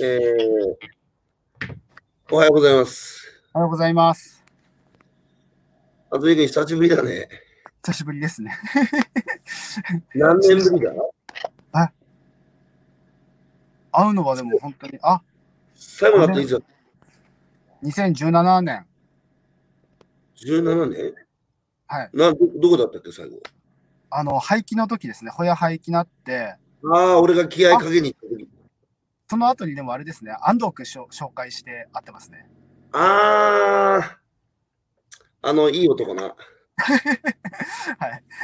えーおはようございます。おはようございます。あずいりん久しぶりだね。久しぶりですね。何年ぶりだ会うのはでも本当に、あ、最後だっていつだ2017年。 ?17 年はい。などどこだったっけ、最後。あの、廃棄の時ですね。ホヤ廃棄なって、ああ、俺が気合いかけに行った時。その後にでもあれですね、安藤君しょ紹介して会ってますね。ああ、あの、いい男な。はい。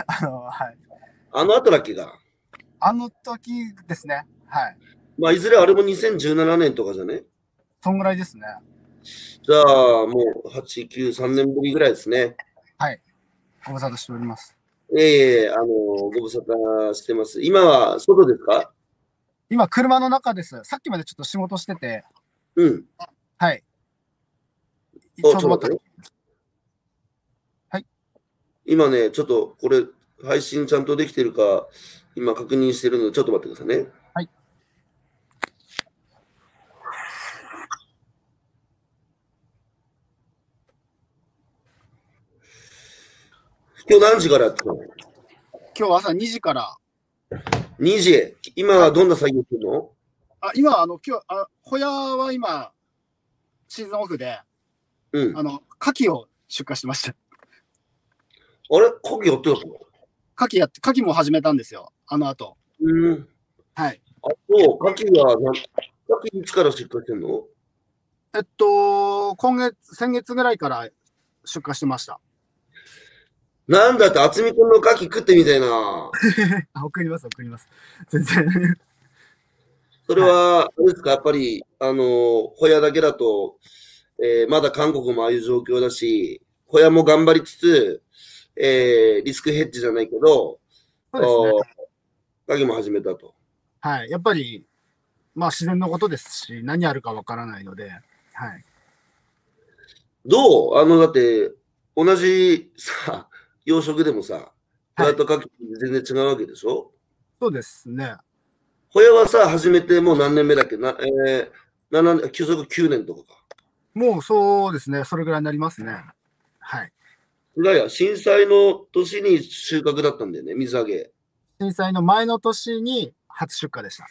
あの、はい。あの後だっけが。あの時ですね。はい。まあ、いずれあれも2017年とかじゃね。そんぐらいですね。じゃあ、もう8、9、3年ぶりぐらいですね。ご無沙汰しております。ええあの、ご無沙汰してます。今は外ですか今、車の中です。さっきまでちょっと仕事してて、うん。はい。ちょあうちどょっまたと待ってねはい。今ね、ちょっとこれ、配信ちゃんとできてるか、今確認してるので、ちょっと待ってくださいね。はい。今日何時からやってたの今日朝2時から、 ?2 時。今はどんな作業してるのあ、今、あの、今日、あホヤは今、シーズンオフで、うん。ああの、牡蠣を出荷してました。れ鍵やってたの牡蠣やって、牡蠣も始めたんですよ。あの後。うん。はい。あと、牡蠣は何、牡蠣いつから出荷してんのえっと、今月、先月ぐらいから出荷してました。なんだって、渥美君の牡蠣食ってみたいな。あ、送ります、送ります。全然。それは、あれですか、やっぱり、あのー、ホヤだけだと、えーまだ韓国もああいう状況だし、ホヤも頑張りつつ、えーリスクヘッジじゃないけど、そうですね。あー牡蠣も始めたと。はい。やっぱり、まあ自然のことですし、何あるかわからないので、はい。どうあの、だって、同じさ、養殖でもさ、ホヤと牡蠣全然違うわけでしょ、そうですね。ホヤはさ、始めてもう何年目だっけな、えー、7年、休息9年とかか。もうそうですね。それぐらいになりますね。はい。いやいや、震災の年に収穫だったんだよね、水揚げ。震災の前の年に初出荷でした。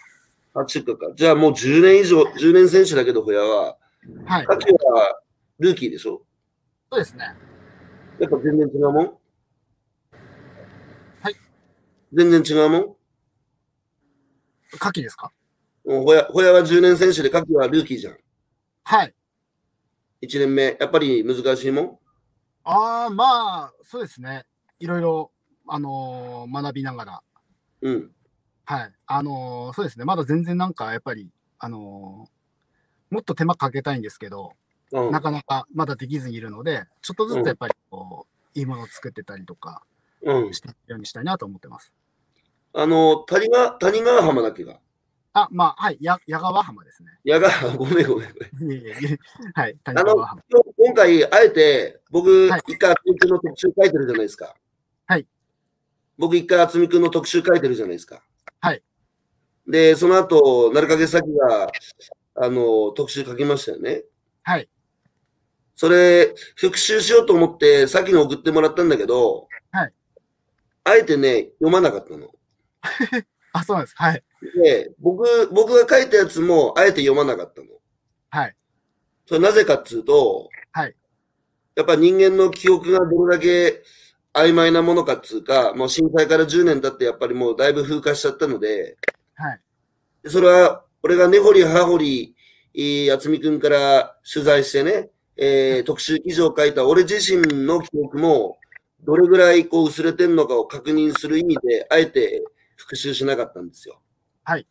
初出荷か。じゃあもう10年以上、10年選手だけど、ホヤは。はい。カキはルーキーでしょそうですね。やっぱ全然違うもんはい。全然違うもん牡蠣ですかもうホヤホヤは10年選手で、カキはルーキーじゃん。はい。 1年目。やっぱり難しいもんああ、まあ、そうですね。いろいろ、あのー学びながら、うん。はい。あのーそうですね。まだ全然なんか、やっぱり、あのーもっと手間かけたいんですけど、うんなかなかまだできずにいるので、ちょっとずつやっぱりこう、いいものを作ってたりとかうん。していくようにしたいなと思ってます。あの、谷川、谷川浜だっけが。あ、まあ、はい。や矢川浜ですね。 矢川、ごめんごめん。いえいえいえはい。谷川浜。今日今回、あえて、僕はい、一回、渥美君の特集書いてるじゃないですか。はい。僕、一回、渥美君の特集書いてるじゃないですか。はい。で、その後、なるかげさきが、あの、特集書きましたよね。はい。それ、復習しようと思って、さっきの送ってもらったんだけど、はい。あえてね、読まなかったの。あ、そうなんです。はい。で、僕、僕が書いたやつも、あえて読まなかったの。はい。それなぜかっつうと、はい。やっぱ人間の記憶がどれだけ曖昧なものかっつうか、もう震災から10年経ってやっぱりもうだいぶ風化しちゃったので、はい。でそれは、俺が根掘り葉掘り、えー渥美くんから取材してね、えー特集記事を書いた俺自身の記憶も、どれぐらいこう薄れてんのかを確認する意味で、あえて復習しなかったんですよ。はい。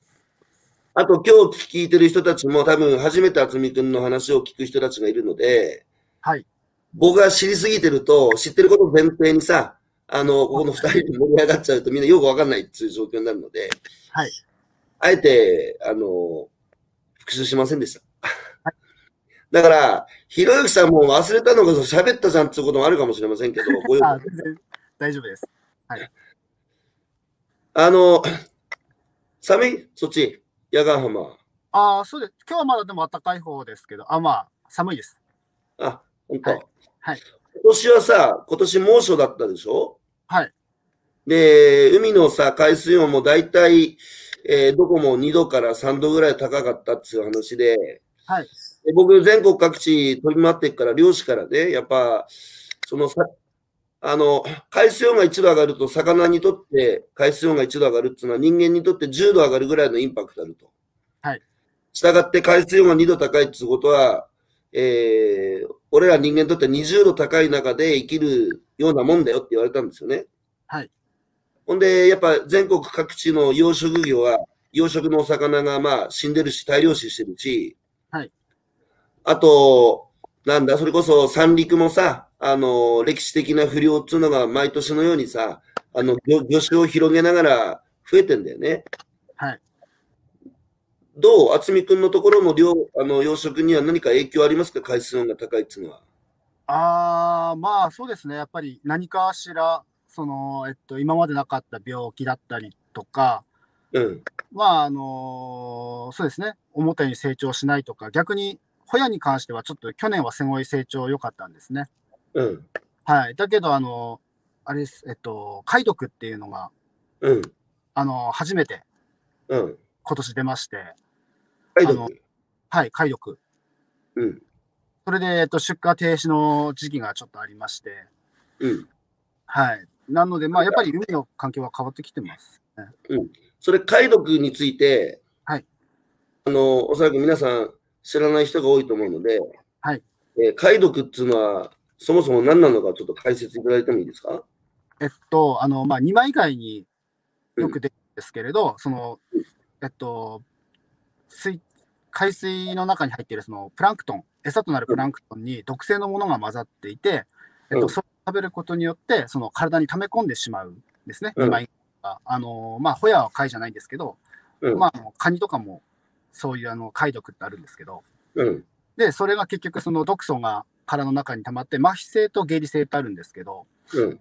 あと今日聞いてる人たちも多分初めて渥美くんの話を聞く人たちがいるので、はい。僕が知りすぎてると、知ってることを前提にさ、あの、ここの二人で盛り上がっちゃうとみんなよくわかんないっていう状況になるので、はい。あえて、あの、復習しませんでした。だから、ひろゆきさんも忘れたのか喋ったじゃんっていうこともあるかもしれませんけど、ご用意あ、全然大丈夫です。あの、寒いそっち、矢川浜。ああ、そうです。今日はまだでも暖かい方ですけど、あ、まあ、寒いです。あ、本当。はいはい今年はさ、今年猛暑だったでしょはい。で、海のさ、海水温も大体、えーどこも2度から3度ぐらい高かったっていう話で、はい。で僕、全国各地飛び回ってっから、漁師からね、やっぱ、そのさ、あの、海水温が1度上がると、魚にとって海水温が1度上がるっていうのは、人間にとって10度上がるぐらいのインパクトあると。はい。したがって、海水温が2度高いっていうことは、えー、俺ら人間にとって20度高い中で生きるようなもんだよって言われたんですよね。はい。ほんで、やっぱ全国各地の養殖業は、養殖のお魚がまあ死んでるし、大量死してるし、あと、なんだ、それこそ三陸もさ、あの、歴史的な不良っつうのが毎年のようにさ、あの、魚魚種を広げながら増えてんだよね。はい。どう渥美君のところの漁、あの、養殖には何か影響ありますか海水温が高いっつうのは。ああ、まあ、そうですね。やっぱり何かしら、その、えっと、今までなかった病気だったりとか、うん。まあ、あのそうですね。表に成長しないとか、逆に、ホヤに関してはちょっと去年はすごい成長良かったんですね。うん。はい。だけど、あのあれです、えっと、解読っていうのが、うん。あの初めてうん。今年出まして、はい、あどのうぞ。はい、解読。うん。それで、えっと、出荷停止の時期がちょっとありまして、うん。はい。なので、まあ、やっぱり海の環境は変わってきてます、ね。それ、解読について、はい。あの、おそらく皆さん知らない人が多いと思うので、はい。えー解読っていうのは、そもそも何なのかちょっと解説いただいてもいいですかえっと、あの、まあ、二枚以外によく出るんですけれど、その、えっと、水、海水の中に入っているそのプランクトン、餌となるプランクトンに毒性のものが混ざっていて、えっうと、んそれを食べることによって、その体に溜め込んでしまうんですね、うん二枚以外は。あの、まあ、ホヤは貝じゃないんですけど、うんまああの、カニとかも、そういうあの貝毒ってあるんですけど、うん。で、それが結局、その毒素が殻の中に溜まって、麻痺性と下痢性ってあるんですけど、うん。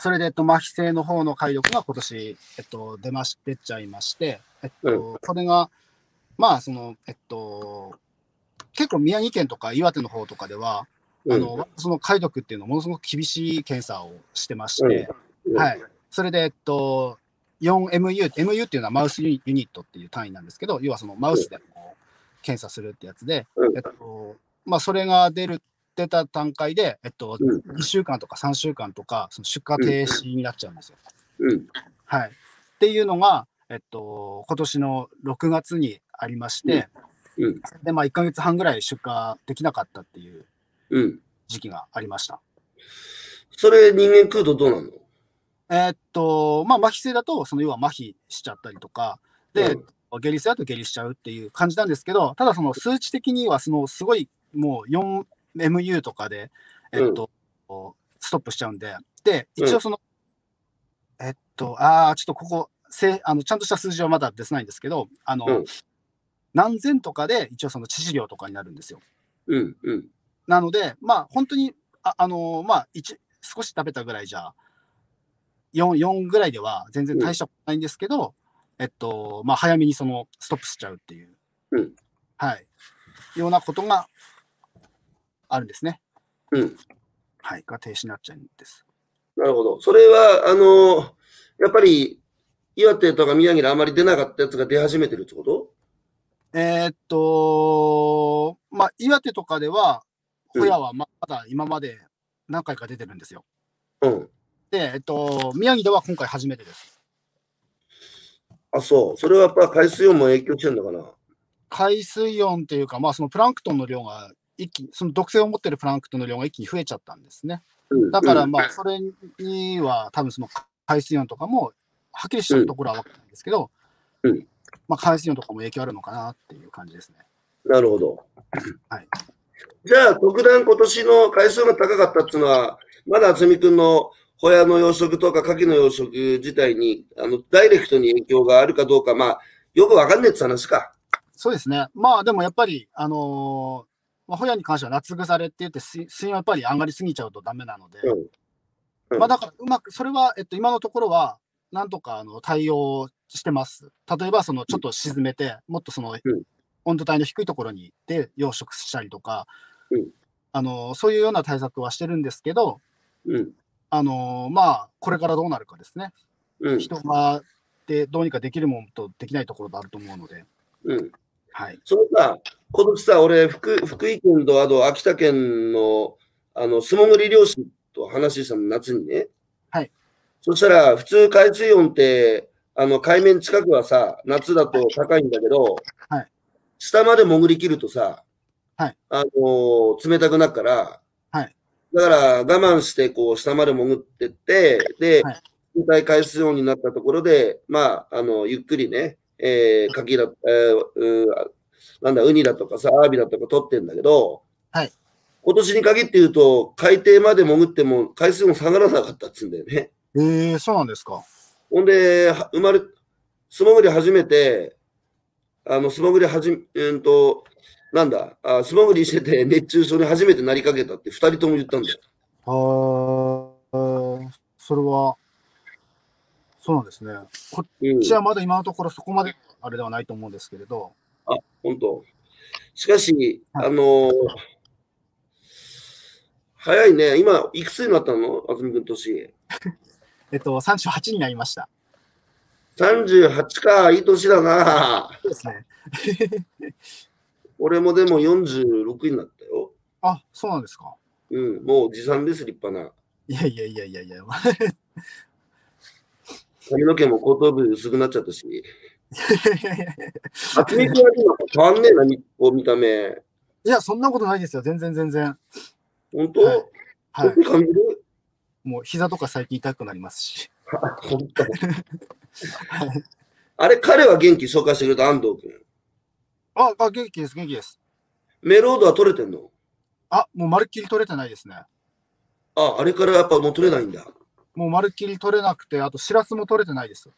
それで、えっと、麻痺性の方の解読が今年、えっと、出まし、出ちゃいまして、えっと、それが、まあ、その、えっと、結構宮城県とか岩手の方とかでは、うん。あの、その解読っていうのをものすごく厳しい検査をしてまして、うん、はい。それで、えっと、4MU、MU っていうのはマウスユニットっていう単位なんですけど、要はそのマウスでこう検査するってやつで、うんえっと、まあ、それが出る、出た段階で、えっと、うん。 2週間とか3週間とか、その出荷停止になっちゃうんですよ。うん。はい。っていうのが、えっと、今年の6月にありまして、うん。で、まあ、1ヶ月半ぐらい出荷できなかったっていううん。時期がありました。それ、人間食うとどうなのえっと、まあ、麻痺性だと、その要は麻痺しちゃったりとか、で、下痢性だと下痢しちゃうっていう感じなんですけど、ただその数値的には、そのすごいもう 4MU とかで、えっと、ストップしちゃうんで、で、一応その、えっと、ああ、ちょっとここ、せあのちゃんとした数字はまだ出せないんですけど、あの、うん何千とかで一応その致死量とかになるんですよ。うん。うん。なので、まあ本当に、あ、あのーまあ一少し食べたぐらいじゃ、4、4ぐらいでは全然大したことないんですけど、えっと、まあ早めにそのストップしちゃうっていう、うんはい、ようなことがあるんですね。うん。はい、が停止になっちゃうんです。なるほど。それは、あの、やっぱり、岩手とか宮城であまり出なかったやつが出始めてるってことえーっと、まあ岩手とかでは、うんホヤはままだ今まで何回か出てるんですよ。うん。で、えっと、宮城では今回初めてです。あ、そう。それはやっぱ海水温も影響してんのかな海水温っていうか、まあ、そのプランクトンの量が一気に、その毒性を持ってるプランクトンの量が一気に増えちゃったんですね。うん。だから、うんまあ、それには、多分その海水温とかも、はっきりしたところは分かんないんですけど、うんまあ、海水温とかも影響あるのかなっていう感じですね。なるほど。はい。じゃあ、特段今年の回数が高かったっていうのは、まだ渥美君のホヤの養殖とか牡蠣の養殖自体に、あの、ダイレクトに影響があるかどうか、まあ、よくわかんねえって話か。そうですね。まあ、でもやっぱり、あのーまあ、ホヤに関しては夏腐れって言って水、水温やっぱり上がりすぎちゃうとダメなので、うんうんまあ、だから、うまく、それは、えっと、今のところは、なんとかあの対応してます。例えば、その、ちょっと沈めて、もっとその、うん温度帯の低いところに行って養殖したりとか、うんあのそういうような対策はしてるんですけど、うん、あのまあ、これからどうなるかですね。うん、人がでどうにかできるものとできないところがあると思うので、うん。はい、そのさ、今年さ、俺福、福井県とあと秋田県の、あの、素潜り漁師と話したの、夏にね。はい。そしたら、普通海水温って、あの、海面近くはさ、夏だと高いんだけど、はい下まで潜り切るとさ、はいあの、冷たくなるから、はいだから、我慢して、こう、下まで潜ってって、で、はい冷たい海水温になったところで、まあ、あの、ゆっくりね、えー、柿だ、えー、うーなんだ、ウニだとかさ、アワビだとか取ってんだけど、はい今年に限って言うと、海底まで潜っても海水も下がらなかったっつうんだよね。えー、そうなんですか。ほんで、は生まれ、素潜り始めて、あの、素潜り始め、うんと、なんだ、あ素潜りしてて熱中症に初めてなりかけたって二人とも言ったんだよ。あーそれは、そうなんですね。こうんっちはまだ今のところそこまであれではないと思うんですけれど、本当。しかし、はいあのー早いね。今、いくつになったの渥美君年。えっと、38になりました。 38か、いい年だな。そうですね。俺もでも46になったよ。あ、そうなんですか。うん、もうおじさんです、立派な。いやいやいやいやいや、髪の毛も後頭部薄くなっちゃったし。渥美君は今変わんねえな、日本見た目。 いや、そんなことないですよ。全然全然。本当、はいはよく感じるい。もう膝とか最近痛くなりますし。本当。あれ、彼は元気紹介してくれた安藤君。あ、あ元気です、元気です。メロードは取れてんのあ、もうまるっきり取れてないですね。あ、あれからやっぱもう取れないんだ。もうまるっきり取れなくて、あとシラスも取れてないです。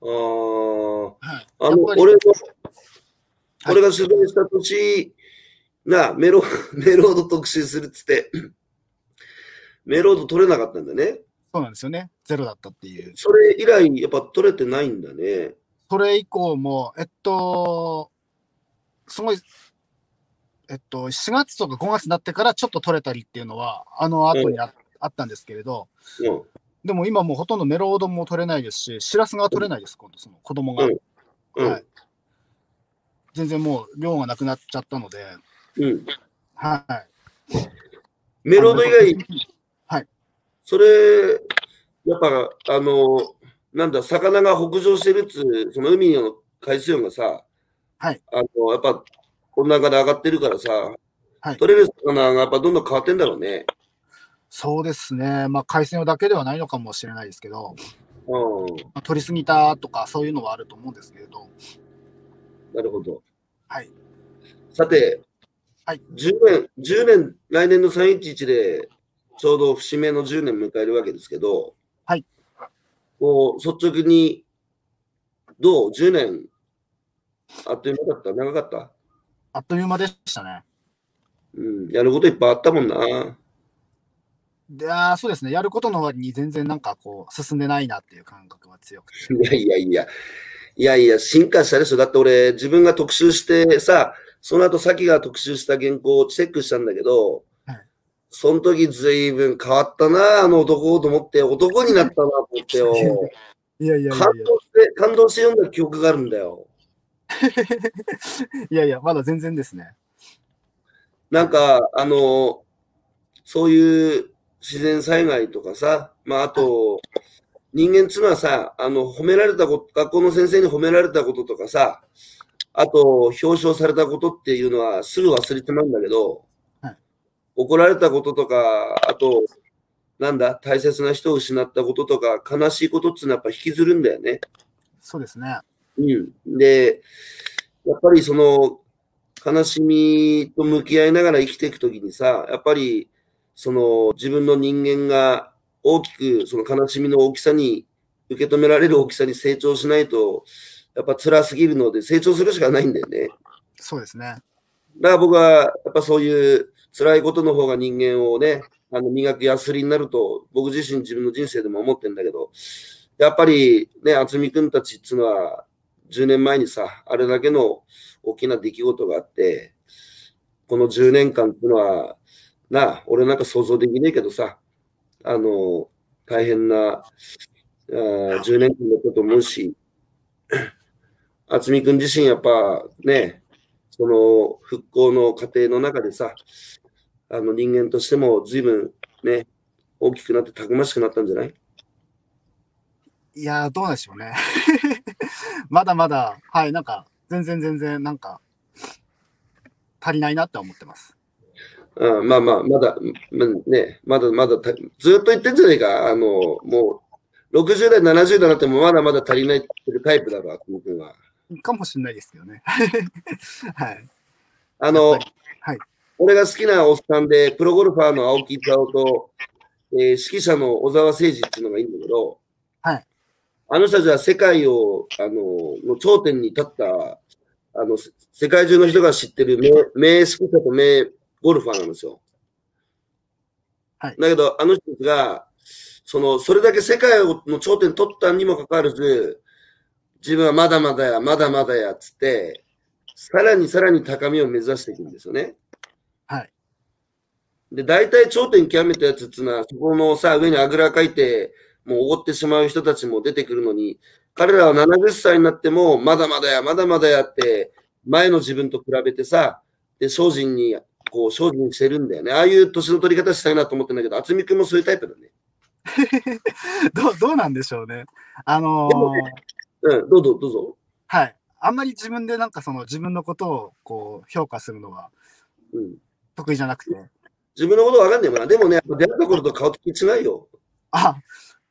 あーはい。あやっの、ぱり俺が、俺が取材した年、なあメロ、 メロード特集するっつって、メロード取れなかったんだね。そうなんですよね。ゼロだったっていう。それ以来、やっぱ取れてないんだね。それ以降も、えっと、すごい、えっと、4月とか5月になってからちょっと取れたりっていうのは、あの後にあ,、あったんですけれど、うん。でも今もうほとんどメロードも取れないですし、シラスが取れないです、今度、その子供が。うんうん。はい全然もう量がなくなっちゃったので、うん、はい。メロード以外、はい。それ、やっぱ、あの、なんだ、魚が北上してるっつ、その海の海水温がさ、はい。あの、やっぱ、温暖化で上がってるからさ、はい取れる魚がやっぱどんどん変わってんだろうね。そうですね。まあ、海鮮だけではないのかもしれないですけど、うん。まあ、取りすぎたとかそういうのはあると思うんですけれど、なるほど。はい。さて、はい10年、10年、来年の311で、ちょうど節目の10年迎えるわけですけど、はい。こう、率直に、どう ?10 年、あっという間だった長かったあっという間でしたね。うん。やることいっぱいあったもんな。で、あーそうですね。やることの割に全然なんかこう、進んでないなっていう感覚は強くて。 いやいやいや、いやいや、進化したでしょ。だって俺、自分が特集してさ、その後、さきが特集した原稿をチェックしたんだけど、はいその時ずいぶん変わったな、あの男と思って、男になったなと思ってよ。いやいやいや感動して、感動して読んだ記憶があるんだよ。いやいや、まだ全然ですね。なんか、あの、そういう自然災害とかさ、まあ、あと、人間っつうのはさ、あの、褒められたこと、学校の先生に褒められたこととかさ、あと、表彰されたことっていうのはすぐ忘れてまうんだけどはい、怒られたこととか、あと、なんだ、大切な人を失ったこととか、悲しいことっていうのはやっぱ引きずるんだよね。そうですね。うん。で、やっぱりその、悲しみと向き合いながら生きていくときにさ、やっぱり、その、自分の人間が大きく、その悲しみの大きさに、受け止められる大きさに成長しないと、やっぱ辛すぎるので、成長するしかないんだよね。そうですね。だから僕は、やっぱそういう辛いことの方が人間をね、あの磨くやすりになると、僕自身自分の人生でも思ってるんだけど、やっぱりね、渥美君たちっていうのは、 10年前にさ、あれだけの大きな出来事があって、この10年間っていうのは、なあ、俺なんか想像できねえけどさ、あの、大変な、あー10年間だったと思うし、 渥美君自身やっぱね、その復興の過程の中でさ、あの人間としても随分ね、大きくなってたくましくなったんじゃないいやー、どうなんでしょうね。 まだまだ、はい、なんか、全然全然、なんか、足りないなって思ってます。うん、まあまあ、まだ、まね、まだまだた、ずっと言ってんじゃねえか。あの、もう、60代、70代になってもまだまだ足りないっていうタイプだろ、渥美君は。かもしれないですけどね。 はい。あの、はい俺が好きなおっさんで、プロゴルファーの青木勲と、えー指揮者の小沢誠二っていうのがいいんだけど、はいあの人たちは世界を、あの、の頂点に立った、あの、せ世界中の人が知ってる名名指揮者と名ゴルファーなんですよ。はいだけど、あの人たちが、その、それだけ世界をの頂点に取ったにもかかわらず、自分はまだまだや、まだまだやっつって、さらにさらに高みを目指していくんですよね。はい。で、大体頂点極めたやつっていうのは、そこのさ、上にあぐらかいて、もうおごってしまう人たちも出てくるのに、彼らは70歳になっても、まだまだや、まだまだやって、前の自分と比べてさ、で、精進に、こう、精進してるんだよね。ああいう年の取り方したいなと思ってんだけど、渥美君もそういうタイプだね。どう、どうなんでしょうね。あのでーもうん、どうぞ、どうぞ。はい。あんまり自分でなんかその自分のことをこう評価するのはうん。得意じゃなくて。自分のことわかんねえもんな。でもね、やっぱ出会った頃と顔つき違うよ。あ、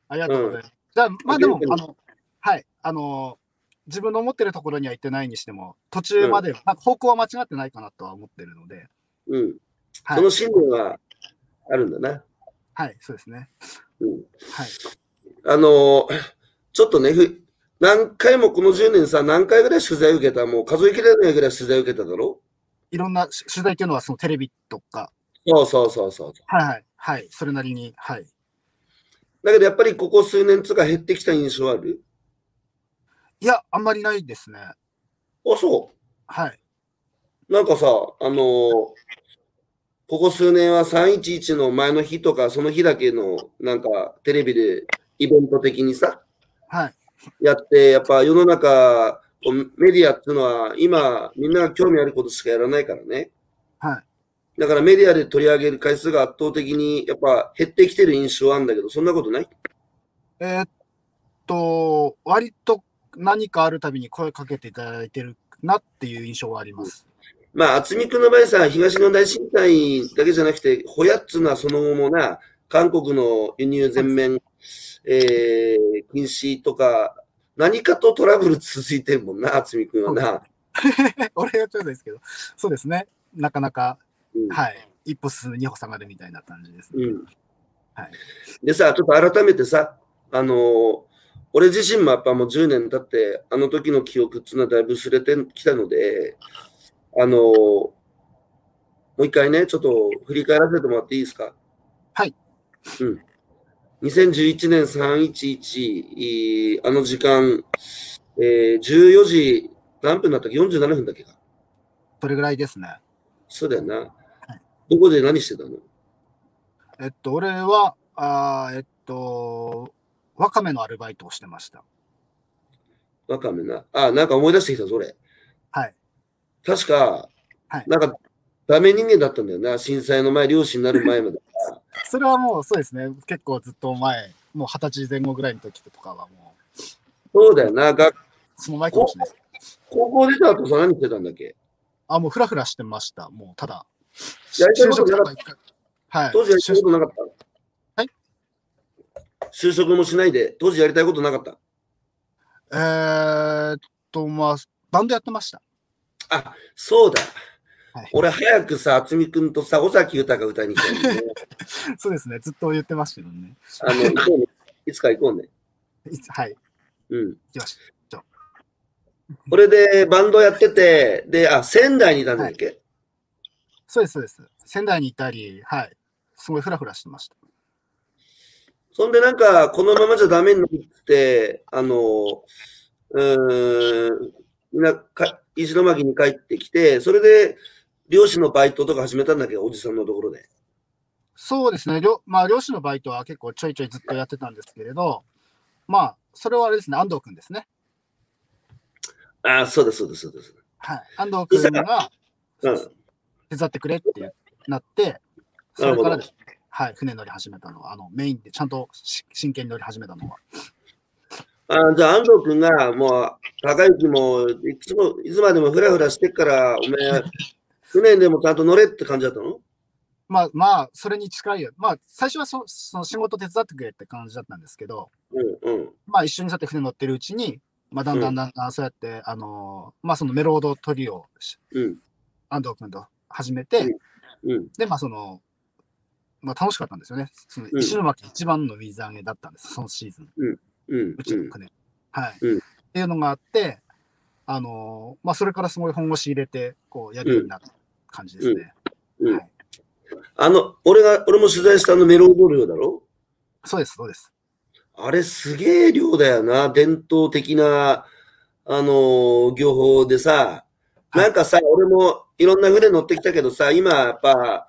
ありがとうございます。じゃあ、まあでも、うんあの、はい。あのー自分の思ってるところには行ってないにしても、途中まで、なんか方向は間違ってないかなとは思ってるので、うん。はいその信念はあるんだな。はい、そうですね。うんはい。あのーちょっとね、ふ何回もこの10年さ、何回ぐらい取材受けたもう数えきれないぐらい取材受けただろいろんなし取材っていうのは、そのテレビとか、そうそうそうそう。はいはい、はい、それなりに、はい。だけどやっぱりここ数年つうか減ってきた印象あるいや、あんまりないですね。あ、そはい。う。なんかさ、あのーここ数年は311の前の日とか、その日だけの、なんかテレビでイベント的にさ、はい。やって、やっぱ世の中、こうメディアっていうのは今、みんなが興味あることしかやらないからね。はい。だからメディアで取り上げる回数が圧倒的にやっぱ減ってきてる印象はあるんだけど、そんなことないえーっと、割と何かあるたびに声かけていただいてるなっていう印象はあります。 まあ、渥美君の場合さ、東日本大震災だけじゃなくて、ホヤっつうのはその後もな、韓国の輸入全面、えー、禁止とか、何かとトラブル続いてるもんな、渥美君はな。俺やっちゃうんですけど、そうですね。なかなか、うんはい。一歩進む、二歩下がるみたいな感じですね。うんはいでさ、ちょっと改めてさ、あのー俺自身もやっぱもう10年経って、あの時の記憶っていうのはだいぶ薄れてきたので、あのーもう一回ね、ちょっと振り返らせてもらっていいですか。はい。うん。2011年311、いあの時間、えー14時何分だったっけ ?47 分だっけか。それぐらいですね。そうだよな。どこで何してたのえっと、俺は、あーえっと、ワカメのアルバイトをしてました。わかめな。あ、なんか思い出してきたぞ、俺。はい。確か、はいなんか、ダメ人間だったんだよな、震災の前、漁師になる前ま で。それはもうそうですね。結構ずっと前、もう二十歳前後ぐらいの時とかはもう、そうだよな、学その前かもしれないです。高校出た後さ、何してたんだっけあ、もうフラフラしてました。もうただ。やりたいことなか就職とかはい。当時やりたい就ことなかったはい就職もしないで、当時やりたいことなかった。えーっと、まあ、バンドやってました。あ、そうだ。はい俺、早くさ、渥美君とさ、尾崎豊が歌いに行きたいんだ よねそうですね。ずっと言ってましたけどね。あの、行こうね。いつか行こうね。いつはい。うん。行きました。これでバンドやってて、で、あ、仙台にいたんだっけ、そうです、そうです。仙台にいたり、はい。すごいフラフラしてました。そんでなんか、このままじゃダメになるって、あの、うーん、みんなか、石巻に帰ってきて、それで、漁師のバイトとか始めたんだけど、おじさんのところで。そうですね、りょまあ、漁師のバイトは結構ちょいちょいずっとやってたんですけれど、まあ、それはあれですね、安藤君ですね。ああ、そうです、そうです、そうです。はい。安藤君がうん。手伝ってくれってなって、それからです、はい、船乗り始めたのは、あのメインでちゃんとし真剣に乗り始めたのは。あーじゃあ安藤君が、もう、高行も、いつも、いつまでもフラフラしてっから、おめえ、船でもちゃんと乗れって感じだったのまあまあ、それに近いよ。まあ、最初はそその仕事手伝ってくれって感じだったんですけど、うん、うん。まあ一緒にさって船乗ってるうちに、まあだんだんだんだんそうやって、あのーまあそのメロードトリオをしうん、安藤君と始めて、うんうん。で、まあその、まあ楽しかったんですよね。そのうん石巻一番の水揚げだったんです、そのシーズン、うんう、ちうのん。船。はい、うんっていうのがあって、あのーまあそれからすごい本腰入れて、こうやるようになった感じですね。うんはいあの、俺が、俺も取材したあのメロウド漁だろそうです、そうです。あれすげえ量だよな、伝統的な、あのー漁法でさ、なんかさ、俺もいろんな船乗ってきたけどさ、今やっぱ、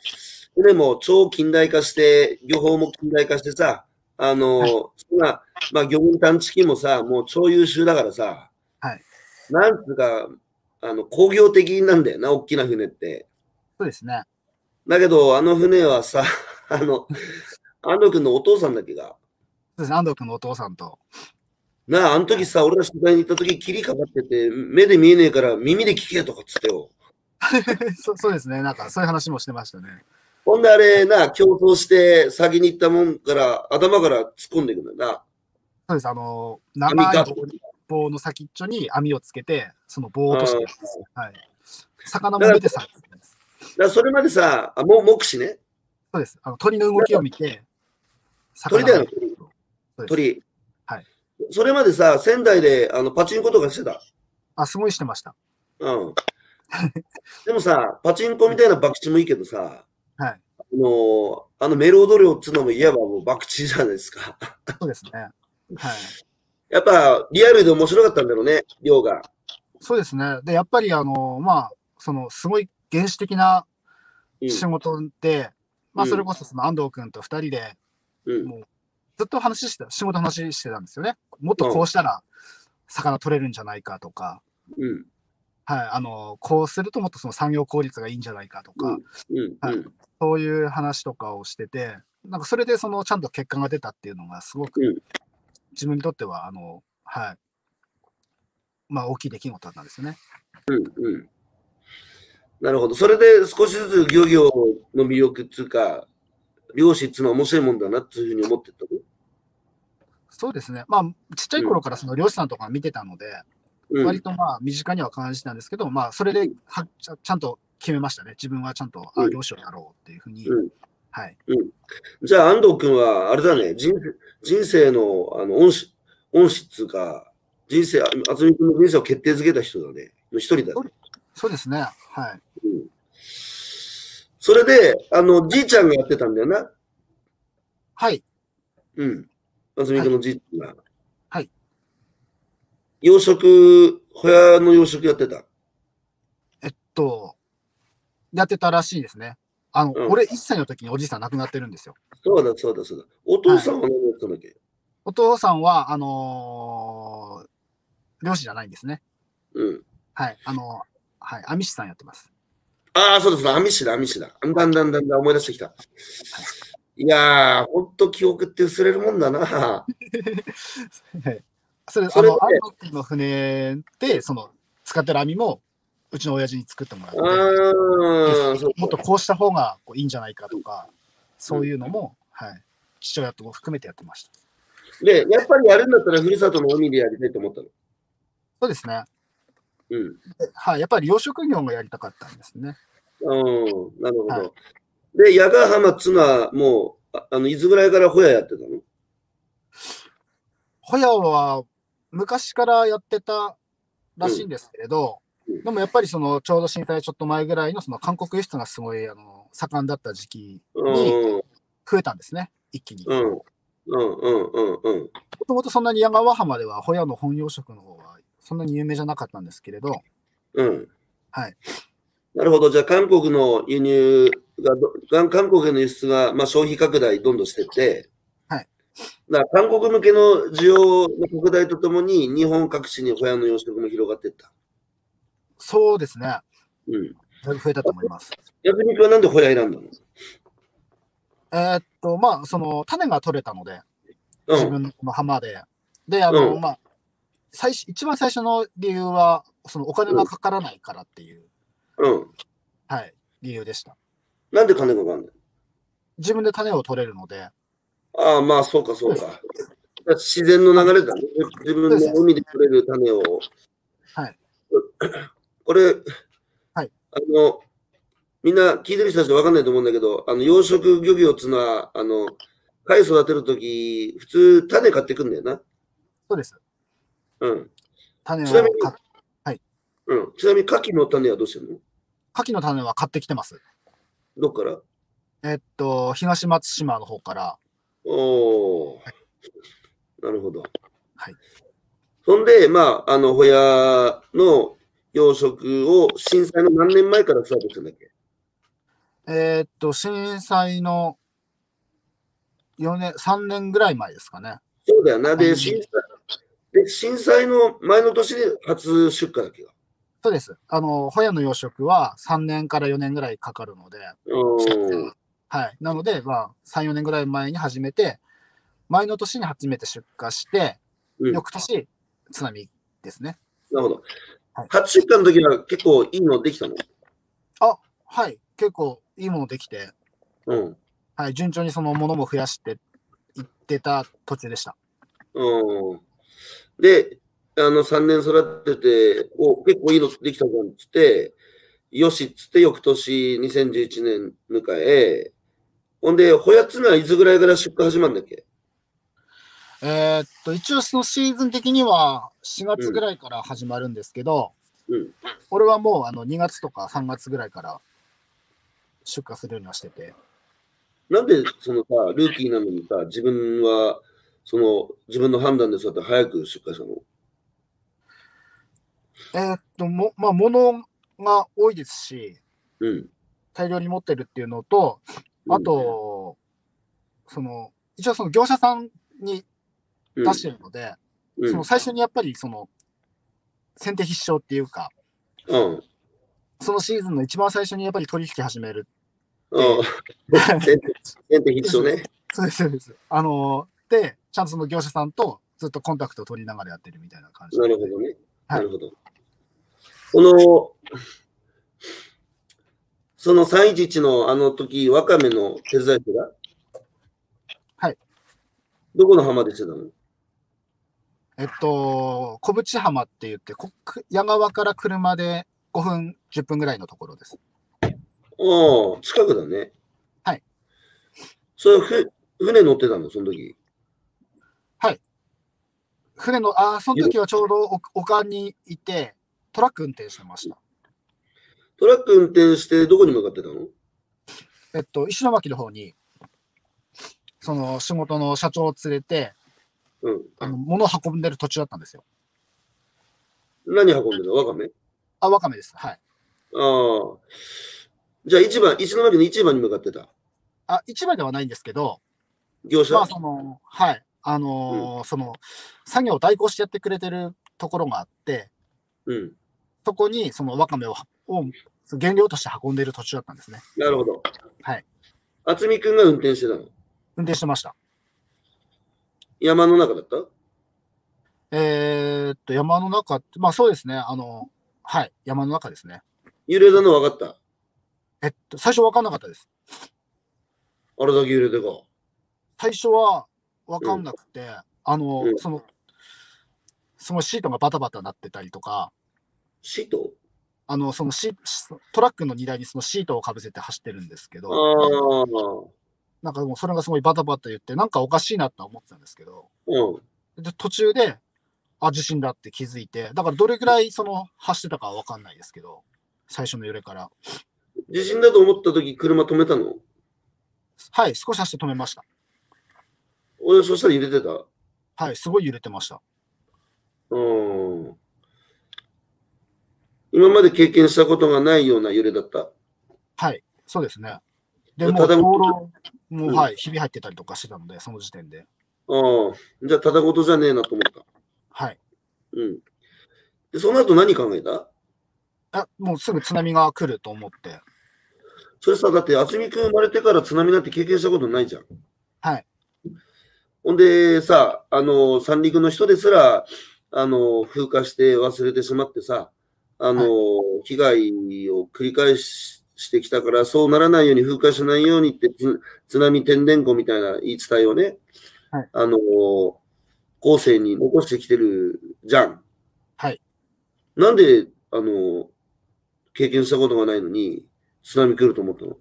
船も超近代化して、漁法も近代化してさ、あのー今、まあ、魚群探知機もさ、もう超優秀だからさ、はいなんつうか、あの、工業的なんだよな、大きな船って。そうですね。だけど、あの船はさ、 あの、安藤君のお父さんだっけが、そうですね安藤君のお父さんと。 なあ、あの時さ、俺が取材に行った時、霧かかってて、目で見えねえから耳で聞けとかっつってよ。そそうですね。なんかそういう話もしてましたね。ほんであれな、競争して先に行ったもんから、頭から突っ込んでいくんだよそうです。あの、な。長いか。棒の先っちょに網をつけて、その棒を落としてうんます。はい。魚も見てさ、だからそれまでさ、あも目視ね。そうです。あの鳥の動きを見て、鳥だよねそうです鳥。はい。それまでさ、仙台であのパチンコとかしてた。あ、すごいしてました。 うん。でもさ、パチンコみたいな博打もいいけどさ、はいあのーあのメロード量っつうのもいえばもう博打じゃないですか。そうですね。はい。やっぱリアルで面白かったんだろうね、量が。そうですね。で、やっぱり、あの、まあ、その、すごい原始的なうん仕事で、まうあ、んそれこそ、その、安藤君と二人で、うんずっと話してた、仕事の話してたんですよね。もっとこうしたら、魚取れるんじゃないかとか、うんはい、あの、こうするともっとその産業効率がいいんじゃないかとか、うんはういんそういう話とかをしてて、なんかそれでそのちゃんと結果が出たっていうのがすごくうん自分にとっては、あの、はい。まあ大きい出来事だったんですよね。うんなるほど。それで少しずつ漁業の魅力っていうか、漁師っていうのは面白いもんだなっていうふうに思ってったの。そうですね。まあちっちゃい頃からその漁師さんとか見てたので、うん、割とまあ身近には感じてたんですけど、まあそれではちゃちゃんと決めましたね。自分はちゃんと、うあん漁師をやろうっていうふうに、うんはい。じゃあ安藤君は、あれだね、人人生のあの恩師、恩師っていうか、人生、あ渥美君の人生を決定づけた人だね。の一人だね。そうですね。はい。うん、それで、あの、じいちゃんがやってたんだよな。はい。うん。渥美君のじいちゃんが。はい。養殖、小屋の養殖やってた。えっと、やってたらしいですね。あの、うん俺1歳の時におじいさん亡くなってるんですよ。そうだ、そうだ、そうだ。お父さんは何やってたんだっけ、お父さんは、あのー漁師じゃないんですね。うん。はい。あのーはい。網師さんやってます。ああ、そうです。アミシだ、アミシだ。だんだんだんだん思い出してきた。いやー、ほんと記憶って薄れるもんだな。それ、そあれの、であの時の船で、その、使ってる網も、うちの親父に作ってもらって、あー、そうもっとこうした方がこういいんじゃないかとか、そういうのも、はい。父親とも含めてやってました。で、やっぱりやるんだったら、ふるさとの海でやりたいと思ったの。そうですね。うん。はい。やっぱり養殖業がやりたかったんですね。うん、なるほど。はいで、矢ヶ浜っつうのは、もう、ああの、いつぐらいからホヤやってたのホヤは昔からやってたらしいんですけれど、うんうんでもやっぱりそのちょうど震災ちょっと前ぐらいのその韓国輸出がすごいあの盛んだった時期うん、増えたんですね、一気に。うもん、うん、うん、うん、うん。ともとそんなに山和浜ではホヤの本養殖の方はそんなに有名じゃなかったんですけれど、うん。はい。なるほど。じゃあ、韓国の輸入がど、韓韓国への輸出が、まあ、消費拡大どんどんしてって、はい。だから韓国向けの需要の拡大とともに、日本各地にホヤの養殖も広がっていった。そうですね。うん。だいぶ増えたと思います。逆に君はなんでホヤ選んだのえーっと、まあ、その、種が取れたので、う自ん。分の浜で。で、あの、うんまあ、最初、一番最初の理由は、その、お金がかからないからっていう、うん。はい、理由でした。なんで金がかかんない自分で種を取れるので、ああ、まあ、そうか、そうか。自然の流れだね。自分の海で取れる種を。はい。これ、はい。あの、みんな聞いてる人たちわかんないと思うんだけど、あの、養殖漁業っていうのは、あの、貝育てるとき、普通種買ってくんだよな。そうです。うん。種ちなみをにか、うん。ちなみに、牡蠣の種はどうしてるの牡蠣の種は買ってきてます。どっからえーっと、東松島の方から、おお、なるほど。はい。そんで、まあ、あの、ホヤの養殖を震災の何年前からスタートしたんだっけえーっと、震災の4年、3年ぐらい前ですかね。そうだよな。うで、ん震災、で、震災の前の年で初出荷だっけが。そうです。あの、ホヤの養殖は3年から4年ぐらいかかるので、おーはい。なので、まあ、3、4年ぐらい前に始めて、前の年に初めて出荷して、うん翌年、津波ですね。なるほどはい。初出荷の時は結構いいのできたのはい。結構いいものできて、うん。はい。順調にそのものも増やしていってた途中でした。うん。で、あの、3年育てて、お、結構いいのできたじゃんっつって、よしっつって、翌年2011年迎え、ほんで、ホヤっつのはいつぐらいから出荷始まるんだっけえーっと、一応そのシーズン的には4月ぐらいから始まるんですけど、うん。俺はもうあの2月とか3月ぐらいから出荷するようにはしてて、なんで、そのさ、ルーキーなのにさ、自分は、その、自分の判断でそうやって早く出荷したのえーっと、も、まあ、物が多いですし、うん。大量に持ってるっていうのと、あと、その、一応その業者さんにうん、出してるので、うん、その最初にやっぱりその、先手必勝っていうか、うん。そのシーズンの一番最初にやっぱり取引始める。うん。 先手必勝ね。そうです、そうです。あのー、で、ちゃんとその業者さんとずっとコンタクトを取りながらやってるみたいな感じ。なるほどね。はいなるほど。この、その311のあの時、ワカメの手伝い手がはい。どこの浜でしてたのえっと、小淵浜って言って、こ矢川から車で5分、10分ぐらいのところです。ああ、近くだね。はい。それふ、船乗ってたの、その時。船の、ああ、その時はちょうどお丘にいて、トラック運転してました。トラック運転してどこに向かってたのえっと、石巻の方に、その仕事の社長を連れて、うん。あの物を運んでる途中だったんですよ。何運んでたのワカメあ、ワカメです。はい。ああ。じゃあ、市場、石巻の市場に向かってた。あ、市場ではないんですけど、業者、まあ、その、はい。あのーその、作業を代行してやってくれてるところがあって、うん。そこにそのワカメを、をその原料として運んでる途中だったんですね。なるほど。はい。渥美くんが運転してたの運転してました。山の中だったえーっと、山の中って、まあそうですね。あの、はい。山の中ですね。揺れたの分かった。えっと、最初分かんなかったです。あれだけ揺れてか。最初は分かんなくて、あの、うんその、そのシートがバタバタなってたりとか、シートあの、そのシシトラックの荷台にそのシートをかぶせて走ってるんですけあど、あ。なんかもうそれがすごいバタバタ言って、なんかおかしいなとは思ってたんですけど、うん。で途中で、あ、地震だって気づいて、だからどれぐらいその走ってたかは分かんないですけど、最初の揺れから。地震だと思った時車止めたのはい、少し走って止めました。俺、そしたら揺れてた。はい、すごい揺れてました。うん。今まで経験したことがないような揺れだった。はい、そうですね。で、たもうだ灯籠も、うんはい、ひび入ってたりとかしてたので、その時点で。ああ、じゃあ、ただごとじゃねえなと思った。はい。うん。で、その後何考えたあもうすぐ津波が来ると思って。それさ、だって、渥美君生まれてから津波なんて経験したことないじゃん。はい。ほんでさ、あの、三陸の人ですら、あの、風化して忘れてしまってさ、あの、被害を繰り返ししてきたから、そうならないように風化しないようにって、つ津波天然湖みたいな言い伝えをね、はいあの、後世に残してきてるじゃん。はい。なんで、あの、経験したことがないのに、津波来ると思ったの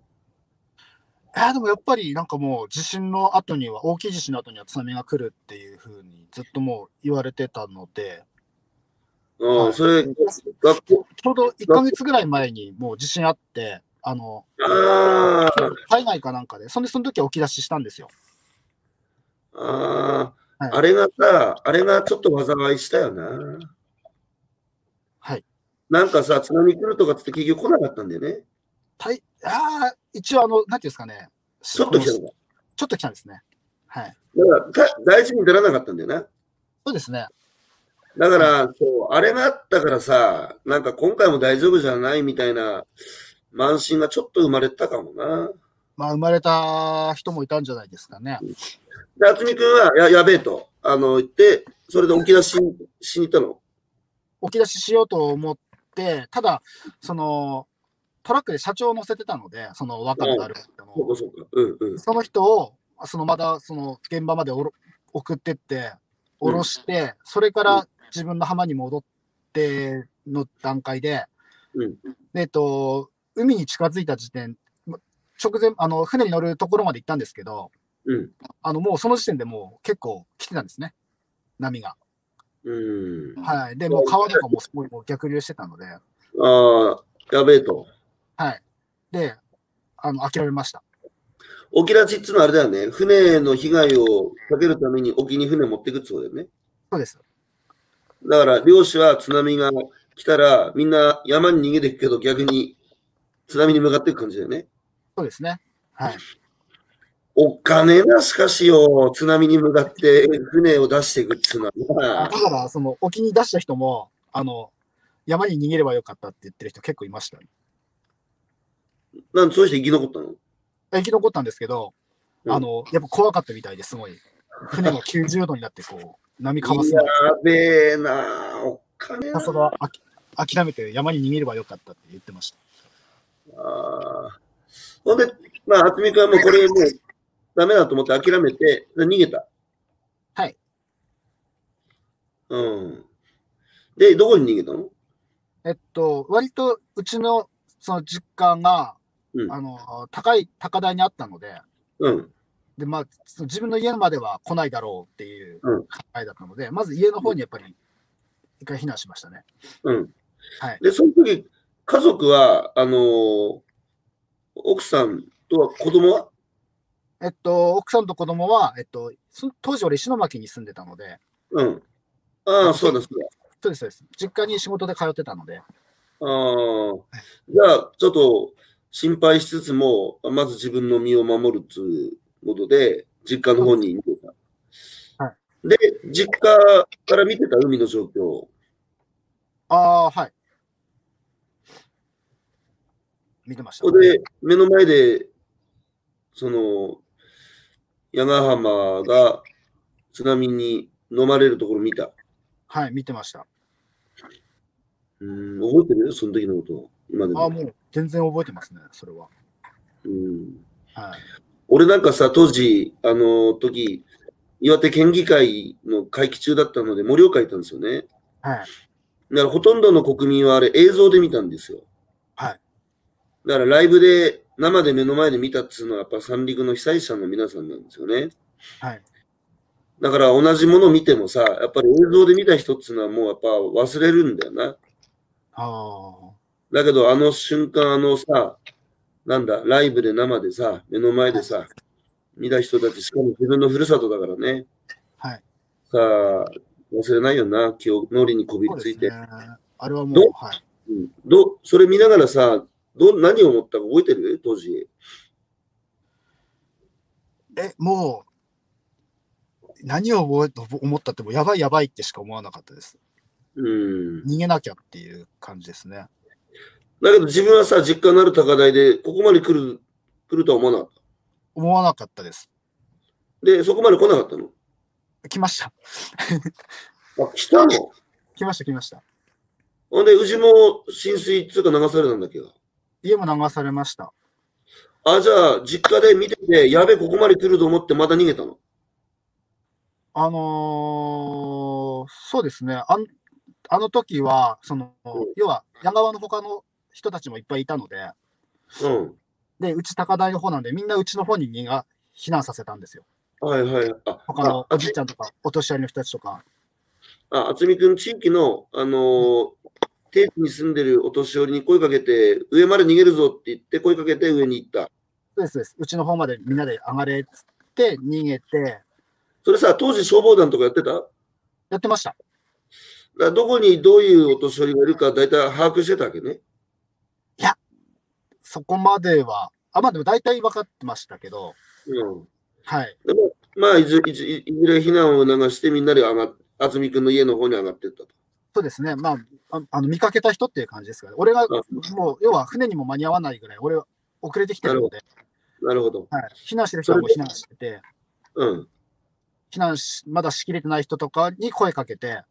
えーでもやっぱりなんかもう地震の後には、大きい地震の後には津波が来るっていうふうにずっともう言われてたので、あはあ、いそれ、学校、ちょうど1ヶ月ぐらい前にもう地震あって、あの、ああ、海外かなんかで、そんでその時は起き出ししたんですよ。ああ、はいあれがさ、あれがちょっと災いしたよな。はい。なんかさ、津波来るとかっつって結局来なかったんだよね。たいあー一応あの、なんていうんですかね。ちょっと来たこののちょっと来たんですね。はい。か。だからた大事にならなかったんだよな。そうですね。だから、そう、あれがあったからさ、なんか今回も大丈夫じゃないみたいな、慢心がちょっと生まれたかもな。まあ、生まれた人もいたんじゃないですかね。で、渥美君は、や、やべえと、あの、言って、それで起き出し、しに行ったの。起き出ししようと思って、ただ、その、トラックで社長を乗せてたので、その若野がある人そうの、か、そうか。うん、うん。その人を、そのまた、その現場までおろ送ってって、うん降ろして、それから自分の浜に戻っての段階で、うんでえっと、海に近づいた時点、ま直前、あの、船に乗るところまで行ったんですけど、うん。あの、もうその時点でもう結構来てたんですね、波が。うん。はい。で、もう川とかもすごいもう逆流してたので、ああ、やべえと。はい。で、あの、諦めました。沖立ちっつうのはあれだよね。船の被害を避けるために沖に船持ってくってことだよね。そうです。だから漁師は津波が来たらみんな山に逃げていくけど逆に津波に向かっていく感じだよね。そうですね。はい。お金なしかしよ、津波に向かって船を出していくっつうのだはな。から、その、沖に出した人も、あの、山に逃げればよかったって言ってる人結構いました、ね。なんでそうして生き残ったの生き残ったんですけど、うんあの、やっぱ怖かったみたいですごい。船が90度になって、こう、波かわすやの。べえなあお金なさすが、あき諦めて山に逃げればよかったって言ってました。あーほんで、まあ、渥美君はもうこれもうダメだと思って諦めて、で逃げた。はい。うん。で、どこに逃げたのえっと、割と、うちの、その実家が、うんあの、高い、高台にあったので、うん。で、まあ、その自分の家までは来ないだろうっていううん考えだったので、まず家の方にやっぱり一回避難しましたね。うん。はいで、その時、家族は、あのー奥さんとは子供はえっと、奥さんと子供は、えっと、その当時俺石巻に住んでたので、うん。ああ、そうだ、そうだ。そうです、そうです。実家に仕事で通ってたので、ああ。じゃあ、ちょっと心配しつつも、まず自分の身を守るっていうことで、実家の方に行ってた。はで、実家から見てた海の状況。ああー、はい。見てました。そこで、目の前で、その、矢ヶ浜が津波に飲まれるところ見た。はい、見てました。うん、覚えてるその時のこと。今でああ、も。もう全然覚えてますね、それは。うんはい。俺なんかさ、当時、あの時、岩手県議会の会期中だったので、盛岡行ったんですよね。はい。だからほとんどの国民はあれ映像で見たんですよ。はい。だからライブで、生で目の前で見たっつうのはやっぱ三陸の被災者の皆さんなんですよね。はい。だから同じものを見てもさ、やっぱり映像で見た人っつうのはもうやっぱ忘れるんだよな。ああ、だけどあの瞬間あのさ、なんだ、ライブで生でさ、目の前でさ、見た人たち、しかも自分のふるさとだからね、はい。さあ、忘れないよな、記憶、脳裏にこびりそうつでいすて。ね。あれはもどう、はい。うどそれ見ながらさ、ど何を思ったか覚えてる当時。え、もう、何を覚えと思ったっても、やばいやばいってしか思わなかったです。うん。逃げなきゃっていう感じですね。だけど自分はさ、実家のある高台で、ここまで来る、来るとは思わなかっ思わなかったです。た。で、そこまで来なかったの。来ました。あ、来たの来ました、来ました。ほんで、宇治も浸水っつうか流されたんだっけど。家も流されました。あ、じゃあ、実家で見てて、やべ、ここまで来ると思ってまた逃げたの。あのーそうですね。あんあの時は、そのうん、要は、矢川の他の人たちもいっぱいいたので、うん。で、うち高台の方なんで、みんなうちの方に逃が避難させたんですよ。はいはい。あ、他のあおあじいちゃんとか、お年寄りの人たちとか。あ、厚みくん、地域の、あのー、定地に住んでるお年寄りに声かけて、上まで逃げるぞって言って声かけて上に行った。そうです、そうです。うちの方までみんなで上がれっつって逃げて、それさ、当時消防団とかやってただかやってました。らどこにどういうお年寄りがいるか大体把握してたわけね。そこまでは、あ、まあでも大体分かってましたけど、うん。はい。でも、まあ、いずいずいずれ避難を促してみんなで上がっ、厚みくんの家の方に上がってったと。そうですね。まあ、ああの見かけた人っていう感じですから、俺がもう、要は船にも間に合わないぐらい、俺は遅れてきてるので、なるほど。はい、避難してる人はもう避難してて、うん。避難し、まだしきれてない人とかに声かけて、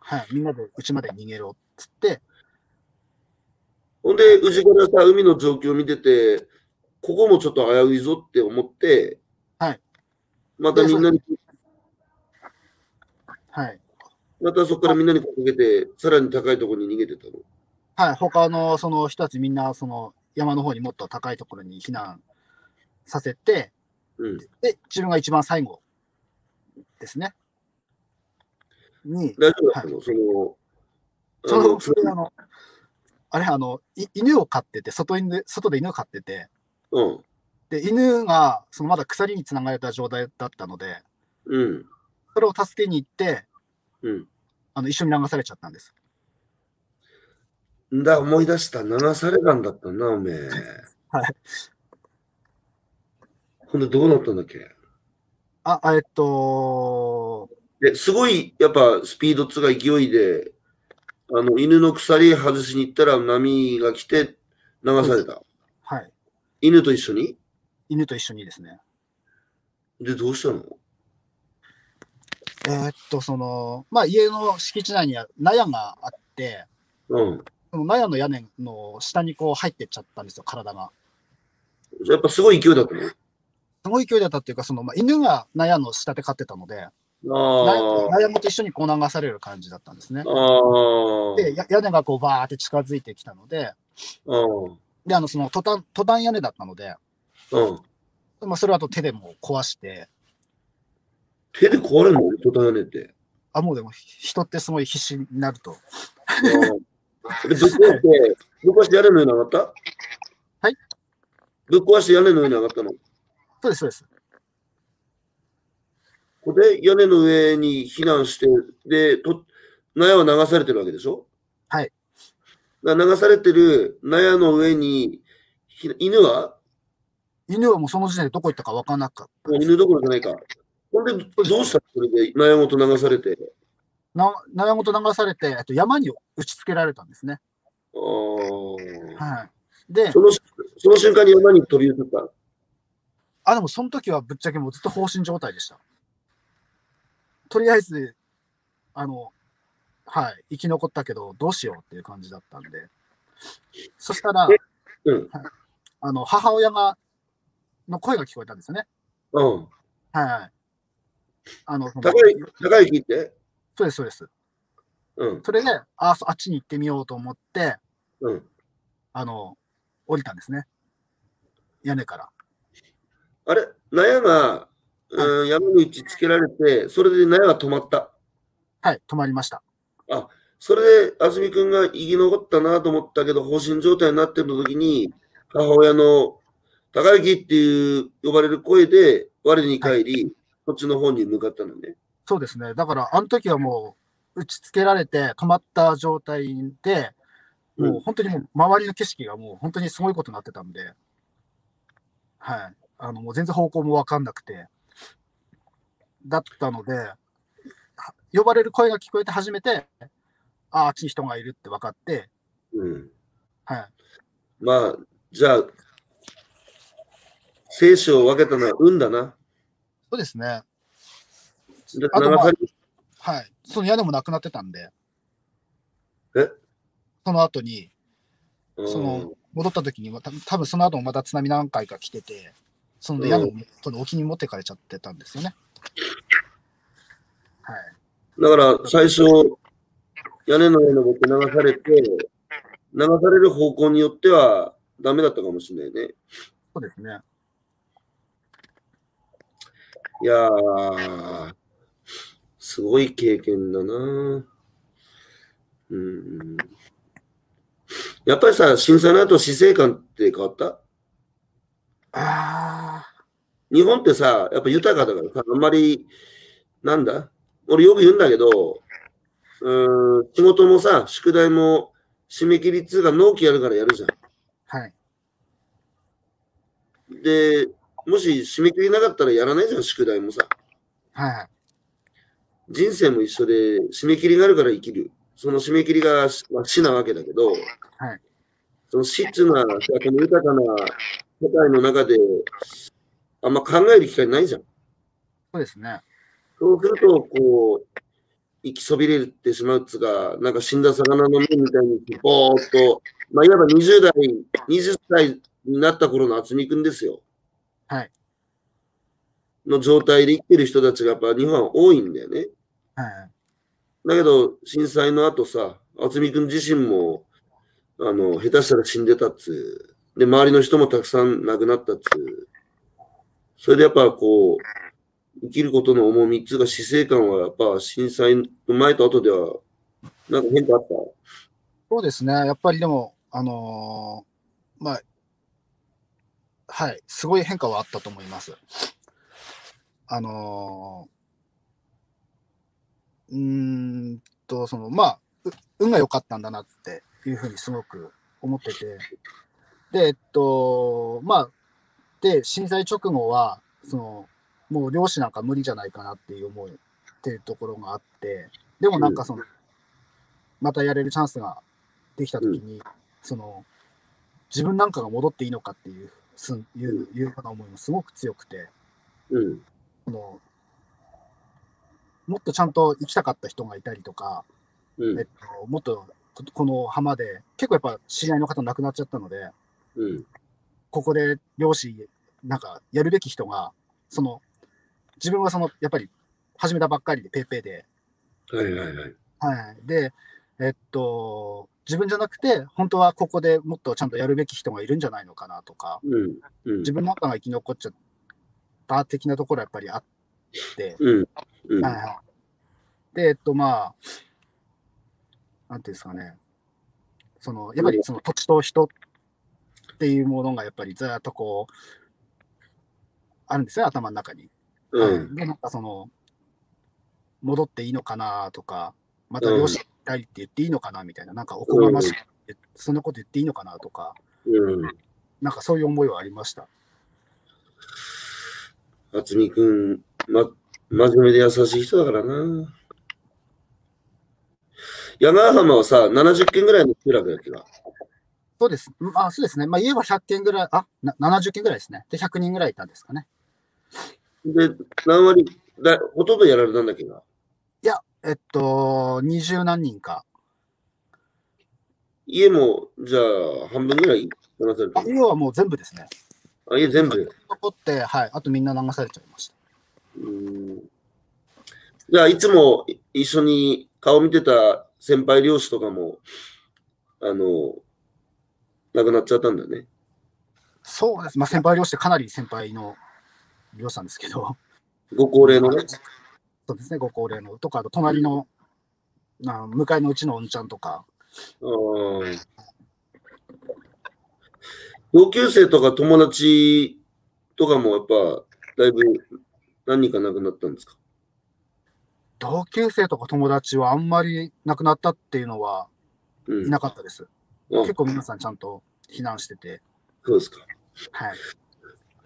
はい、みんなでうちまで逃げろっつって、ほんで、宇治からさ、海の状況を見てて、ここもちょっと危ういぞって思って、はい。またみんなに、はい、またそこからみんなにかけて、さらに高いところに逃げてたの。はい、他のその人たちみんな、その山の方にもっと高いところに避難させて、うん。で、自分が一番最後ですね。に、大丈夫だったの、その、そのつなあの、あれ、あの、い犬を飼ってて、外犬で、外で犬を飼ってて、うん。で、犬が、そのまだ鎖につながれた状態だったので、うん。それを助けに行って、うん。あの、一緒に流されちゃったんです。んだ、思い出した。流されたんだったな、おめえ。はい。ほんで、どうなったんだっけあ、あえっと、で、すごい、やっぱ、スピードっつうか勢いで、あの、犬の鎖外しに行ったら波が来て、流された。はい。犬と一緒に犬と一緒にですね。で、どうしたのえっと、その、まあ、家の敷地内には納屋があって、うん。その納屋の屋根の下にこう入ってっちゃったんですよ、体が。やっぱすごい勢いだったね。すごい勢いだったっていうか、その、まあ、犬が納屋の下で飼ってたので、納屋あ納屋ごと一緒にこう流される感じだったんですねあ。。ああ。で、や屋根がこうバーって近づいてきたので、ああ。で、あの、その、トタン、トタン屋根だったので、うん。まあ、それはあと手でもう壊して、手で壊れるのトタン屋根って。あ、もうでも、人ってすごい必死になると。うんでぶっ壊して、ぶっ壊して屋根の上に上がったはい。ぶっ壊して屋根の上に上がったの。そうです、そうです。これで屋根の上に避難して、で、と納屋は流されてるわけでしょはい。だから流されてる納屋の上に、ひ犬は犬はもうその時点でどこ行ったか分からなかっもう犬どころじゃないか。ほんで、どうしたのそれで納屋ごと流されて。た。な、納屋ごと流されて、えっと、山に打ち付けられたんですね。あーはい。でそ、のその瞬間に山に飛び移った。あ、でもその時はぶっちゃけもうずっと放心状態でした。とりあえず、あの、はい、生き残ったけど、どうしようっていう感じだったんで。そしたら、うん。あの、母親が、の声が聞こえたんですよね。うん。はい。あの、その高い、高い木って。そうです、そうです。うん。それで、あ、そあっちに行ってみようと思って、うん。あの、降りたんですね。屋根から。あれ、納屋が、うん、山に打ちつけられて、それで納屋が止まった。はい、止まりました。それで、あずみくんが生き残ったなと思ったけど、放心状態になってる時に、母親の高行っていう呼ばれる声で、我に帰り、こっちの方に向かったのね。そうですね。だから、あの時はもう、打ち付けられて、止まった状態で、もう本当にもう周りの景色がもう本当にすごいことになってたんで、はい。あの、もう全然方向もわかんなくて、だったので、は呼ばれる声が聞こえて初めて、ああ、あっちに人がいるって分かって、うん。はい。まあ、じゃあ、生死を分けたのは運だな。そうですね。であと流まあされはい。その宿もなくなってたんで。えその後に、うんその戻った時にまた、多分その後もまた津波何回か来てて、そのうん宿も、その沖に持ってかれちゃってたんですよね。はい。だから最初、屋根の上に登って流されて、流される方向によってはダメだったかもしれないね。そうですね。いやー、すごい経験だな。うん。やっぱりさ、震災の後、死生観って変わったああ、日本ってさ、やっぱ豊かだからさ、あんまり、なんだ俺よく言うんだけど、うーん、仕事もさ、宿題も締め切りっつうか納期やるからやるじゃはい。ん。で、もし締め切りなかったらやらないじゃん、宿題もさ。はい。人生も一緒で、締め切りがあるから生きる。その締め切りが死,、まあ死なわけだけど、その死っていうのはさ、この豊かな世界の中で、あんま考える機会ないじゃん。そうですね。そうすると、こう、生きそびれてしまうっつうか、なんか死んだ魚の目みたいに、ぼーっと、まあ、いわば20代、20歳になった頃の渥美くんですよ。はい。の状態で生きてる人たちがやっぱ日本は多いんだよね。はい。だけど、震災の後さ、渥美くん自身も、あの、下手したら死んでたっつう。で、周りの人もたくさん亡くなったっつう。それでやっぱこう、生きることの重みっつうか、死生観はやっぱ震災の前と後では、なんか変化あったそうですね。やっぱりでも、あのーまあ、はい。すごい変化はあったと思います。あのーうーんと、その、まあ、う運が良かったんだなっていうふうにすごく思ってて。で、えっと、まあ、で、震災直後は、その、もう漁師なんか無理じゃないかなっていう思いっていうところがあって、でもなんかその、またやれるチャンスができたときに、その、自分なんかが戻っていいのかっていう、すんいう、いうような思いもすごく強くて、うん。そのもっとちゃんと行きたかった人がいたりとか、うんえっ。と、もっとここの浜で、結構やっぱ知り合いの方亡くなっちゃったので、うん。ここで漁師、なんかやるべき人が、その自分はそのやっぱり始めたばっかりで、ペーペーで、はいはいはい。はい、で、えっと、自分じゃなくて、本当はここでもっとちゃんとやるべき人がいるんじゃないのかなとか、うん。うん自。分なんかが生き残っちゃった的なところはやっぱりあって、うん。うん。はいはい。で、えっと、まあ、なんていうんですかね、その、やっぱりその土地と人っていうものが、やっぱりずーっとこう、あるんですよ、頭の中に。うん。で、なんかその、戻っていいのかなとか、また漁師行ったりって言っていいのかなみたいな、なんかおこがましい、そんなこと言っていいのかなとか、うん。なんかそういう思いはありました。渥美くん、ま、真面目で優しい人だからな。山ヶ浜はさ、70軒ぐらいの集落だっけな。そうです。まあ、そうですね。まあ、言えば100件ぐらい、あ、な70件ぐらいですね。で、100人ぐらいいたんですかね。で、何割だ、ほとんどやられたんだっけな。いや、えっと、二十何人か。家も、じゃあ、半分ぐらいやらされたあ要はもう全部ですね。あ、家全部。残って、はい。あとみんな流されちゃいました。うんじゃあ、いつもい一緒に顔見てた先輩漁師とかも、あの、亡くなっちゃったんだね。そうです。まあ、先輩漁師でかなり先輩の漁師さんですけど、ご高齢のね。そうですね、ご高齢のとか、あと隣の、な向かいのうちのおんちゃんとか、うん同級生とか友達とかもやっぱだいぶ何人か亡くなったんですか同級生とか友達はあんまり亡くなったっていうのはうん。いなかったです。うん結構皆さんちゃんと避難してて、そうですか。はい。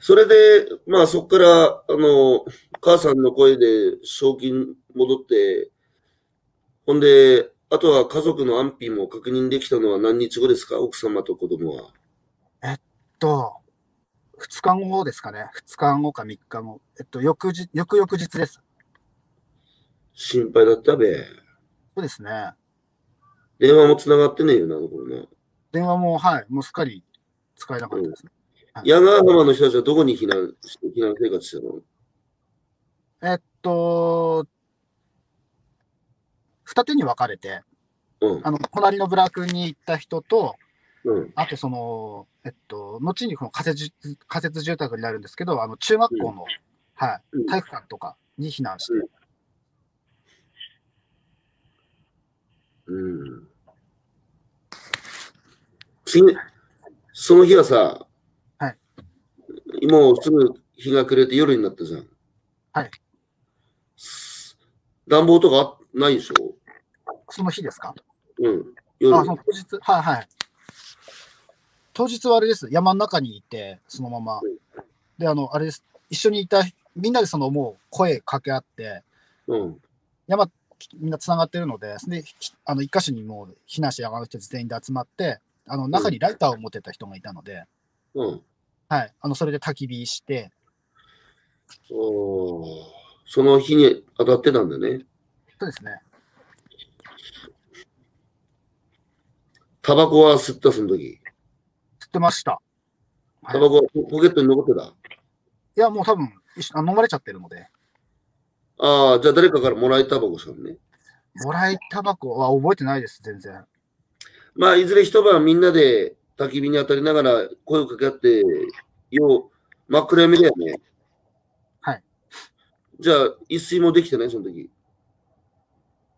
それで、まあそこから、あの、母さんの声で賞金戻って、ほんで、あとは家族の安否も確認できたのは何日後ですか奥様と子供は。と、2日後ですかね。2日後か3日後。えっと、翌日、翌々日です。心配だったべ。そうですね。電話も繋がってねえよな、これな。電話も、はい、もうすっかり使えなかったですね。矢川浜の人たちはどこに避難して、避難生活してたのえっと、二手に分かれて、うんあの、隣の部落に行った人と、。うん。あとその、えっと、後にこの仮設住仮設住宅になるんですけど、あの、中学校の、はうい、ん体育館とかに避難して、うん。次、その日はさ、はい。もうすぐ日が暮れて夜になったじゃん。はい。暖房とかあないでしょその日ですかうん。夜。あ、その当日、はいはい。当日はあれです。山の中にいて、そのままうん。で、あの、あれです。一緒にいた、みんなでそのもう声掛け合って、うん。山、みんなつながってるので、で、ひあの、一箇所にもう避難して山の人たち全員で集まって、あの、中にライターを持ってた人がいたので、うん。はい。あの、それで焚き火して、おーその日に当たってたんだね。そうですね。タバコは吸った、その時。吸ってました。はいタバコはポケットに残ってた。いや、もう多分、一緒あの飲まれちゃってるので、ああ、じゃあ誰かからもらえたタバコしたのね。もらいタバコは覚えてないです、全然。まあ、いずれ一晩みんなで焚き火に当たりながら声を掛け合って、よう、真っ暗闇だよね。はい。じゃあ、一睡もできてない、その時。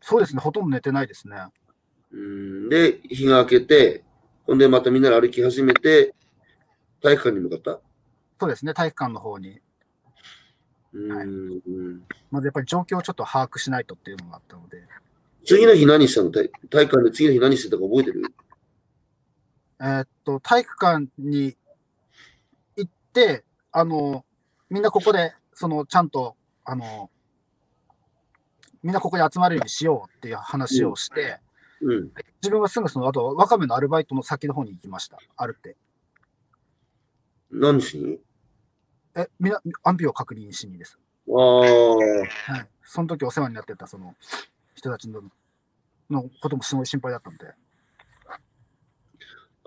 そうですね、ほとんど寝てないですね。うん、で、日が明けて、ほんでまたみんなで歩き始めて、体育館に向かった。そうですね、体育館の方にうん、はいうんまずやっぱり状況をちょっと把握しないとっていうのがあったので、次の日何したの体体育館で次の日何してたか覚えてるえーっと、体育館に行って、あの、みんなここで、その、ちゃんと、あの、みんなここに集まるようにしようっていう話をして、うん。自分はすぐその、あと、ワカメのアルバイトの先の方に行きました、あるって。何しにえ、みんな、安否を確認しにです。ああ、はい。その時お世話になってた、その、人たちの、のこともすごい心配だったので、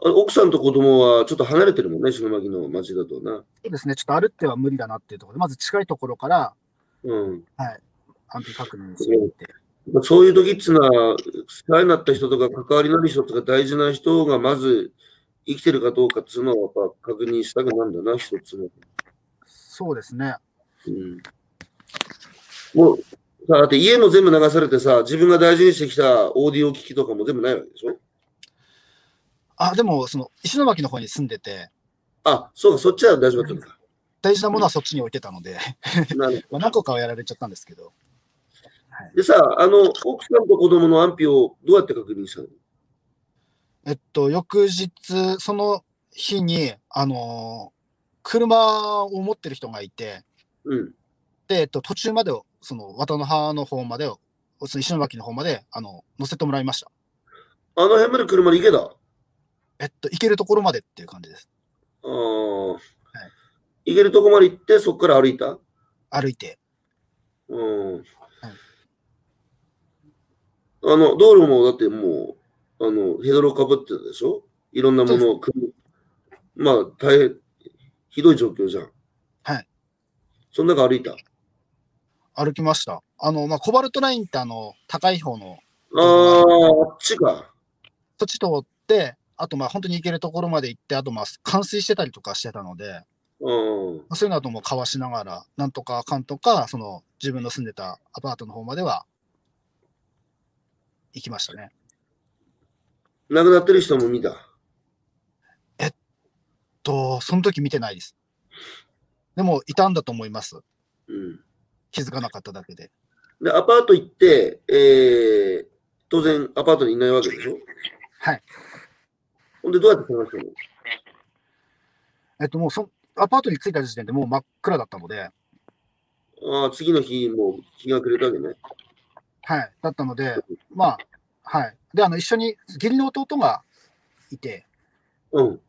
あ奥さんと子供はちょっと離れてるもんね、篠巻の町だとな。そうですね、ちょっと歩っては無理だなっていうところで、まず近いところからうん。安否確認しに行って、そういう時っつうのは、世話になった人とか関わりのある人とか大事な人がまず生きてるかどうかっつうのをやっぱ確認したくなるんだな、一つの。そうですね。うん。もう、さだって家も全部流されてさ、自分が大事にしてきたオーディオ機器とかも全部ないわけでしょあ、でも、その、石巻の方に住んでて、あ、そうか、そっちは大丈夫だったのか。大事なものはそっちに置いてたので、 なるほまあ何個かはやられちゃったんですけど、どでさ、あの、奥さんと子供の安否をどうやって確認したのえっと、翌日、その日に、あのー車を持ってる人がいて、うん。で、えっと、途中までを、その、渡の葉の方までを、その石巻の方まで、あの、乗せてもらいました。あの辺まで車で行けた。あえっと、行けるところまでっていう感じです。あ。行けるとこまで行って、そこから歩いた歩いて。うんあの、道路もだってもう、あの、ヘドロかぶってたでしょいろんなものを組む。まあ、大変、ひどい状況じゃん。はい。その中歩いた。あ歩きました。あの、まあ、コバルトラインってあの、高い方のあー、あっちか。そっち通って、あとまあ本当に行けるところまで行って、あとまあ冠水してたりとかしてたので、うん。そういうのあともうかわしながら、なんとかかんとか、その自分の住んでたアパートの方までは行きましたね。亡くなってる人も見た。と、その時見てないです。でも、いたんだと思います。うん。気づかなかっただけで。で、アパート行って、えー、当然アパートにいないわけでしょはい。ほんで、どうやって探したのえっと、もうそ、アパートに着いた時点でもう真っ暗だったので、ああ、次の日、もう日が暮れたわけね。はい、だったので、まあ、はい。で、あの、一緒に、義理の弟がいて、うん、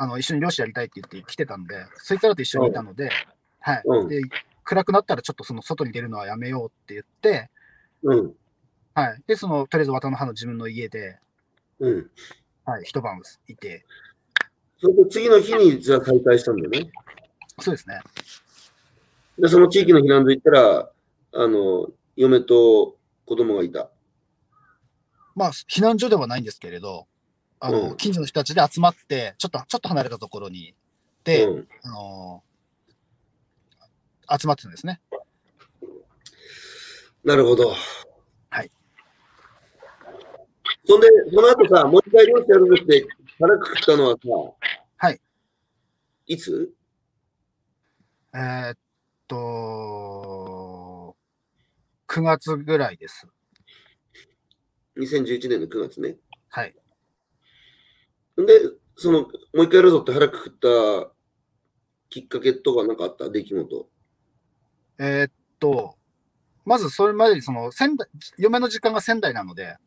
あの、一緒に漁師やりたいって言って来てたんで、そいつらと一緒にいたので、はい。うん、で、暗くなったらちょっとその外に出るのはやめようって言って、うん、はい。で、その、とりあえず綿の葉の自分の家で、うん。はい、一晩いて、それで次の日に、じゃあ再開したんだよね。そうですね。で、その地域の避難所行ったら、あの、嫁と子供がいた。まあ、避難所ではないんですけれど、あの、うん近所の人たちで集まって、ちょっと、ちょっと離れたところに、で、うん。あのー集まってたんですね。なるほど。はい。そんで、その後さ、もう一回漁師やるとって腹くくったのはさ、はい。いつえーっと、9月ぐらいです。 ?2011 年の9月ね。はい。んで、その、もう一回やるぞって腹くくったきっかけとかなんかあった出来事。えーっと、まずそれまでにその仙台、嫁の時間が仙台なので、あ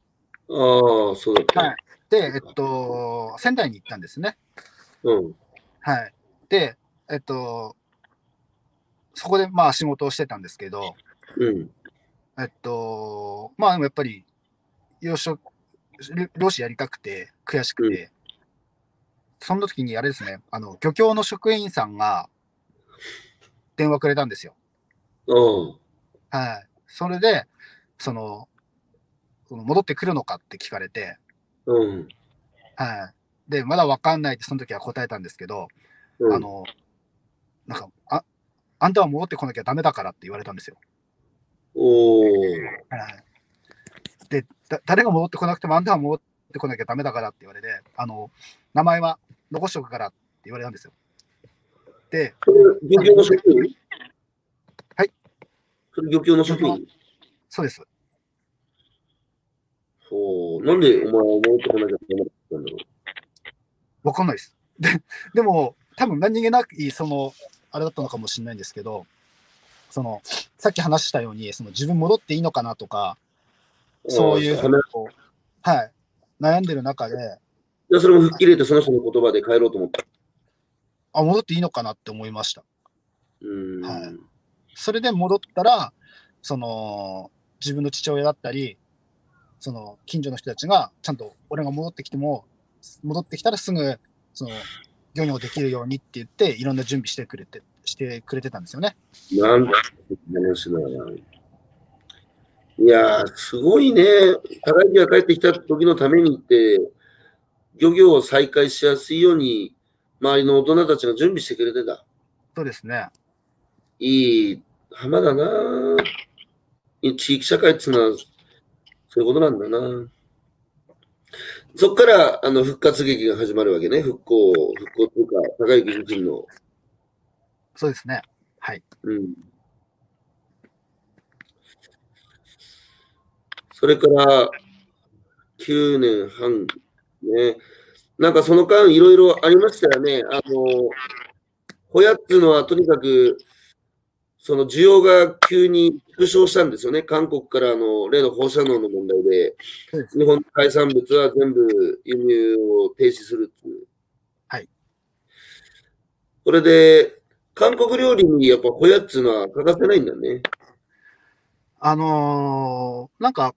あ、そうだった。はいで、えっと、仙台に行ったんですね。うん。はい。で、えっと、そこでまあ仕事をしてたんですけど、うん。えっと、まあでもやっぱり、養殖、漁師やりたくて、悔しくて、その時にあれですね、あの、漁協の職員さんが電話くれたんですよ。あはい。それで、その、その戻ってくるのかって聞かれて、あ。うん。はい。で、まだわかんないってその時は答えたんですけど、うん、あの、なんか、あ、あんたは戻ってこなきゃダメだからって言われたんですよ。おお。はい。で、だ誰が戻ってこなくても、あんたは戻ってこなきゃダメだからって言われて、あの、名前は残しておくからって言われたんですよ。で、それ、漁協の職員はい。それ、漁協の職員そうです。ほう。なんでお前は戻ってこなきゃダメだったんだろわかんないです。で、でも、多分何気なく、その、あれだったのかもしれないんですけど、その、さっき話したように、その自分戻っていいのかなとか、う。そういうああ話こうはい、悩んでる中で、じゃあそれも吹っ切れて、その人の言葉で帰ろうと思った。あ、戻っていいのかなって思いました。うーん。はいそれで戻ったら、その、自分の父親だったり、その、近所の人たちが、ちゃんと俺が戻ってきても、戻ってきたらすぐ、その、漁業できるようにって言って、いろんな準備してくれて、してくれてたんですよね。なんて話だよいやー、すごいね。タライが帰ってきた時のためにって、漁業を再開しやすいように、周りの大人たちが準備してくれてた。そうですね。いい浜だな。地域社会っていうのは、そういうことなんだな。そこからあの復活劇が始まるわけね。復興、復興というか、高雪自身の。そうですね。うん。それから9年半ね。なんかその間いろいろありましたよね。あの、ホヤっていうのはとにかく、その需要が急に縮小したんですよね。韓国からあの例の放射能の問題でそうで、す日本の海産物は全部輸入を停止するっていう。はい。それで、韓国料理にやっぱホヤっつうのは欠かせないんだね。あのーなんか、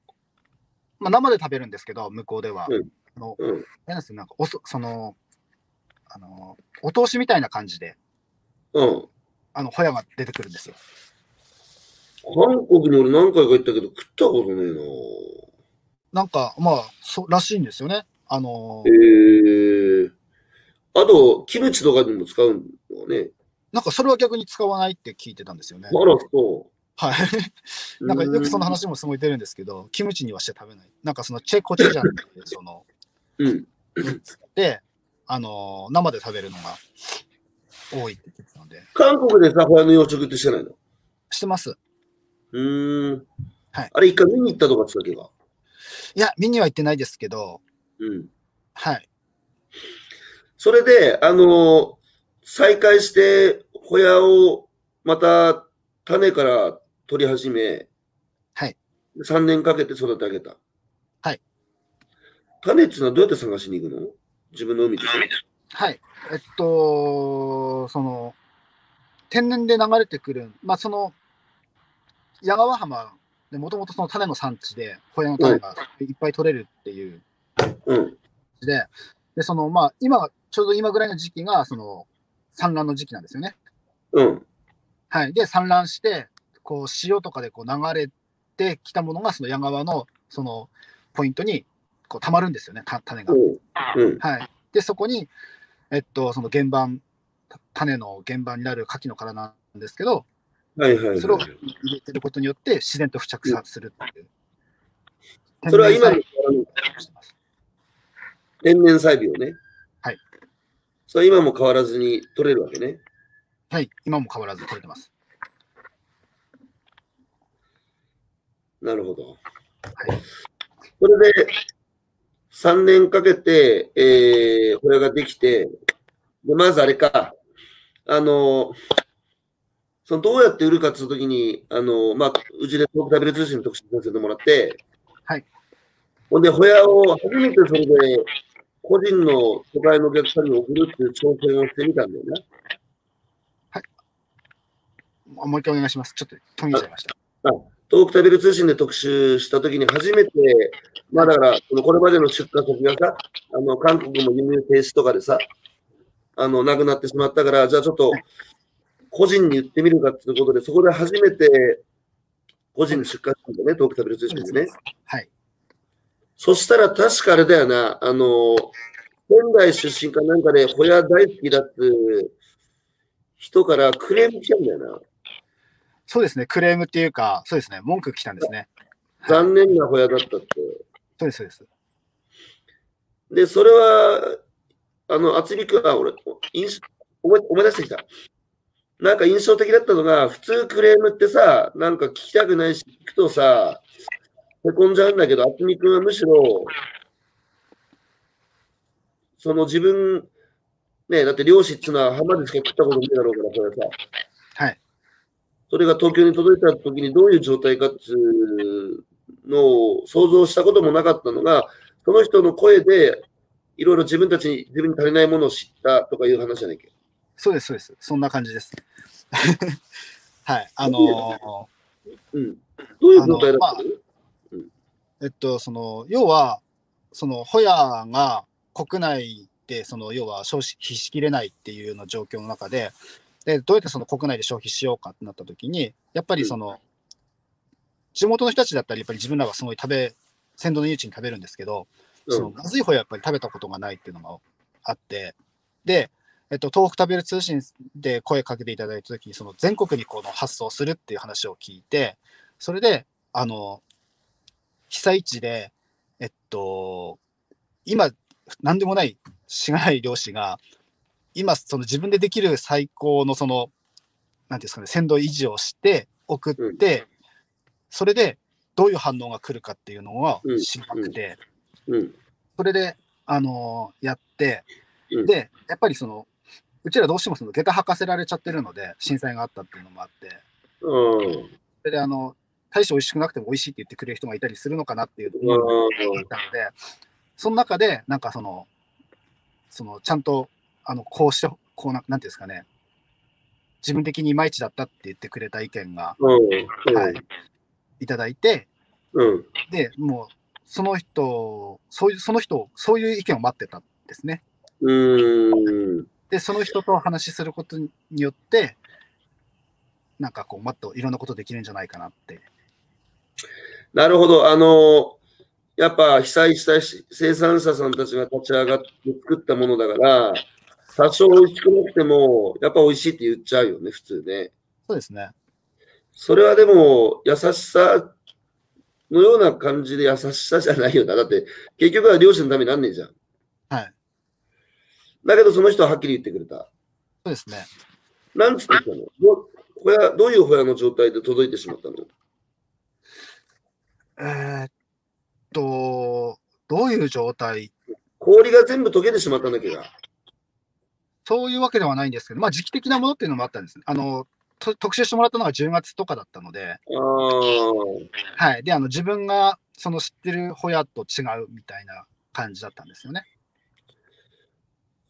まあ、生で食べるんですけど、向こうでは。うんあのうんあれなんですよなんかおそ、その、あのーお通しみたいな感じで、うん。あの、ホヤが出てくるんですよ。韓国に俺何回か行ったけど食ったことねえななんか、まあ、そう、らしいんですよね。あのーええあと、キムチとかにも使うのね。なんかそれは逆に使わないって聞いてたんですよねあ。ら、そ はい。う。なんかよくその話。話もすごい出るんですけど、キムチにはして食べない。なんかそのチェコチェジャンっていうその、うん。で、あのー生で食べるのが多いって言ってたので、韓国でさ、ホヤの養殖ってしてないのしてます。うーん。はいあれ、一回見に行ったとかって言ってたっけか。いや、見には行ってないですけど、うん。はい。それで、あの、再開して、ホヤをまた種から取り始め、はい。 3年かけて育て上げた。はい。種っていうのはどうやって探しに行くの自分の海でしょはい。えっと、その、天然で流れてくる、まあ、その、矢川浜でもともとその種の産地で、小屋の種がいっぱい取れるっていううん。感じで、で、その、まあ、今、ちょうど今ぐらいの時期が、その、産卵の時期なんですよね。うん。はい。で、産卵して、こう、潮とかでこう流れてきたものが、その矢川の、その、ポイントに、こう、溜まるんですよね、た種が。うん。はい。で、そこに、えっと、その原盤、た種の原盤になる牡蠣の殻なんですけど、はいはい、はい。それを入れてることによって自然と付着さするっていう。それは今の天然栽培をしてます天然栽培をね。はい。それは今も変わらずに取れるわけね。はい、今も変わらず取れてます。なるほど。はいそれで、3年かけて、えー、親ができて、で、まずあれか、あの、そのどうやって売るかっていうときに、あの、まあ、うちで東北 W 通信の特集させてもらって、はい。ほんで、ホヤを初めてそれで、個人の都会のお客さんに送るっていう挑戦をしてみたんだよね。あもう一回お願いします。ちょっと途切れちゃいました。東北食べる通信で特集したときに初めて、まあだから、そのこれまでの出荷先がさ、あの、韓国も輸入停止とかでさ、あの、なくなってしまったから、じゃあちょっと、個人に言ってみるかっていうことで、そこで初めて、個人に出荷したんだよね、東北食べる通信でね。はい。そしたら確かあれだよな、あの、仙台出身かなんかで、ホヤ大好きだっていう人からクレーム来たんだよな。そうですね、クレームっていうか、そうですね、文句来たんですね。残念なホヤだったって。そうです、そうです。で、それは、あの、厚みくん、あ、俺、印象思い思い出してきた。なんか印象的だったのが、普通クレームってさ、なんか聞きたくないし、聞くとさ、へこんじゃうんだけど、厚みくんはむしろ、その自分、ね、だって漁師っつうのは浜でしか食ったことないだろうから、それはさ。はい。それが東京に届いた時にどういう状態かっていうのを想像したこともなかったのが、その人の声で、いろいろ自分たちに、自分に足りないものを知ったとかいう話じゃないっけ。そうです、そうです。そんな感じです。 はい。あのーうん。どういう状態だったの、えっと、その、要は、その、ホヤが国内で、その、要は消費しきれないっていうような状況の中で、で、どうやってその国内で消費しようかってなった時に、やっぱりその、地元の人たちだったり、やっぱり自分らがすごい食べ、先導の誘致に食べるんですけど、その、まずいホヤやっぱり食べたことがないっていうのがあって、で、えっと、東北食べる通信で声かけていただいた時に、その全国にこの発送するっていう話を聞いて、それで、あの、被災地で、えっと、今、何でもない、しがない漁師が、今、その自分でできる最高の、その、なんていうんですかね、鮮度維持をして、送って、それで、どういう反応が来るかっていうのはうん知りたくて、うん。うん。それで、あのーやって、うんで、やっぱりその、うちらどうしてもその下駄履かせられちゃってるので、震災があったっていうのもあって、うん。それで、あの、大して美味しくなくても美味しいって言ってくれる人がいたりするのかなっていうところうだったので、その中で、なんかその、その、ちゃんと、あの、こうして、こうな、なんていうんですかね、自分的にいまいちだったって言ってくれた意見がん。はいいただいて、うん。で、もう、その人、そういう、その人、そういう意見を待ってたんですね。うん。うん。で、その人とお話しすることによって、なんかこう、もっといろんなことできるんじゃないかなって。なるほど。あの、やっぱ被災したし生産者さんたちが立ち上がって作ったものだから、多少美味しくなくても、やっぱ美味しいって言っちゃうよね、普通ね。そうですね。それはでも、優しさのような感じで優しさじゃないよな。だって、結局は漁師のためになんねえじゃん。はい。だけど、その人ははっきり言ってくれた。そうですね。なんつってきたのど小屋どういう小屋の状態で届いてしまったのえーっと、どういう状態氷が全部溶けてしまったんだけど。そういうわけではないんですけど、まあ、時期的なものっていうのもあったんですね。あのと特集してもらったのが10月とかだったので、あーはい、であの自分がその知ってるホヤと違うみたいな感じだったんですよね。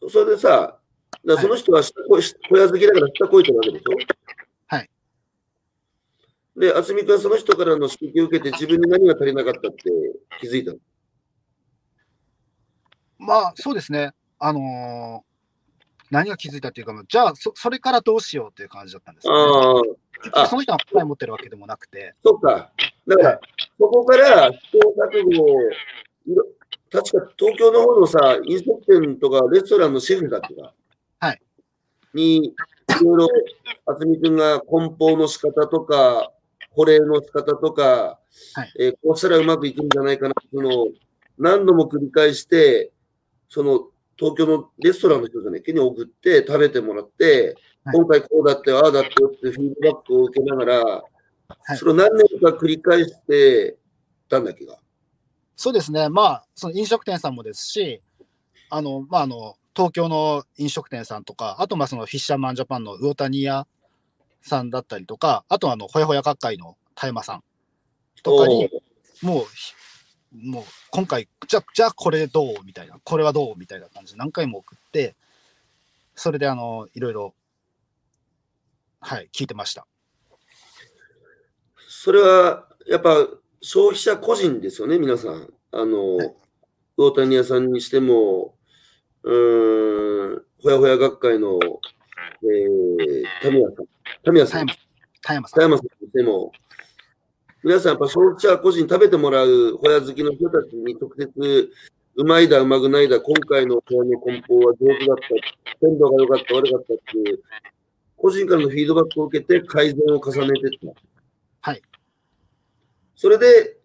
それでさ、だからその人は下恋、小屋好きだから下恋ってわけでしょはい。で、渥美君はその人からの指摘を受けて自分に何が足りなかったって気づいたの。まあそうですね、あのー何が気づいたっていうか、まあじゃあそそれからどうしようっていう感じだったんですよ、ね。ああ、あその人は答え持ってるわけでもなくて、そっか。だから、そこから試行錯誤をいろ、確か東京の方のさ、飲食店とかレストランのシェフだってか、はい。に、いろいろ、渥美君が梱包の仕方とか、保冷の仕方とか、はいえーこうしたらうまくいくんじゃないかなっていうのを何度も繰り返して、その東京のレストランの人じゃない、家に送って食べてもらって、はい今回こうだってよ、ああだってよっていうフィードバックを受けながら、はいそれを何年か繰り返してたんだっけが。そうですね、まあ、その飲食店さんもですし、あのまあ、あの東京の飲食店さんとか、あとまあそのフィッシャーマンジャパンの魚谷屋さんだったりとか、あとあのほやほや学会の田山さんとかに、もうひ、もう今回、じゃじゃあこれどうみたいな、これはどうみたいな感じで何回も送って、それであのいろいろ、はい、聞いてました。それはやっぱ消費者個人ですよね、皆さん。あの、はい魚谷屋さんにしても、うーん、ほやほや学会の、えー、タミヤさん、タミヤ田さん山、田山さ田ん。山さんにしても、皆さんやっぱ消費者個人に食べてもらうほや好きの人たちに直接、うまいだ、うまくないだ、今回のほやの梱包は上手だった、鮮度が良かった、悪かったっていう、個人からのフィードバックを受けて改善を重ねてった。はい。それで、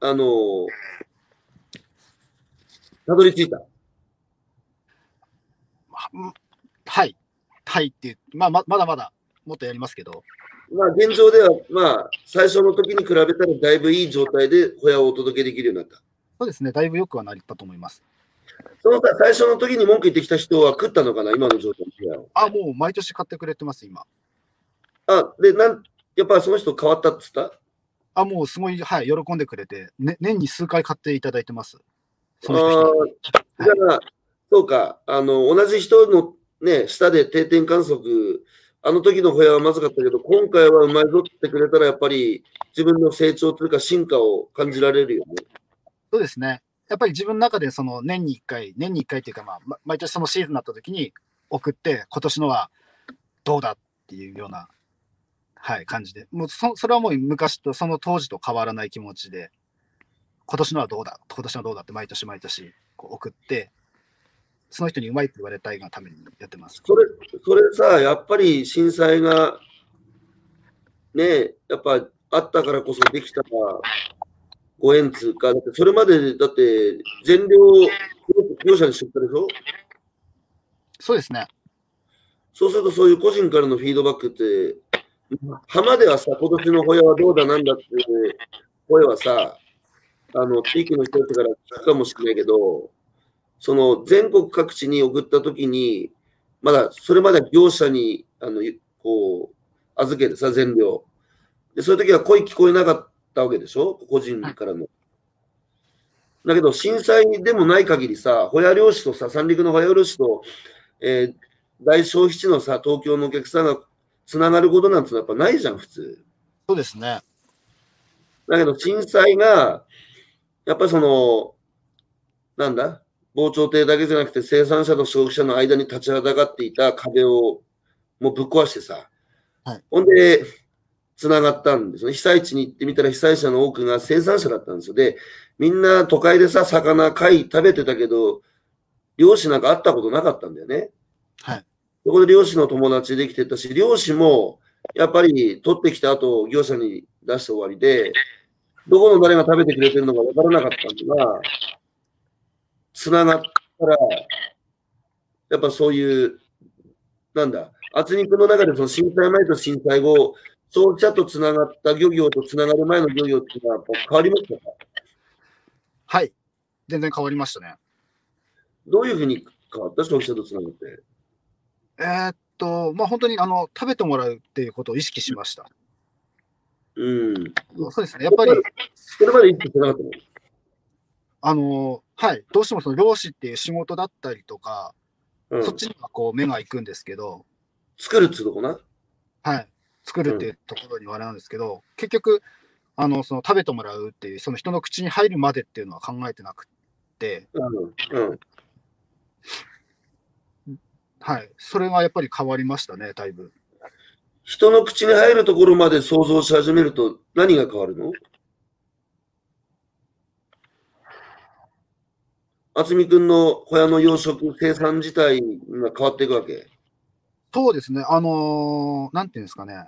あの、たどり着いた。ははい、はいっていう、まあ、ままだまだもっとやりますけど、まあ、現状では、まあ、最初の時に比べたらだいぶいい状態でホヤをお届けできるようになった。そうですね、だいぶ良くはなったと思います。その他最初の時に文句言ってきた人は食ったのかな、今の状態のあ、もう毎年買ってくれてます、今。あ、で、なん、やっぱその人変わったっつったあ、もうすごい、はい、喜んでくれて、ね、年に数回買っていただいてます。そあの人にあー、だから、そうか、あの、同じ人のね、下で定点観測、あの時のホヤはまずかったけど、今回はうまいぞって言ってくれたら、やっぱり自分の成長というか進化を感じられるよね。そうですね。やっぱり自分の中で、その年に1回、年に1回っていうか、まあ、ま毎年そのシーズンになった時に送って、今年のはどうだっていうような、はい、感じで。もうそ、それはもう昔と、その当時と変わらない気持ちで、今年のはどうだ、今年のはどうだって毎年毎年こう送って、その人にうまいって言われたいがためにやってます。それ、それさ、やっぱり震災が、ね、やっぱあったからこそできたご縁つうか、だってそれまでだって全量業者にしてたでしょそうですね。そうするとそういう個人からのフィードバックって、浜ではさ、今年のホヤはどうだなんだっていう声はさ、あの、地域の人たちから聞くかもしれないけど、その全国各地に送ったときに、まだ、それまでは業者に、あの、ゆこう、預けてさ、全量。で、そういう時は声聞こえなかったわけでしょ個人からの。だけど、震災でもない限りさ、ホヤ漁師とさ、三陸のホヤ漁師と、えー大消費地のさ、東京のお客さんがつながることなんてやっぱないじゃん、普通。そうですね。だけど、震災が、やっぱりその、なんだ、防潮堤だけじゃなくて、生産者と消費者の間に立ちはだかっていた壁をもうぶっ壊してさ、はいほんで、つながったんですね。被災地に行ってみたら、被災者の多くが生産者だったんですよ。で、みんな都会でさ、魚、貝食べてたけど、漁師なんか会ったことなかったんだよね。はい。そこで漁師の友達できてたし、漁師もやっぱり取ってきた後、業者に出して終わりで、どこの誰が食べてくれてるのか分からなかったんだが、つながったら、やっぱそういう、なんだ、厚肉の中でその震災前と震災後、消費者とつながった漁業とつながる前の漁業っていうのはやっぱ変わりましたかはい。全然変わりましたね。どういうふうに変わった消費者とつながって。えーっと、まあ、本当にあの食べてもらうっていうことを意識しました。うん。そうですね。やっぱり、それまで一気してなかったのあの、はい、どうしてもその漁師っていう仕事だったりとか、うんそっちにはこう目が行くんですけど、作るっつうとこな。はい、作るっていうところにはあれなんですけど、結局、あの、その食べてもらうっていう、その人の口に入るまでっていうのは考えてなくって、うん。うん。はい、それがやっぱり変わりましたね、だいぶ。人の口に入るところまで想像し始めると何が変わるの渥美君の小屋の養殖、生産自体が変わっていくわけ。そうですね、あのーなんていうんですかね、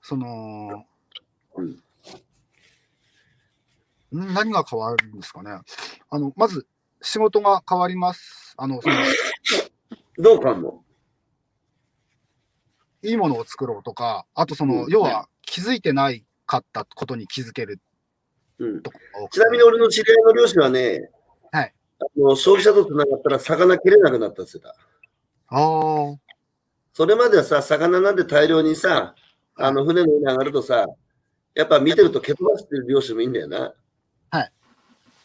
その、うんん何が変わるんですかね。あの、まず、仕事が変わります。あの、そのどう変わんのいいものを作ろうとか、あとその、うん要は気づいてないかったことに気づけるうん。とかが多くてちなみに俺の知り合いの漁師はね、はいあの消費者とつながったら魚切れなくなったって言ってた。あーそれまではさ、魚なんて大量にさ、あの船の上に上がるとさ、やっぱ見てると蹴飛ばしてる漁師もいいんだよな。はい。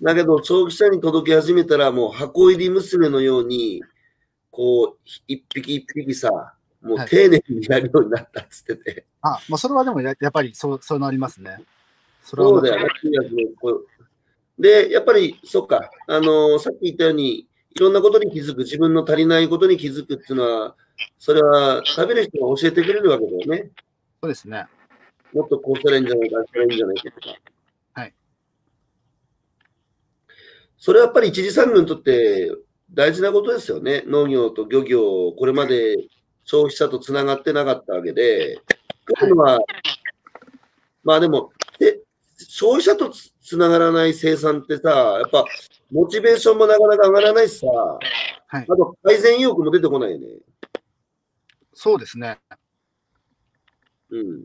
だけど、長期者に届き始めたら、もう箱入り娘のように、こう、一匹一匹さ、もう丁寧にやるようになったっつってて。あ、まあ、それはでもややっぱりそう、そうなりますね。それはそうだよね。中学の頃で、やっぱり、そっか、あのさっき言ったように、いろんなことに気づく、自分の足りないことに気づくっていうのは、それは食べる人が教えてくれるわけだよね。そうですね。もっとこうしたらいいんじゃないか、ああしたらいいんじゃないかとか。はい。それはやっぱり一次産業にとって大事なことですよね。農業と漁業、これまで消費者とつながってなかったわけで、というのは、まあでも、で消費者とつつながらない生産ってさ、やっぱモチベーションもなかなか上がらないしさ、はいあと改善意欲も出てこないよね。そうですね。うん。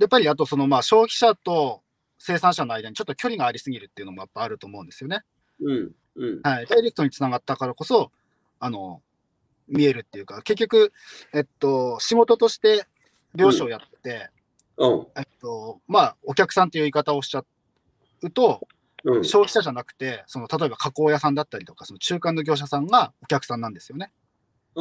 やっぱりあとその、まあ、消費者と生産者の間にちょっと距離がありすぎるっていうのもやっぱあると思うんですよね。うん。うん。はい、ダイレクトにつながったからこそ、あの、見えるっていうか、結局、えっと、仕事として漁師をやって、うん。えっと、まあ、お客さんという言い方をしちゃうと、うん。消費者じゃなくて、その、例えば加工屋さんだったりとか、その中間の業者さんがお客さんなんですよね。あ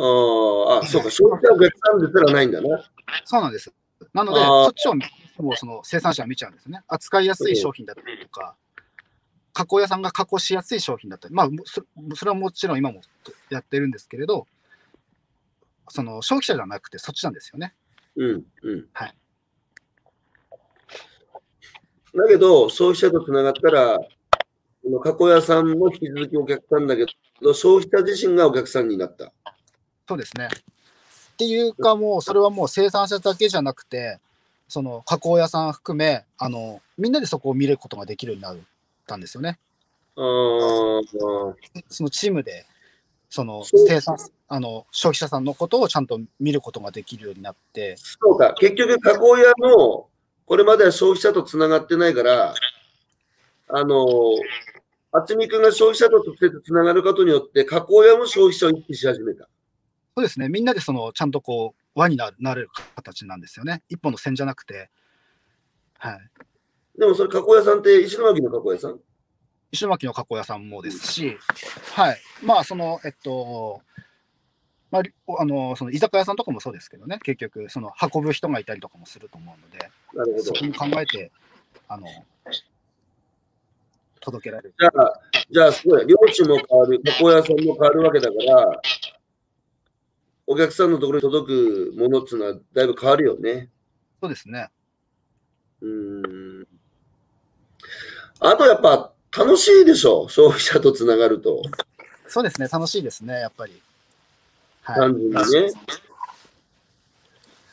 あ、そう か、消費者お客さんですらないんだな。そうなんです。なので、あーそっちをもうその生産者は見ちゃうんですね。扱いやすい商品だったりとか、加工屋さんが加工しやすい商品だったり、まあ、そそれはもちろん今もやってるんですけれど、その消費者じゃなくてそっちなんですよね。うん、うん。はいだけど、消費者とつながったら、この加工屋さんも引き続きお客さんだけど、消費者自身がお客さんになった。そうですね。っていうか、もうそれはもう生産者だけじゃなくて、その加工屋さん含め、あのみんなでそこを見ることができるようになったんですよね。あーそのチームで、そのそう生産あの消費者さんのことをちゃんと見ることができるようになって、そうか、結局、加工屋も、これまでは消費者とつながってないから、あの、渥美君が消費者と直接つながることによって、加工屋も消費者を意識し始めた。そうですね、みんなでそのちゃんとこう輪になるなれる形なんですよね、一本の線じゃなくて、はい、でもそれ、加工屋さんって石巻の加工屋さん石巻の加工屋さんもですし、はい、まあ、その、えっと、まあ、りあのその居酒屋さんとかもそうですけどね、結局、その運ぶ人がいたりとかもすると思うので、なるほそどこ。も考えて、あの届けられる。じゃあ、じゃあすごい、漁師も変わる、加工屋さんも変わるわけだから、お客さんのところに届くものっていうのはだいぶ変わるよね。そうですね。うーん。あとやっぱ楽しいでしょ、消費者とつながると。そうですね、楽しいですね、やっぱり。はい、単純にね。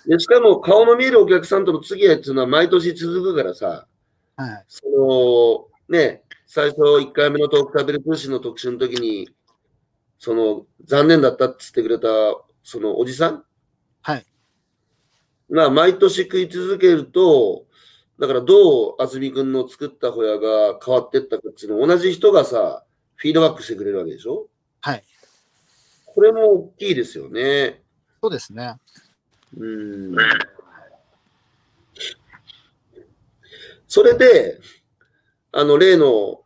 でしかも顔の見えるお客さんとの付き合いっていうのは毎年続くからさ、はい、そのね、最初1回目のトークタベル通信の特集の時に、その残念だったって言ってくれたそのおじさんはい、まあ、毎年食い続けると、だからどう渥美君の作ったホヤが変わってったかっていうの同じ人がさ、フィードバックしてくれるわけでしょはい。これも大きいですよね。そうですね。うん。それで、あの、例の、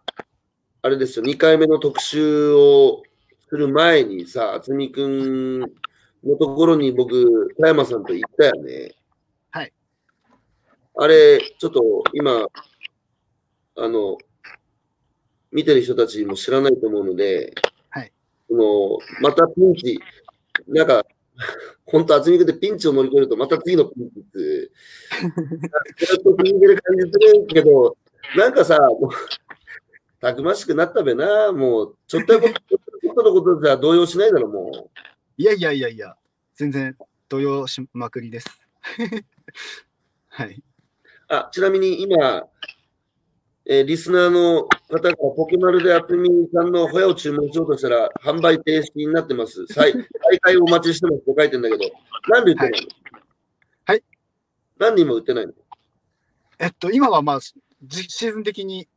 あれですよ、2回目の特集をする前にさ、渥美くんのところに僕、田山さんと行ったよね。はい。あれ、ちょっと今、あの、見てる人たちも知らないと思うので、はい。この、またピンチ、なんか、本当、厚みくてピンチを乗り越えると、また次のピンチって いう、ずっと続いてる感じするけど、なんかさ、もうたくましくなったべな、もう、ちょっとやこと、ちょっとのことじゃ動揺しないだろ、もいやいやいやいや、全然動揺しまくりです。 はい。う。あ、ちなみに今、えーリスナーの方がポケマルで厚みさんのホヤを注文しようとしたら、販売停止になってます。再再開お待ちしてますって書いてんだけど、なんで売ってないのはいはいなんで今売ってないのえっと、今はまあ、じシーズン的に、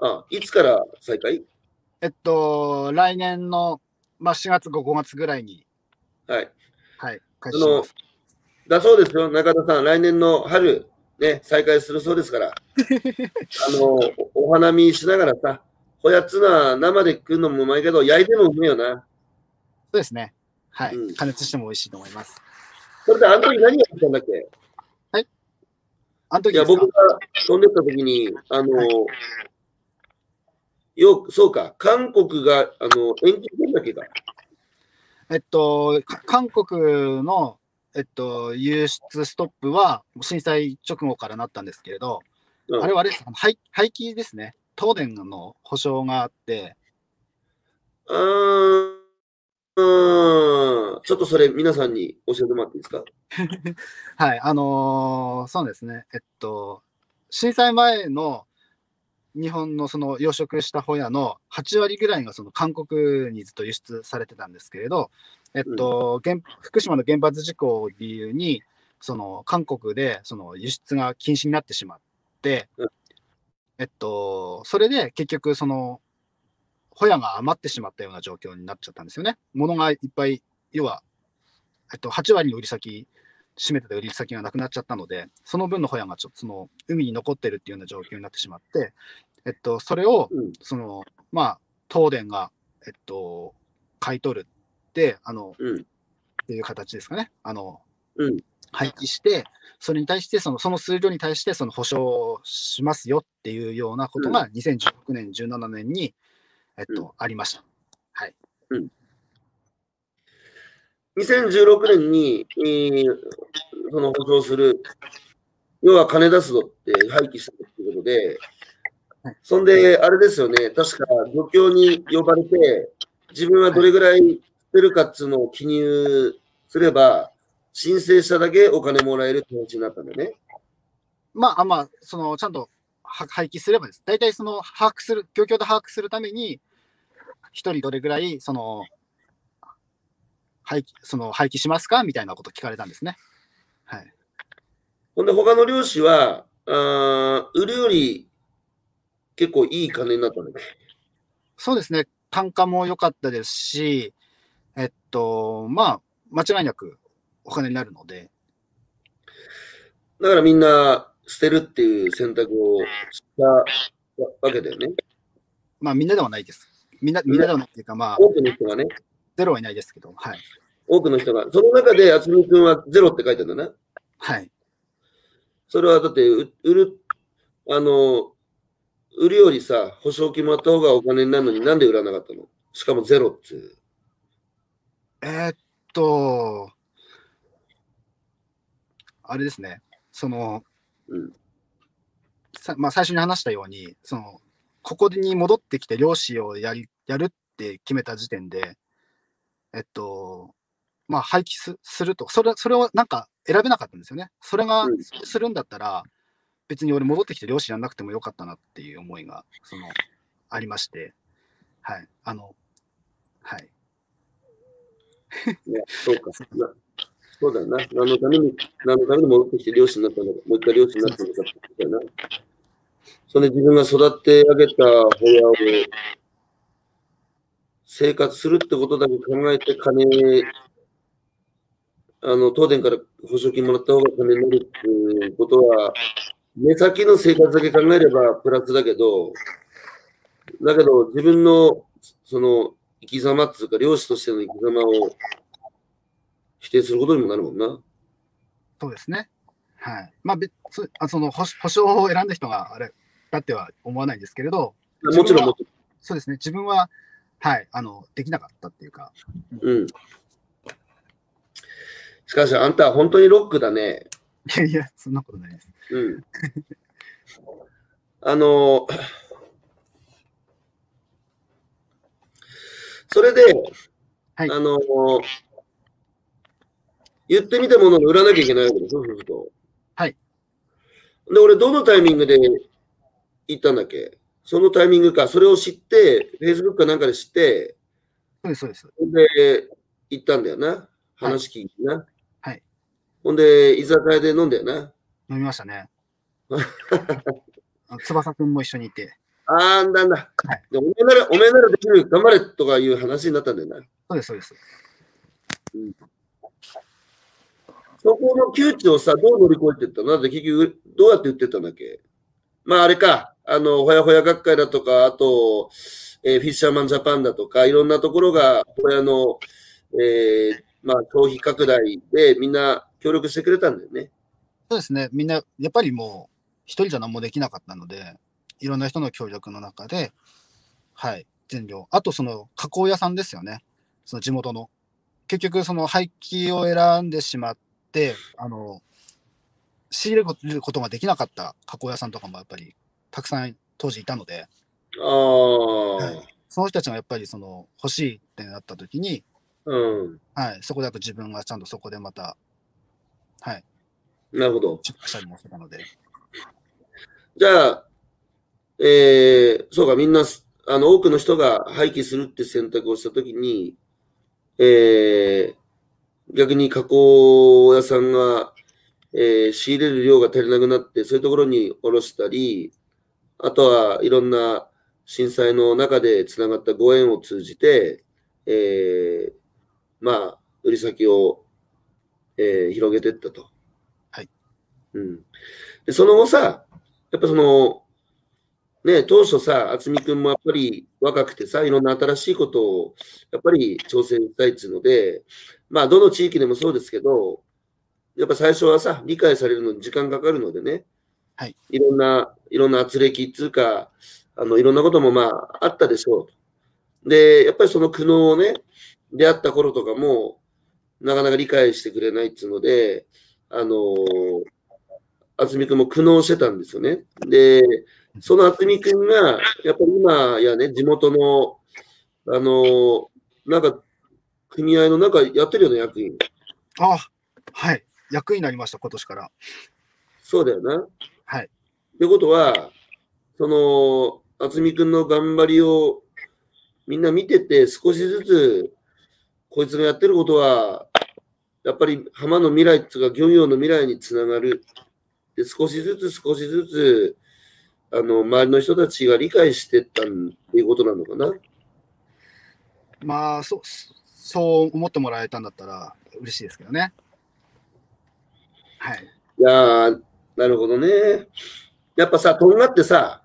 あ、いつから再開えっと、来年の、まあ、4月、5月ぐらいに、はい。はい、開始します。だそうですよ、中田さん、来年の春、ね、再開するそう ですから、あのおお花見しながらさ、ホヤツナ生で食うのもうまいけど、焼いてもうめえよな。そうですね。はい、うん加熱しても美味しいと思います。それで、あの時何やってたんだっけあの時いや、ですか僕が飛んでった時に、あの、よそうか、韓国があの延期してんだっけか。えっと、か韓国の、えっと、輸出ストップは、震災直後からなったんですけれど、うんあれはあれですあの廃廃棄ですね。東電の保証があって、あーうんちょっとそれ皆さんに教えてもらっていいですかはい、あのーそうですね、えっと、震災前の日本のその養殖したホヤの8割ぐらいがその韓国にずっと輸出されてたんですけれど、えっと、原福島の原発事故を理由に、その韓国でその輸出が禁止になってしまってうん、えっと、それで結局、その、ホヤが余ってしまったような状況になっちゃったんですよね。物がいっぱい、要は、えっと、8割の売り先閉めてた売り先がなくなっちゃったので、その分のホヤがちょっとその海に残ってるっていうような状況になってしまって、えっと、それをうん、その、まあ、東電が、えっと、買い取るって、あの、うん、っていう形ですかね。あの、うん廃棄して、それに対してその、その数量に対して、その保証しますよっていうようなことが、2016年、17年に、えっと、うありました。 2016年に、えーその補償する、要は金出すぞって廃棄したということで、そんで、あれですよね、確か漁協に呼ばれて、自分はどれぐらい捨てるかっつうのを記入すれば、申請しただけお金もらえるって話になったんだよね。まあ、あまあ、その、ちゃんとは廃棄すればです。大体、その、把握する、漁協で把握するために、一人どれぐらい、その、廃棄、その、廃棄しますかみたいなこと聞かれたんですね。はい。ほんで、他の漁師は、あー売るより結構いい金になったんだね。そうですね。単価も良かったですし、えっと、まあ、間違いなくお金になるので、だからみんな捨てるっていう選択をしたわけだよね。まあ、みんなではないです。みんな、みんなではないっていうか、まあ、多くの人がね、ゼロはいないですけど、はい。多くの人が、その中で渥美君はゼロって書いてあるんだな。はい。それはだって、う売る、あの、売るよりさ、保証金もらった方がお金になるのになんで売らなかったのしかもゼロっつう。えーっと、あれですね、その、うんさまあ、最初に話したように、そのここに戻ってきて漁師をやりやるって決めた時点で、えっと、まあ、廃棄すするとそれ、それをなんか選べなかったんですよね。それがうんするんだったら、別に俺戻ってきて漁師やんなくてもよかったなっていう思いが、その、ありまして、はい、あの、はい。ね、そうか。なそうだよな。何のために、何のために戻ってきて漁師になったのか、もう一回漁師になったのかってことだよな。それで自分が育て上げたホヤを、生活するってことだけ考えて、金、あの、東電から保証金もらった方が金になるっていうことは、目先の生活だけ考えればプラスだけど、だけど自分の、その、生き様っていうか、漁師としての生き様を否定することにもなるもんな。そうですね。はい。まあ、別あその保保証を選んだ人があれだっては思わないですけれど、もちろん、もちそうですね。自分は、はい、あの、できなかったっていうか、 ろん。うん。しかし、あんたは本当にロックだね。いやいや、そんなことないです。うん。 あの、 それで、はいあの、言ってみたものを売らなきゃいけないわけでしょ、そうすると。はい。で、俺、どのタイミングで行ったんだっけそのタイミングか、それを知って、Facebook かなんかで知って、そうです、そうです。ほんで、行ったんだよな。話聞いてな。はい。ほんで、居酒屋で飲んだよな。飲みましたね。あの翼くんも一緒にいて、あー、なんだ。はいでおめえなら、おめえならできる、頑張れとかいう話になったんだよな。そうです、そうです。そこの窮地をさ、どう乗り越えてったのだって結局、どうやって言ってったんだっけまあ、あれか、あの、ほやほや学会だとか、あと、えーフィッシャーマンジャパンだとか、いろんなところが、ほやの、えーまあ、消費拡大でみんな協力してくれたんだよね。そうですね。みんな、やっぱりもう、一人じゃ何もできなかったので、いろんな人の協力の中で、はい、全量。あと、その、加工屋さんですよね。その地元の。結局、その廃棄を選んでしまって、あの、仕入れることができなかった加工屋さんとかもやっぱり、たくさん当時いたので、ああ、はいその人たちがやっぱりその欲しいってなった時に、うん。はい、そこであと自分がちゃんとそこでまたなるほど。出荷したりもしてたので、じゃあ、えーそうか、みんな、あの、多くの人が廃棄するって選択をしたときに、えー逆に加工屋さんが、えー仕入れる量が足りなくなって、そういうところに卸したり、あとはいろんな震災の中でつながったご縁を通じて、えーまあ、売り先を、えー広げていったと。はい。うん。で、その後さ、やっぱその、ね、当初さ、渥美君もやっぱり若くてさ、いろんな新しいことをやっぱり挑戦したいっていうので、まあ、どの地域でもそうですけど、やっぱ最初はさ、理解されるのに時間かかるのでね、はい、ろんな、いろんな圧力っていうか、あの、いろんなこともまあ、あったでしょう。で、やっぱりその苦悩をね、出会った頃とかも、なかなか理解してくれないっていうので、あの渥美君も苦悩してたんですよね。で、その渥美君が、やっぱり今やね、地元の、あの、なんか、組合のなんかやってるよね、役員。あはい、役になりました、今年から。そうだよな。はい。ってことは、その、渥美君の頑張りをみんな見てて、少しずつ、こいつがやってることは、やっぱり浜の未来っていうか、漁業の未来につながる。で、少しずつ少しずつ、あの、周りの人たちが理解してったんっていうことなのかな。まあそう、そそう思ってもらえたんだったら嬉しいですけどね。はい。いやー、なるほどね。やっぱさ、とんがってさ、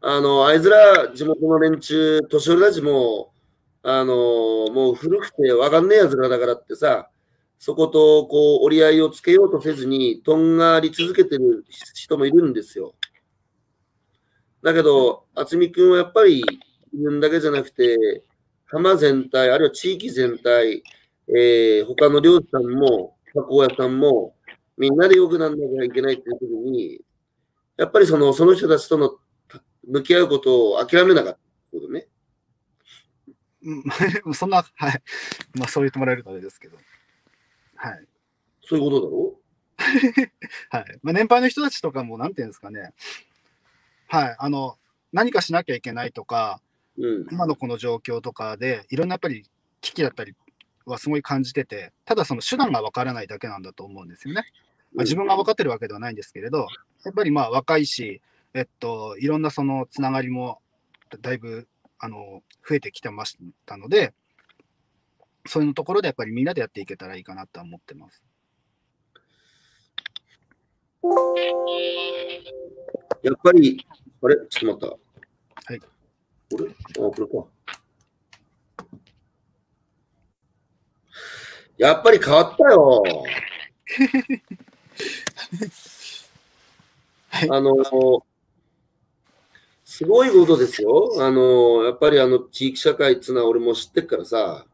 あの、あいつら地元の連中、年寄りたちも、あのー、もう古くてわかんねえやつらだからってさ、そことこう折り合いをつけようとせずに、とんがり続けてる人もいるんですよ。だけど、渥美君はやっぱり自分だけじゃなくて、浜全体、あるいは地域全体、えー他の漁師さんも、加工屋さんも、みんなで良くなんなきゃいけないっていう時に、やっぱりそのその人たちとの向き合うことを諦めなかったってことね。うん そんな、はい。まあそう言ってもらえるとあれですけど。はい。そういうことだろはい。まあ年配の人たちとかも、なんていうんですかね。はい。あの、何かしなきゃいけないとか、うん。今のこの状況とかで、いろんなやっぱり危機だったりはすごい感じてて、ただその手段がわからないだけなんだと思うんですよね。まあ、自分が分かってるわけではないんですけれど、やっぱりまあ若いし、えっと、いろんなそのつながりもだいぶあの、増えてきてましたので、そういうところでやっぱりみんなでやっていけたらいいかなとは思ってます。やっぱり、あれちょっと待った。はい。これあ、これか。やっぱり変わったよ。はいあの、すごいことですよ。あの、やっぱりあの、地域社会っつうのは俺も知ってっからさ、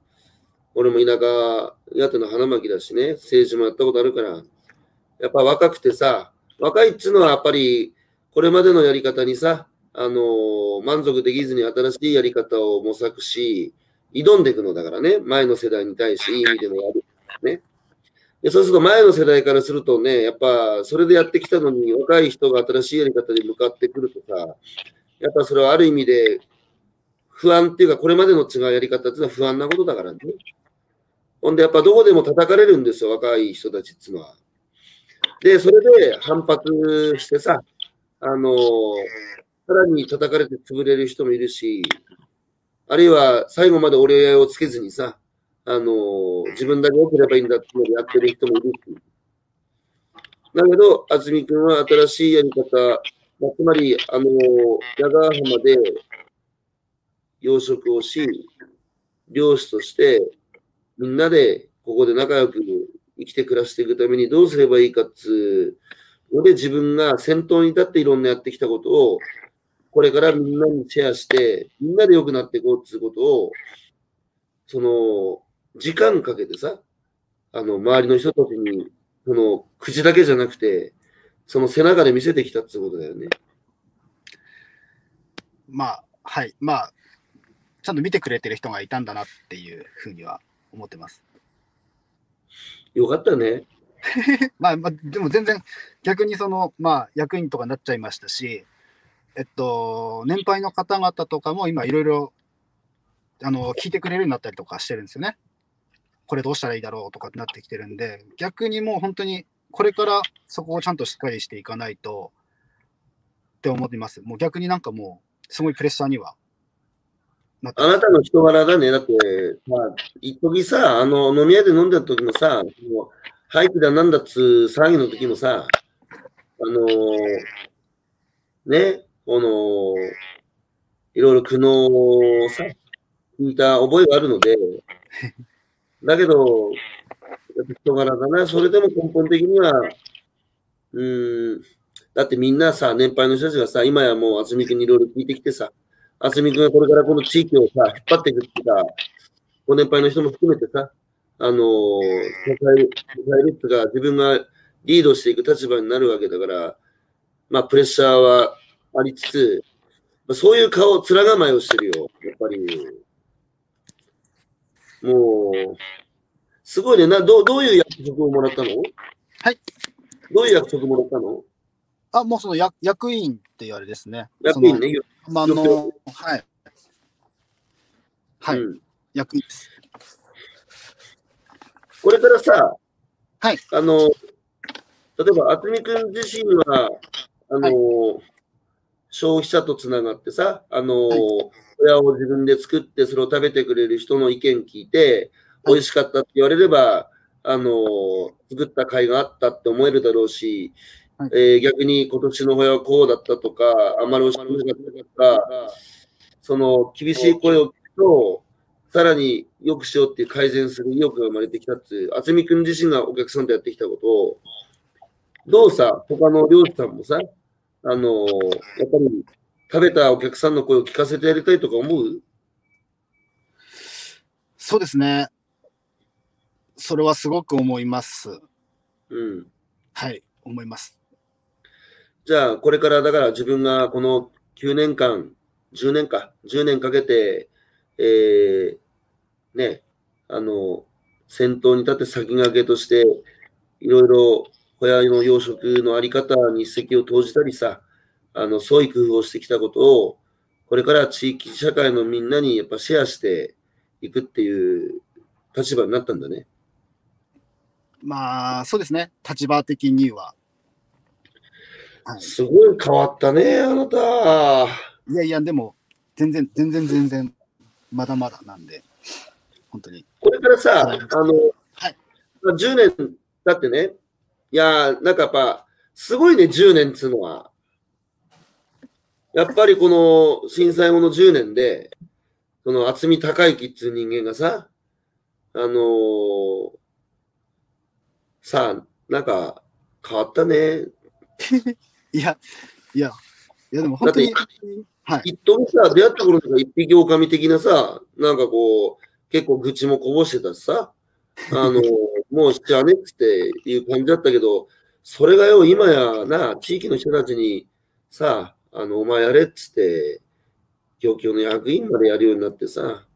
俺も田舎、やての花巻だしね、政治もやったことあるから、やっぱ若くてさ、若いっつうのはやっぱり、これまでのやり方にさ、あの満足できずに新しいやり方を模索し、挑んでいくのだからね、前の世代に対していい意味でもやる。ね。でそうすると前の世代からするとね、やっぱそれでやってきたのに、若い人が新しいやり方に向かってくるとさ、やっぱそれはある意味で不安っていうか、これまでの違うやり方っていうのは不安なことだからね。ほんで、やっぱどこでも叩かれるんですよ、若い人たちっていうのは。で、それで反発してさ、あのさらに叩かれて潰れる人もいるし、あるいは最後まで折り合いをつけずにさ、あの自分だけ良ければいいんだっていうのでやってる人もいるし。だけど、渥美君は新しいやり方、まあつまり、あの矢川浜で養殖をし、漁師としてみんなでここで仲良く生きて暮らしていくためにどうすればいいかっつうので自分が先頭に立っていろんなやってきたことをこれからみんなにシェアしてみんなで良くなっていこうっつうことをその時間かけてさあの周りの人たちにその口だけじゃなくてその背中で見せてきたっつうことだよね。まあ、はい。まあ、ちゃんと見てくれてる人がいたんだなっていうふうには思ってます。よかったね。まあ、まあ、でも全然逆にその、まあ、役員とかになっちゃいましたし、えっと、年配の方々とかも今いろいろ、あの、聞いてくれるようになったりとかしてるんですよね。これどうしたらいいだろうとかってなってきてるんで、逆にもう本当にこれからそこをちゃんとしっかりしていかないとって思ってます。もう逆になんかもう、すごいプレッシャーにはなってあますなたの人柄だね。だって、まあ、一時さ、あの、飲み屋で飲んでた時もさ、もう、廃棄だなんだっつう騒ぎの時もさ、あのね、この、いろいろ苦悩をさ、聞いた覚えがあるので、だけど、やっぱ人柄だな。それでも根本的には、うーん、だってみんなさ、年配の人たちがさ、今やもう、渥美君にいろいろ聞いてきてさ、渥美君がこれからこの地域をさ、引っ張っていくっていうか、ご年配の人も含めてさ、あのー、支える、支えるっていうか、自分がリードしていく立場になるわけだから、まあ、プレッシャーはありつつ、まあそういう顔、面構えをしてるよ、やっぱり。もう、すごいね、な、どう、どういう役職をもらったのはい。どういう役職もらったのあ、もうその役役員っていうあれですね。役員ね、その。まあ、あよの、はい。はい、うん役員です。これからさ、はい。あの、例えば、渥美君自身は、あの、消費者とつながってさ、あの、はい親を自分で作って、それを食べてくれる人の意見聞いて、美味しかったって言われれば、あの、作った甲斐があったって思えるだろうし、はいえー逆に今年の親はこうだったとか、あまり美味しくなかったとか、その厳しい声を聞くと、さらに良くしようっていう改善する意欲が生まれてきたっていう、渥美君自身がお客さんとやってきたことを、どうさ、他の漁師さんもさ、あのやっぱり食べたお客さんの声を聞かせてやりたいとか思うそうですね。それはすごく思います。うん。はい、思います。じゃあ、これからだから自分がこの9年間、10年か、10年かけて、えー、ね、あの、先頭に立って先駆けとして、いろいろ小屋の養殖のあり方に一石を投じたりさ、あの、創意工夫をしてきたことを、これから地域社会のみんなにやっぱシェアしていくっていう立場になったんだね。まあ、そうですね。立場的には。はい、すごい変わったね、あなた。いやいや、でも、全然、全然、全然、まだまだなんで、本当に。これからさ、あの、はいまあ10年だってね、いやー、なんかやっぱ、すごいね、10年っつうのは。やっぱりこの震災後の10年で、その渥美孝之っつう人間がさ、あのーさあ、なんか変わったね。いや、いや、いや、でも本当に、はい。一頭さ、出会った頃とか一匹狼的なさ、なんかこう、結構愚痴もこぼしてたし さ、あの、もうしちゃねっつっていう感じだったけど、それがよ、今やな、地域の人たちにさ、あの、お前やれっつって、漁協の役員までやるようになってさ、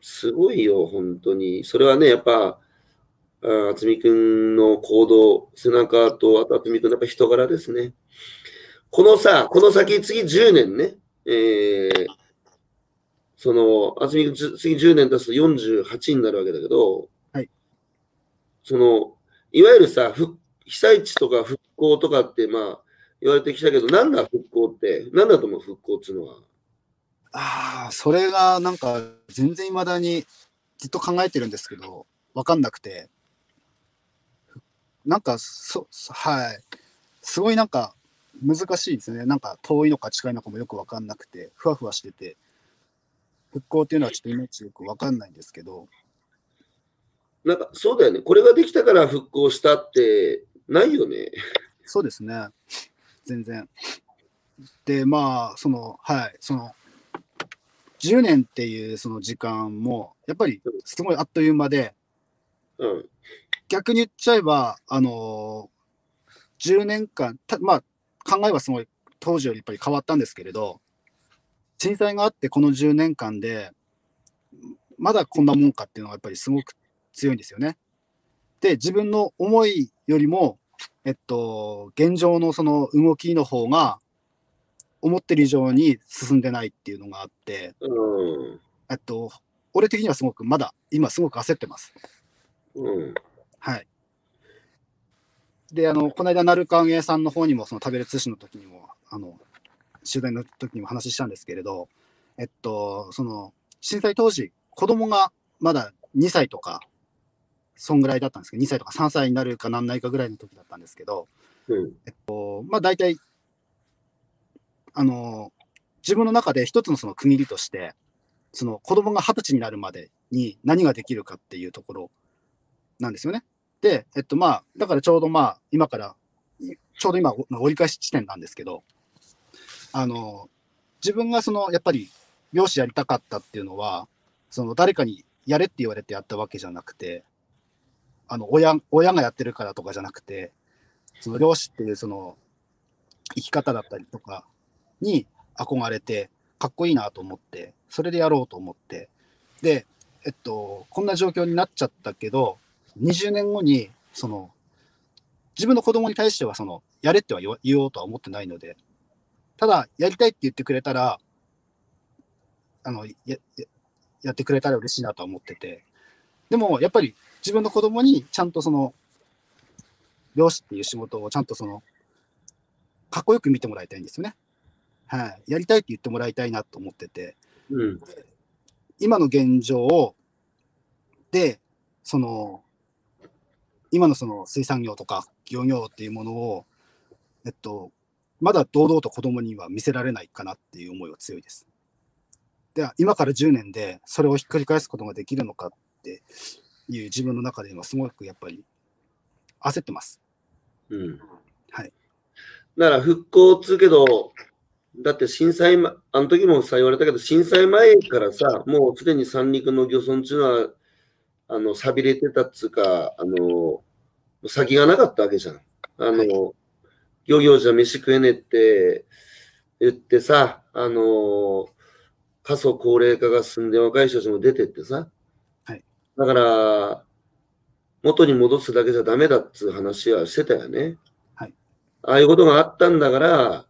すごいよ、本当に。それはね、やっぱ、あつみくんの行動、背中と、あとあつみくんのやっぱ人柄ですね。このさ、この先、次10年ね、えー、その、あつみくん、つ次10年経つと48になるわけだけど、はい。その、いわゆるさ、復被災地とか復興とかって、まあ、言われてきたけど、なんだ復興って、なんだと思う、復興っていうのは。ああ、それがなんか、全然未だにずっと考えてるんですけど、わかんなくて。なんか、そ、そはい。すごいなんか、難しいですね。なんか、遠いのか近いのかもよくわかんなくて、ふわふわしてて、復興っていうのはちょっとイメージよくわかんないんですけど、なんか、そうだよね。これができたから復興したって、ないよね。そうですね。全然。で、まあ、その、はい、その、10年っていうその時間も、やっぱりすごいあっという間で、うん。逆に言っちゃえば、あの10年間、たまあ、考えはすごい当時よりやっぱり変わったんですけれど、震災があってこの10年間で、まだこんなもんかっていうのがやっぱりすごく強いんですよね。で、自分の思いよりも、えっと、現状のその動きの方が、思ってる以上に進んでないっていうのがあって、うん。えっと、俺的にはすごくまだ、今すごく焦ってます。うん。はい。で、あの、この間、鳴川芸さんの方にも、その食べる通信の時にも、あの、取材の時にも話したんですけれど、えっと、その、震災当時、子供がまだ2歳とか、そんぐらいだったんですけど、2歳とか3歳になるかなんないかぐらいの時だったんですけど、うん。まあ大体、あの、自分の中で一つのその区切りとして、その子供が二十歳になるまでに何ができるかっていうところなんですよね。で、えっとまあ、だからちょうどまあ、今から、いちょうど今、お折り返し地点なんですけど、あの、自分がその、やっぱり、漁師やりたかったっていうのは、その誰かにやれって言われてやったわけじゃなくて、あの、親、親がやってるからとかじゃなくて、その漁師っていうその、生き方だったりとかに憧れてかっこいいなと思ってそれでやろうと思ってでえっとこんな状況になっちゃったけど20年後にその自分の子供に対してはそのやれっては言わ言おうとは思ってないのでただやりたいって言ってくれたらあのやややってくれたら嬉しいなとは思っててでもやっぱり自分の子供にちゃんとその漁師っていう仕事をちゃんとそのかっこよく見てもらいたいんですよね。はい。やりたいって言ってもらいたいなと思ってて、うん。今の現状を、で、その、今のその水産業とか漁業っていうものを、えっと、まだ堂々と子供には見せられないかなっていう思いは強いです。では、今から10年でそれをひっくり返すことができるのかっていう自分の中で今すごくやっぱり焦ってます。うんはい。だから復興っつうけど、だって震災、ま、あの時もさ言われたけど、震災前からさ、もうすでに三陸の漁村っていうのは、あの、寂れてたっつうか、あの、先がなかったわけじゃん。あの、はい漁業じゃ飯食えねえって言ってさ、あの、過疎高齢化が進んで若い人たちも出てってさ。はいだから、元に戻すだけじゃダメだっつう話はしてたよね。はいああいうことがあったんだから、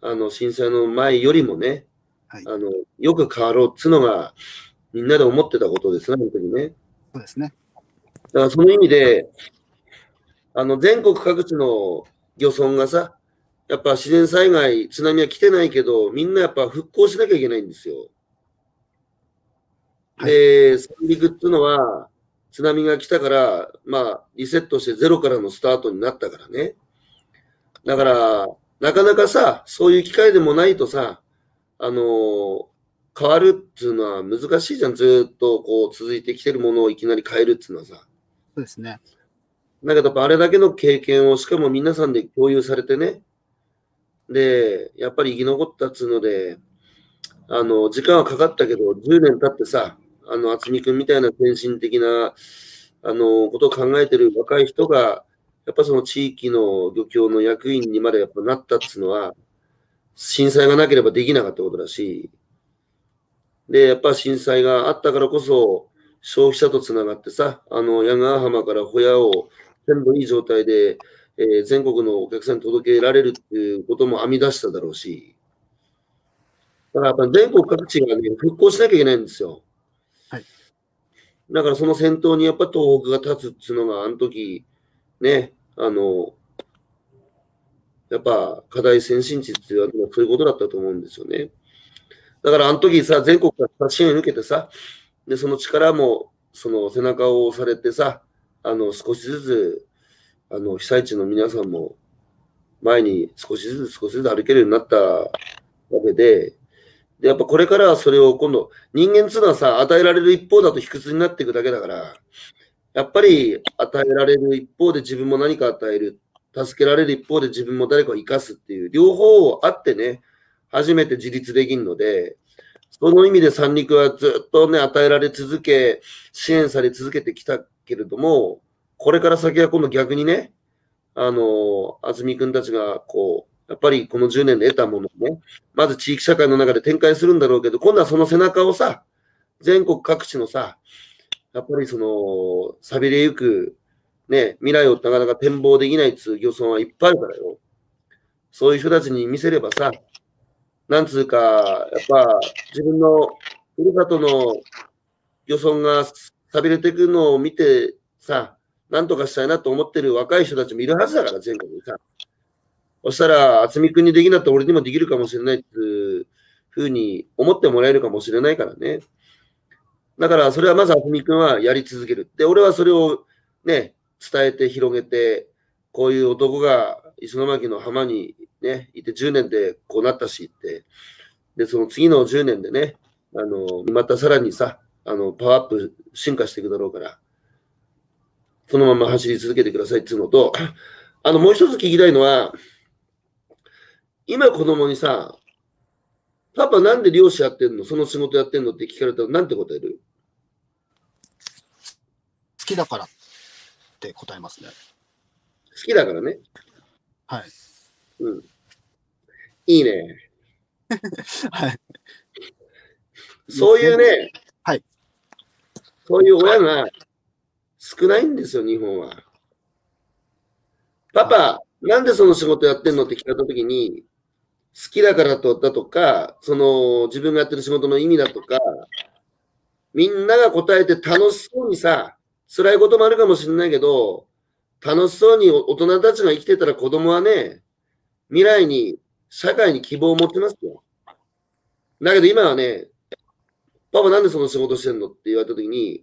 あの、震災の前よりもね、はいあの、よく変わろうっつうのが、みんなで思ってたことですね、本当にね。そうですね。だからその意味で、あの全国各地の漁村がさ、やっぱ自然災害、津波は来てないけど、みんなやっぱ復興しなきゃいけないんですよ。はいで、三陸っていうのは、津波が来たから、まあ、リセットしてゼロからのスタートになったからね。だから、なかなかさ、そういう機会でもないとさ、あのー変わるっていうのは難しいじゃん。ずーっとこう続いてきてるものをいきなり変えるっていうのはさ。そうですね。だけど、やっぱあれだけの経験を、しかも皆さんで共有されてね。で、やっぱり生き残ったっつうので、あの、時間はかかったけど、10年経ってさ、あの、渥美君みたいな先進的な、あの、ことを考えてる若い人が、やっぱその地域の漁協の役員にまでやっぱなったっつうのは、震災がなければできなかったことだし、で、やっぱ震災があったからこそ、消費者とつながってさ、あの、矢川浜からホヤを全部いい状態で、えー全国のお客さんに届けられるっていうことも編み出しただろうし、だからやっぱ全国各地がね、復興しなきゃいけないんですよ。はいだからその先頭にやっぱ東北が立つっていうのが、あの時、ね、あの、やっぱ課題先進地っていうのはそういうことだったと思うんですよね。だからあの時さ、全国から支援を受けてさ、で、その力も、その背中を押されてさ、あの、少しずつ、あの、被災地の皆さんも、前に少しずつ少しずつ歩けるようになったわけで、で、やっぱこれからはそれを今度、人間っつうのはさ、与えられる一方だと卑屈になっていくだけだから、やっぱり与えられる一方で自分も何か与える、助けられる一方で自分も誰かを生かすっていう、両方あってね、初めて自立できるので、その意味で三陸はずっとね、与えられ続け、支援され続けてきたけれども、これから先は今度逆にね、あの、安住君たちが、こう、やっぱりこの10年で得たものをね、まず地域社会の中で展開するんだろうけど、今度はその背中をさ、全国各地のさ、やっぱりその、錆びれゆく、ね、未来をなかなか展望できないっつう漁村はいっぱいあるからよ。そういう人たちに見せればさ、なんつうか、やっぱ自分のふるさとの漁村が錆びれていくのを見てさ、なんとかしたいなと思ってる若い人たちもいるはずだから、全国にさ。そしたら、渥美君にできなったら俺にもできるかもしれないっていうふうに思ってもらえるかもしれないからね。だから、それはまず渥美君はやり続ける。で、俺はそれをね、伝えて広げて、こういう男が石巻の浜にね、いて10年でこうなったしって、で、その次の10年でね、あの、またさらにさ、あの、パワーアップ進化していくだろうから、そのまま走り続けてくださいっていうのと、 あの、もう一つ聞きたいのは、今子供にさ、パパなんで漁師やってんのその仕事やってんのって聞かれたらなんて答える好きだからって答えますね。好きだからね。はい。うん。いいね。はい。そういうね、はい。そういう親が少ないんですよ、日本は。パパ、なんでその仕事やってんのって聞かれたときに、好きだからとだとか、その自分がやってる仕事の意味だとか、みんなが答えて楽しそうにさ、辛いこともあるかもしれないけど、楽しそうに大人たちが生きてたら子供はね、未来に、社会に希望を持ってますよ。だけど今はね、パパなんでその仕事してんのって言われたときに、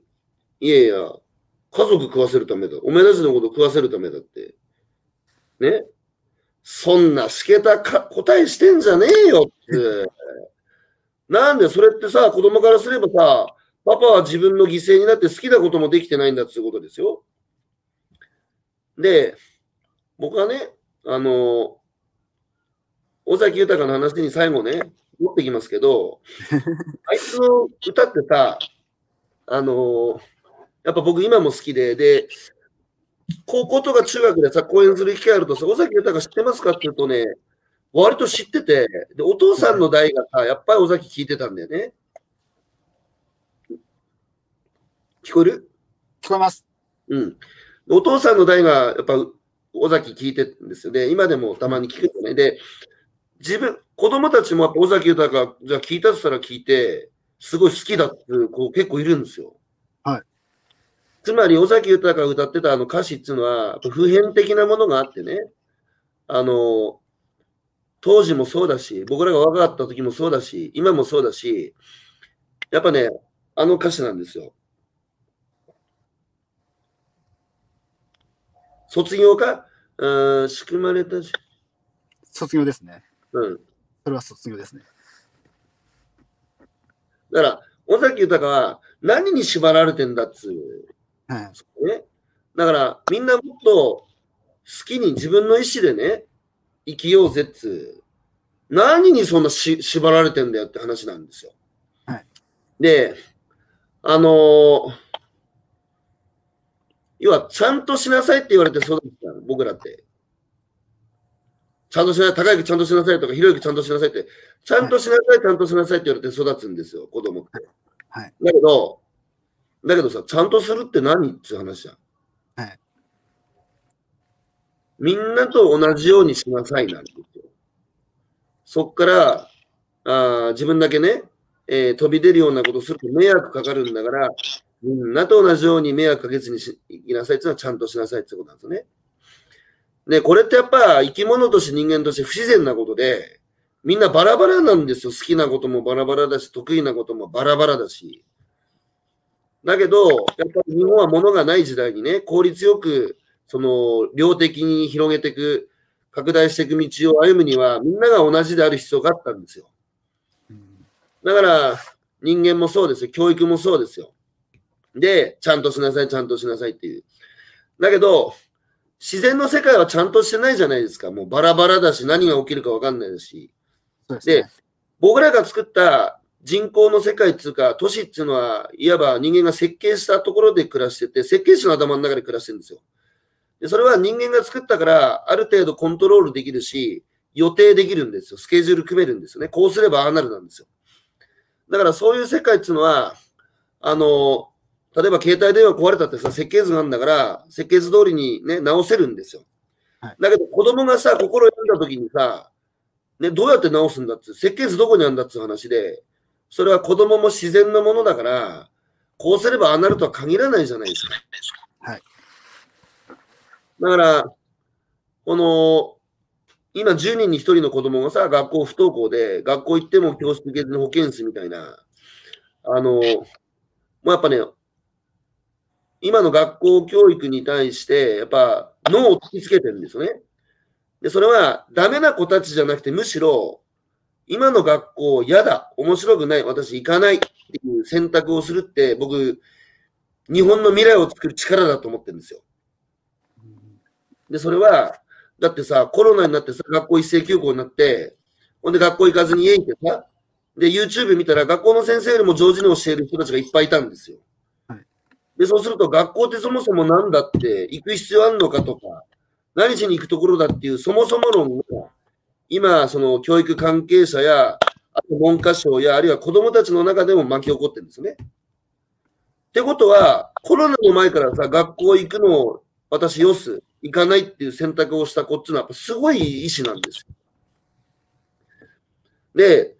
いやいや、家族食わせるためだ。お前たちのこと食わせるためだって。ねそんなしけたか答えしてんじゃねえよって。なんでそれってさ、子供からすればさ、パパは自分の犠牲になって好きなこともできてないんだっていうことですよ。で、僕はね、あの、尾崎豊の話に最後ね、持ってきますけど、あいつの歌ってさ、あのーやっぱ僕今も好きで、で、高校とか中学でさ、講演する機会あるとさ、尾崎豊知ってますかって言うとね、割と知ってて、で、お父さんの代がさ、やっぱり尾崎聞いてたんだよね。聞こえる聞こえます。うん。お父さんの代が、やっぱ、尾崎聞いてるんですよね。今でもたまに聞くよね。で、自分、子供たちもやっぱ尾崎豊が、じゃあ聞いたとしたら聞いて、すごい好きだっていう子結構いるんですよ。はい。つまり、尾崎豊が歌ってたあの歌詞っていうのは、やっぱ普遍的なものがあってね、あの、当時もそうだし、僕らが若かった時もそうだし、今もそうだし、やっぱね、あの歌詞なんですよ。卒業かうん、仕組まれたし、卒業ですね。うん。それは卒業ですね。だから、尾崎豊は何に縛られてんだっつう。はい。ね。だから、みんなもっと好きに自分の意思でね、生きようぜっつう。何にそんなし縛られてんだよって話なんですよ。はいで、あのー要は、ちゃんとしなさいって言われて育ったの僕らって。ちゃんとしなさい、高いちゃんとしなさいとか、広いちゃんとしなさいって、ちゃんとしなさい、ちゃんとしなさいって言われて育つんですよ、子供って。はいだけど、だけどさ、ちゃんとするって何っていう話じゃん。はいみんなと同じようにしなさいなんて言ってよそっから、あー自分だけね、えー飛び出るようなことすると迷惑かかるんだから、みんなと同じように迷惑かけずにしいなさいっていうのはちゃんとしなさいってことなんですね。で、これってやっぱ生き物として人間として不自然なことで、みんなバラバラなんですよ。好きなこともバラバラだし、得意なこともバラバラだし。だけど、やっぱり日本は物がない時代にね、効率よく、その、量的に広げていく、拡大していく道を歩むには、みんなが同じである必要があったんですよ。うんだから、人間もそうですよ。教育もそうですよ。で、ちゃんとしなさい、ちゃんとしなさいっていう。だけど、自然の世界はちゃんとしてないじゃないですか。もうバラバラだし、何が起きるかわかんないし。そうですでね。僕らが作った人口の世界っていうか、都市っていうのは、いわば人間が設計したところで暮らしてて、設計士の頭の中で暮らしてるんですよ。で、それは人間が作ったから、ある程度コントロールできるし、予定できるんですよ。スケジュール組めるんですよね。こうすればああなるなんですよ。だからそういう世界っていうのは、あの、例えば携帯電話壊れたってさ、設計図があるんだから、設計図通りにね、直せるんですよはい。だけど子供がさ、心病んだ時にさ、ね、どうやって直すんだっつう、設計図どこにあるんだっつう話で、それは子供も自然のものだから、こうすればああなるとは限らないじゃないですか。はい。だから、この、今10人に1人の子供がさ、学校不登校で、学校行っても教室行けずに保健室みたいな、あの、もうやっぱね、今の学校教育に対して、やっぱ脳を突きつけてるんですよね。で、それはダメな子たちじゃなくて、むしろ、今の学校嫌だ、面白くない、私行かないっていう選択をするって、僕、日本の未来を作る力だと思ってるんですよ。うんで、それは、だってさ、コロナになってさ、学校一斉休校になって、ほんで学校行かずに家にいてさ、で、YouTube 見たら学校の先生よりも上手に教える人たちがいっぱいいたんですよはい。で、そうすると学校ってそもそも何だって、行く必要あんのかとか、何しに行くところだっていうそもそも論が、今、その教育関係者や、あと文科省や、あるいは子供たちの中でも巻き起こってるんですね。ってことは、コロナの前からさ、学校行くのを私、よす、行かないっていう選択をした子っていうのは、やっぱすごい意志なんですよ。で、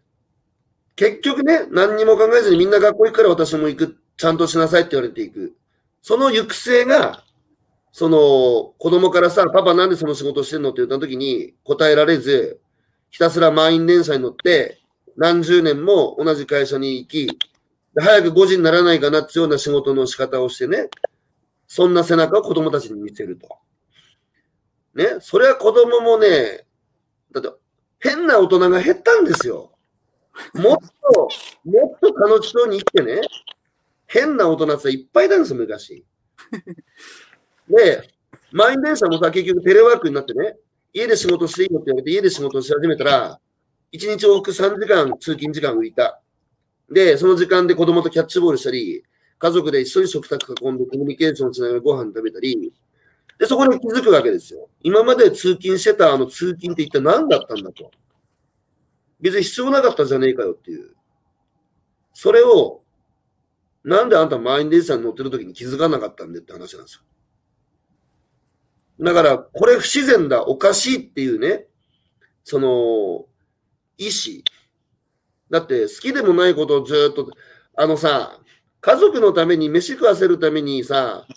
結局ね、何にも考えずにみんな学校行くから私も行く、ちゃんとしなさいって言われていく。その行く末が、その子供からさ、パパなんでその仕事してんのって言った時に答えられず、ひたすら満員電車に乗って、何十年も同じ会社に行き、で早く5時にならないかなっていうような仕事の仕方をしてね、そんな背中を子供たちに見せると。ね、それは子供もね、だって変な大人が減ったんですよ。もっと、もっと楽しそうに生きてね、変な大人っていっぱいいたんですよ、昔。で、満員電車もさ、結局テレワークになってね、家で仕事していいよって言われて、家で仕事をし始めたら、1日往復3時間通勤時間浮いた。で、その時間で子供とキャッチボールしたり、家族で一緒に食卓囲んでコミュニケーションしながらご飯食べたり、で、そこに気づくわけですよ。今まで通勤してたあの通勤って一体何だったんだと。別に必要なかったじゃねえかよっていう。それを、なんであんた満員電車に乗ってる時に気づかなかったんでって話なんですよ。だから、これ不自然だ、おかしいっていうね、その、意思。だって、好きでもないことをずっと、あのさ、家族のために飯食わせるためにさ、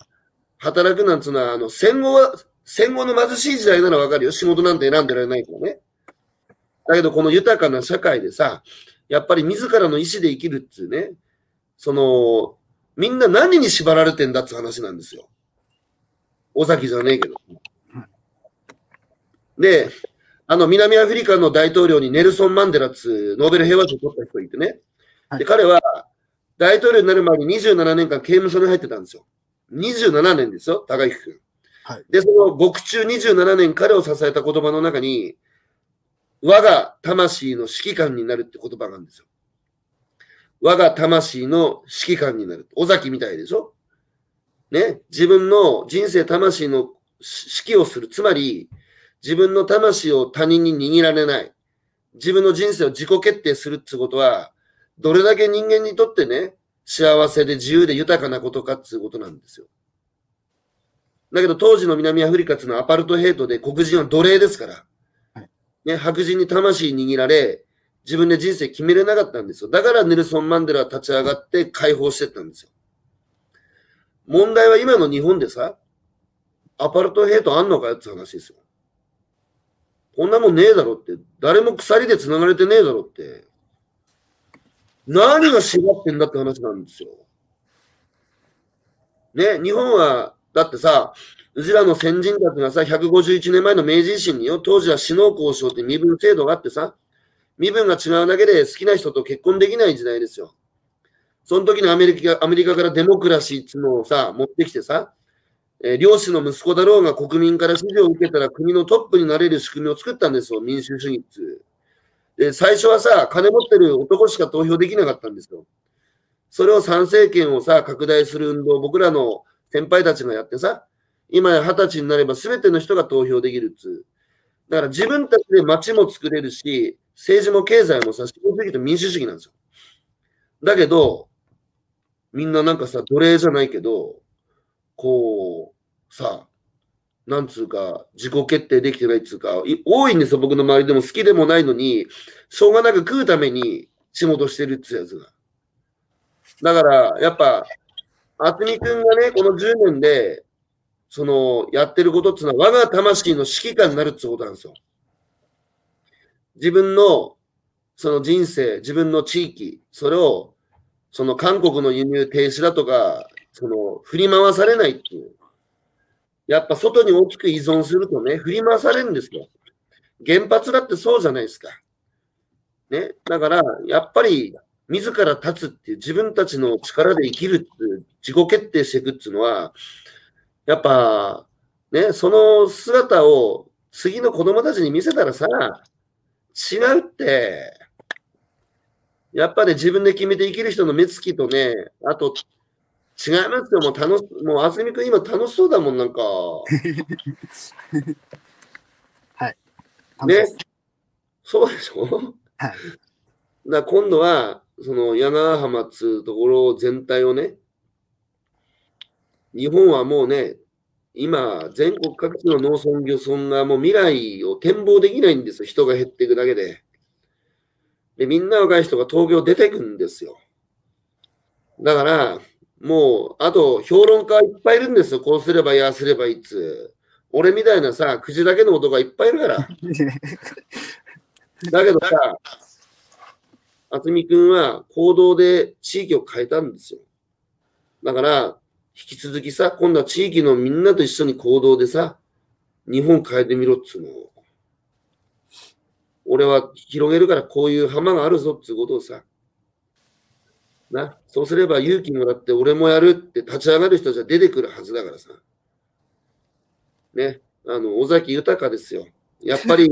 働くなんつうのは、あの、戦後は、戦後の貧しい時代ならわかるよ。仕事なんて選んでられないからね。だけど、この豊かな社会でさ、やっぱり自らの意思で生きるっていうね、その、みんな何に縛られてんだって話なんですよ。尾崎じゃねえけど。で、あの、南アフリカの大統領にネルソン・マンデラっつう、ノーベル平和賞を取った人がいてね。はいで、彼は、大統領になる前に27年間刑務所に入ってたんですよ。27年ですよ、高木君。はいで、その獄中27年彼を支えた言葉の中に、我が魂の指揮官になるって言葉があるんですよ。我が魂の指揮官になる。尾崎みたいでしょね。自分の人生魂の指揮をする。つまり、自分の魂を他人に握られない。自分の人生を自己決定するってことは、どれだけ人間にとってね、幸せで自由で豊かなことかっていうことなんですよ。だけど当時の南アフリカっていうのはアパルトヘイトで黒人は奴隷ですからは、ね、白人に魂握られ、自分で人生決めれなかったんですよ。だからネルソン・マンデラは立ち上がって解放してったんですよ。問題は今の日本でさ、アパルトヘイトあんのかよって話ですよ。こんなもんねえだろって、誰も鎖で繋がれてねえだろって、何が縛ってんだって話なんですよ。ね、日本は、だってさ、うちらの先人たちがさ、151年前の明治維新によ、当時は死の交渉って身分制度があってさ、身分が違うだけで好きな人と結婚できない時代ですよ。その時にアメリカアメリカからデモクラシーっていうのをさ、持ってきてさ、えー漁師の息子だろうが国民から支持を受けたら国のトップになれる仕組みを作ったんですよ、民主主義っていう。で、最初はさ、金持ってる男しか投票できなかったんですよ。それを参政権をさ、拡大する運動、僕らの先輩たちがやってさ、今や二十歳になれば全ての人が投票できるっつう。だから自分たちで街も作れるし、政治も経済もさ、資本主義と民主主義なんですよ。だけど、みんななんかさ、奴隷じゃないけど、こう、さ、なんつうか、自己決定できてないっつうか、い多いんですよ、僕の周りでも好きでもないのに、しょうがなく食うために仕事してるっつうやつが。だから、やっぱ、渥美くんがね、この10年で、その、やってることっていうのは、我が魂の指揮官になるってことなんですよ。自分の、その人生、自分の地域、それを、その韓国の輸入停止だとか、その、振り回されないっていう。やっぱ外に大きく依存するとね、振り回されるんですよ。原発だってそうじゃないですか。ね。だから、やっぱり、自ら立つっていう、自分たちの力で生きるっていう、自己決定していくっていうのは、やっぱ、ね、その姿を次の子供たちに見せたらさ、違うって、やっぱね、自分で決めて生きる人の目つきとね、あと、違いますよ、もう楽し、もう、あつみくん今楽しそうだもん、なんか。楽しねみす。そうでしょはだいから今度は、その柳川浜っつうところ全体をね、日本はもうね、今、全国各地の農村漁村がもう未来を展望できないんですよ。人が減っていくだけで。で、みんな若い人が東京出てくんですよ。だから、もう、あと、評論家いっぱいいるんですよ。こうすれば、いやすればいいっつう。俺みたいなさ、口だけの男がいっぱいいるから。だけどさ、渥美君は行動で地域を変えたんですよ。だから、引き続きさ、今度は地域のみんなと一緒に行動でさ、日本変えてみろっつうのを。俺は広げるからこういう浜があるぞっつうことをさ。な、そうすれば勇気もらって俺もやるって立ち上がる人じゃ出てくるはずだからさ。ね、あの、尾崎豊ですよ。やっぱり、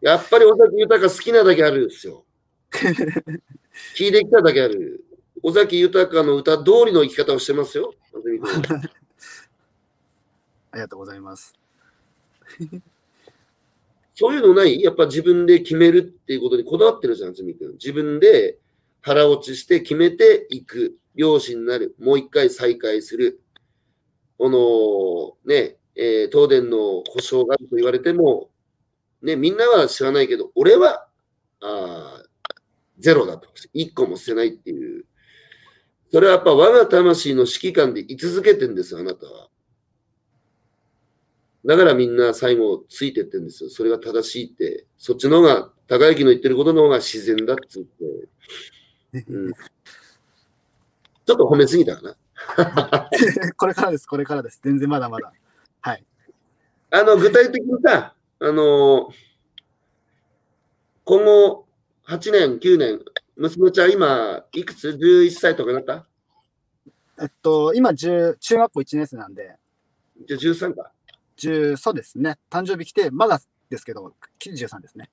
やっぱり尾崎豊好きなだけあるんですよ。聞いてきただけある。尾崎豊の歌通りの生き方をしてますよ。安住君 ありがとうございます。そういうのないやっぱ自分で決めるっていうことにこだわってるじゃん、渥美君。自分で腹落ちして決めていく。漁師になる。もう一回再開する。この、ね、えー東電の故障があると言われても、ね、みんなは知らないけど、俺は、あーゼロだと。一個も捨てないっていう。それはやっぱ我が魂の指揮官で居続けてんですよ、あなたは。だからみんな最後ついてってんですよ。それが正しいって。そっちの方が、高之の言ってることの方が自然だっつって。うん、ちょっと褒めすぎたかな。これからです、これからです。全然まだまだ。あの、具体的にさ、あの今後、8年、9年、娘ちゃん今、いくつ ?11 歳とかになったえっと、今、10中学校1年生なんで、じゃあ13か。 10、そうですね。誕生日来て、まだですけど、93ですね。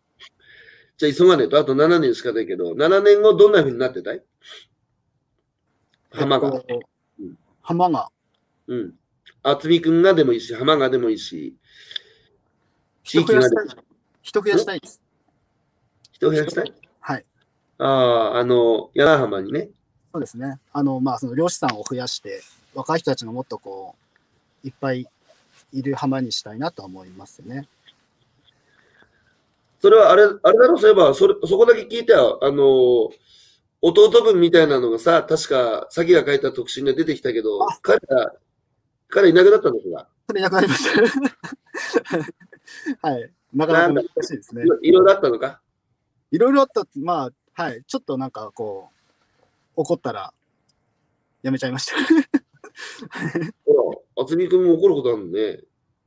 じゃあ急がねえと、あと7年しかないけど、7年後どんな風になってたい浜えがっ。とうん浜が、うん。渥美くんがでもいいし、浜がでもいいし、地人域増やがしでたい。人増やしたいです。人増やしたいはい。ああ、あの、柳浜にね。そうですね。あの、まあ、その漁師さんを増やして、若い人たちがもっとこう、いっぱいいる浜にしたいなとは思いますね。それはあれ、あれだろ、そういえば、それそこだけ聞いたよ。あの、弟分みたいなのがさ、確か、詐欺が書いた特集に出てきたけどあ、彼ら、彼いなくなったんですが、それいなくなりました。 はい。なかなか難しいですねい。ろいろいろあったのか。いろいろあったって、まあ、はい。ちょっとなんかこう、怒ったら、やめちゃいました。 いほら、渥美くんも怒ることあるのね。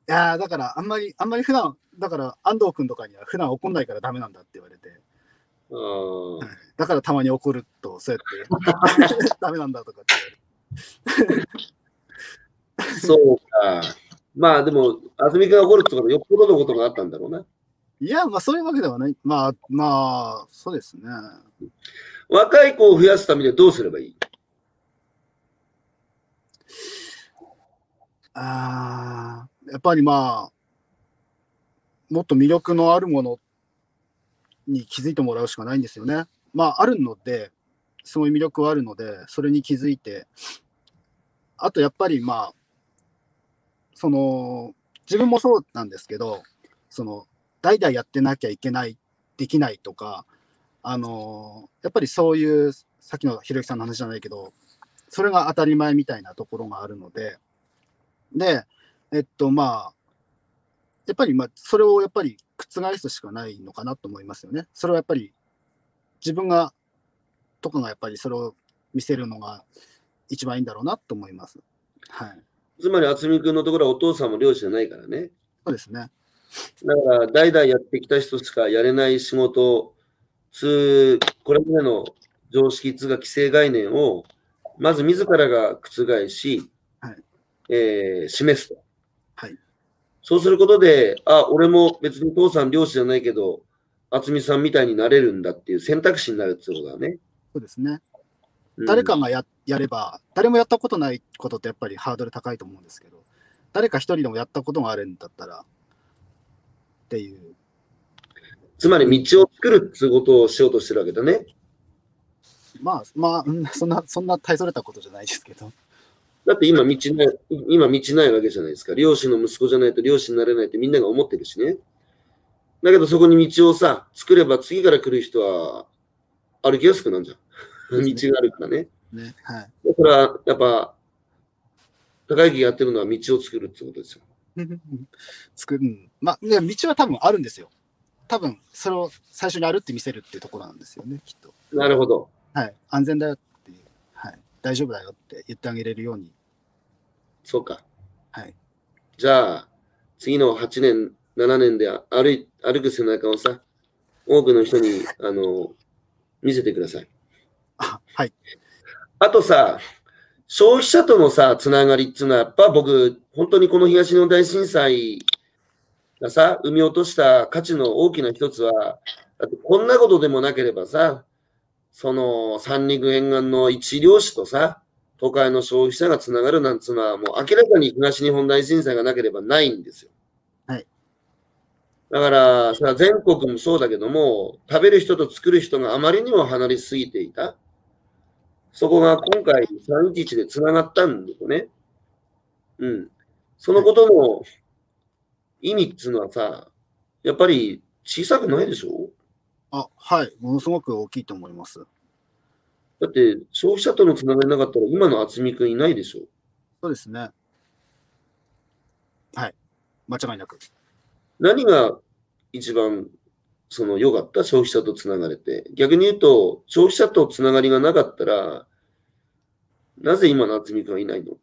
やーだから、あんまり、あんまり普段、だから、安藤君とかには普段怒んないからダメなんだって言われて、あーだからたまに怒ると、そうやって、ダメなんだとかって言われて。そうか。まあでも、渥美くんが怒るってことはよっぽどのことがあったんだろうな。いや、まあ、そういうわけではない。まあ、まあ、そうですね。若い子を増やすためにはどうすればいいあーやっぱりまあ、もっと魅力のあるものに気づいてもらうしかないんですよね。まあ、あるので、すごい魅力はあるので、それに気づいて、あとやっぱりまあ、その、自分もそうなんですけど、その、代々やってなきゃいけない、できないとか、あの、やっぱりそういう、さっきのひろゆきさんの話じゃないけど、それが当たり前みたいなところがあるので、で、えっと、まあ、やっぱり、まあ、それをやっぱり覆すしかないのかなと思いますよね。それはやっぱり、自分が、とかがやっぱりそれを見せるのが一番いいんだろうなと思います。はい。つまり、渥美くんのところはお父さんも漁師じゃないからね。そうですね。だから、代々やってきた人しかやれない仕事、通、これまでの常識、通が規制概念を、まず自らが覆し、はいえー示すと。はいそうすることで、あ、俺も別に父さん漁師じゃないけど、渥美さんみたいになれるんだっていう選択肢になるってことだね。そうですね。うん誰かがややれば、誰もやったことないことってやっぱりハードル高いと思うんですけど、誰か一人でもやったことがあるんだったら、っていう。つまり道を作るってことをしようとしてるわけだね。まあ、まあ、うんそんな、そんな大それたことじゃないですけど。だって今道ない、今道ないわけじゃないですか。漁師の息子じゃないと漁師になれないってみんなが思ってるしね。だけどそこに道をさ、作れば次から来る人は歩きやすくなるじゃん。そうです道があるからね。ね。はい。だからやっぱ、高木がやってるのは道を作るってことですよ。 作る、うんまあ、ね道は多分あるんですよ。多分それを最初にあるって見せるっていうところなんですよね、きっと。なるほど。はい、安全だよっていう、はい、大丈夫だよって言ってあげれるように。 そうか。はい。じゃあ、次の8年、7年で歩い歩く背中をさ、多くの人に、あの、見せてください。あはい、あとさ、消費者とのさ、つながりっていうのは、やっぱ僕、本当にこの東日本大震災がさ、生み落とした価値の大きな一つは、だってこんなことでもなければさ、その三陸沿岸の一漁師とさ、都会の消費者がつながるなんつうのは、もう明らかに東日本大震災がなければないんですよ。はい。だからさ、全国もそうだけども、食べる人と作る人があまりにも離れすぎていた。そこが今回311でつながったんですよね。うん。そのことの意味っていうのはさ、やっぱり小さくないでしょあはい、ものすごく大きいと思います。だって消費者とのつながりなかったら今の渥美くんいないでしょそうですね。間違いなく。何が一番その良かった消費者とつながれて。逆に言うと、消費者とつながりがなかったら、なぜ今の渥美君はいないの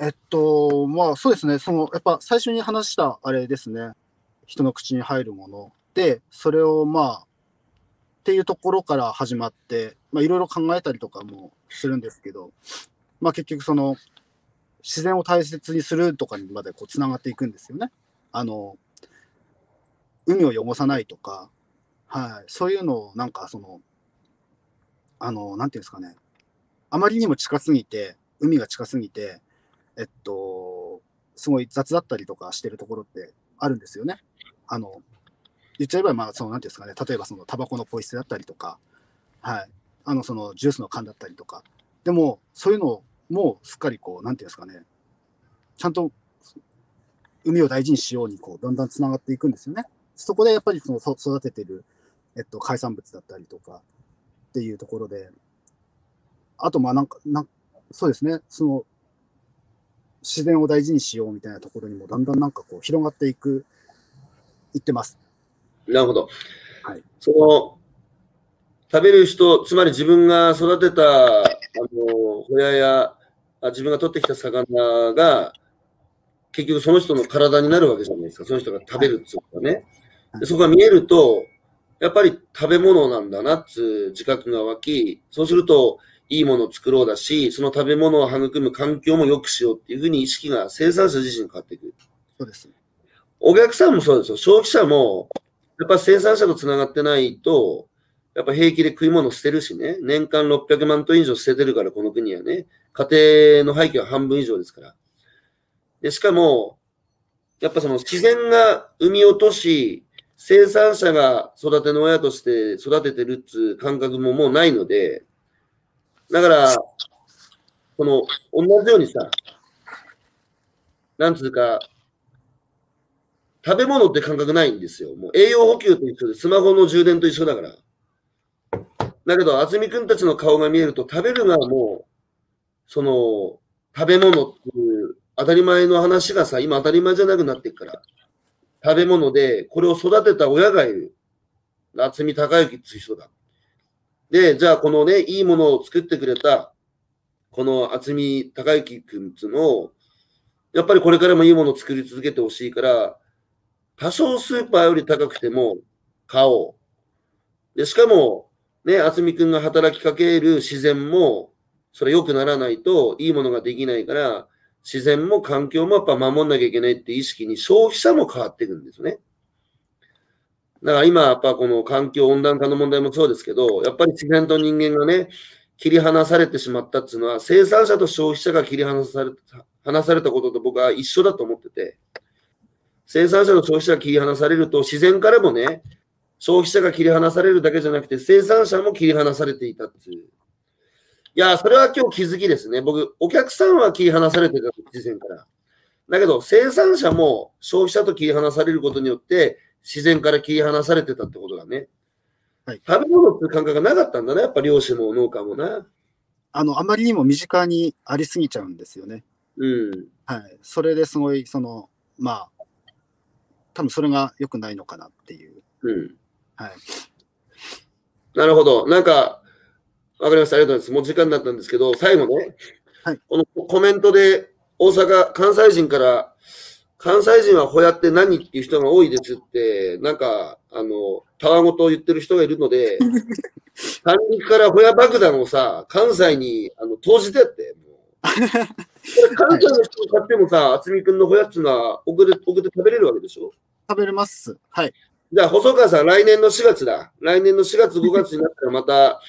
えっと、まあそうですね、そのやっぱ最初に話したあれですね、人の口に入るもので、それをまあ、っていうところから始まって、まあいろいろ考えたりとかもするんですけど、まあ結局その、自然を大切にするとかにまでこうつながっていくんですよね。あの、海を汚さないとか、はい、そういうのをなんかその、あの、なんていうんですかね、あまりにも近すぎて、海が近すぎて、えっと、すごい雑だったりとかしてるところってあるんですよね。あの、言っちゃえば、まあ、その、なんていうんですかね、例えばその、タバコのポイ捨てだったりとか、はい、あの、その、ジュースの缶だったりとか。でも、そういうのをもうすっかりこう、なんていうんですかね、ちゃんと、海を大事にしように、こう、だんだん繋がっていくんですよね。そこでやっぱりその、そ育ててる、えっと、海産物だったりとか、っていうところで、あと、まあ、なんか、なんそうですね、その、自然を大事にしようみたいなところにもだんだんなんかこう広がっていく、いってます。なるほど。はいその食べる人、つまり自分が育てたあのホヤやあ自分が取ってきた魚が結局その人の体になるわけじゃないですか。その人が食べるっつうかね。はいでそこが見えると、やっぱり食べ物なんだなっつう自覚が湧き、そうするといいものを作ろうだし、その食べ物を育む環境も良くしようっていうふうに意識が生産者自身に変わっていく。そうです。お客さんもそうですよ。消費者も、やっぱ生産者とつながってないと、やっぱ平気で食い物捨てるしね。年間600万トン以上捨ててるから、この国はね。家庭の廃棄は半分以上ですから。で、しかも、やっぱその自然が生み落とし、生産者が育ての親として育ててるっつう感覚ももうないので、だから、この、同じようにさ、なんつうか、食べ物って感覚ないんですよ。もう栄養補給と一緒で、スマホの充電と一緒だから。だけど、渥美くんたちの顔が見えると、食べるがもう、その、食べ物っていう当たり前の話がさ、今当たり前じゃなくなってるから。食べ物で、これを育てた親がいる。渥美隆之っていう人だ。で、じゃあこのね、いいものを作ってくれた、この渥美隆之くんっつうのを、やっぱりこれからもいいものを作り続けてほしいから、多少スーパーより高くても買おう。で、しかも、ね、渥美くんが働きかける自然も、それ良くならないといいものができないから、自然も環境もやっぱ守んなきゃいけないって意識に消費者も変わっていくんですね。だから今やっぱこの環境温暖化の問題もそうですけど、やっぱり自然と人間がね、切り離されてしまったっていうのは、生産者と消費者が切り離された、離されたことと僕は一緒だと思ってて、生産者と消費者が切り離されると、自然からもね、消費者が切り離されるだけじゃなくて、生産者も切り離されていたっていう。いやー、それは今日気づきですね。僕、お客さんは切り離されてた、自然から。だけど、生産者も消費者と切り離されることによって、自然から切り離されてたってことだね。はい食べ物っていう感覚がなかったんだね、やっぱ漁師も農家もな。あの、あまりにも身近にありすぎちゃうんですよね。うん。はい。それですごい、その、まあ、多分それが良くないのかなっていう。うん。はい。なるほど。なんか、わかりました。ありがとうございます。もう時間になったんですけど、最後ね、はいこのコメントで、大阪、関西人から、関西人はほやって何っていう人が多いですって、なんか、あの、たわごとを言ってる人がいるので、 三陸からほや爆弾をさ、関西にあの投じてやって、 もう。これ関西の人が買ってもさ、渥美君のほやっつうのは送れ、送って食べれるわけでしょ食べれます。はい。じゃあ、細川さん、来年の4月だ。来年の4月、5月になったらまた、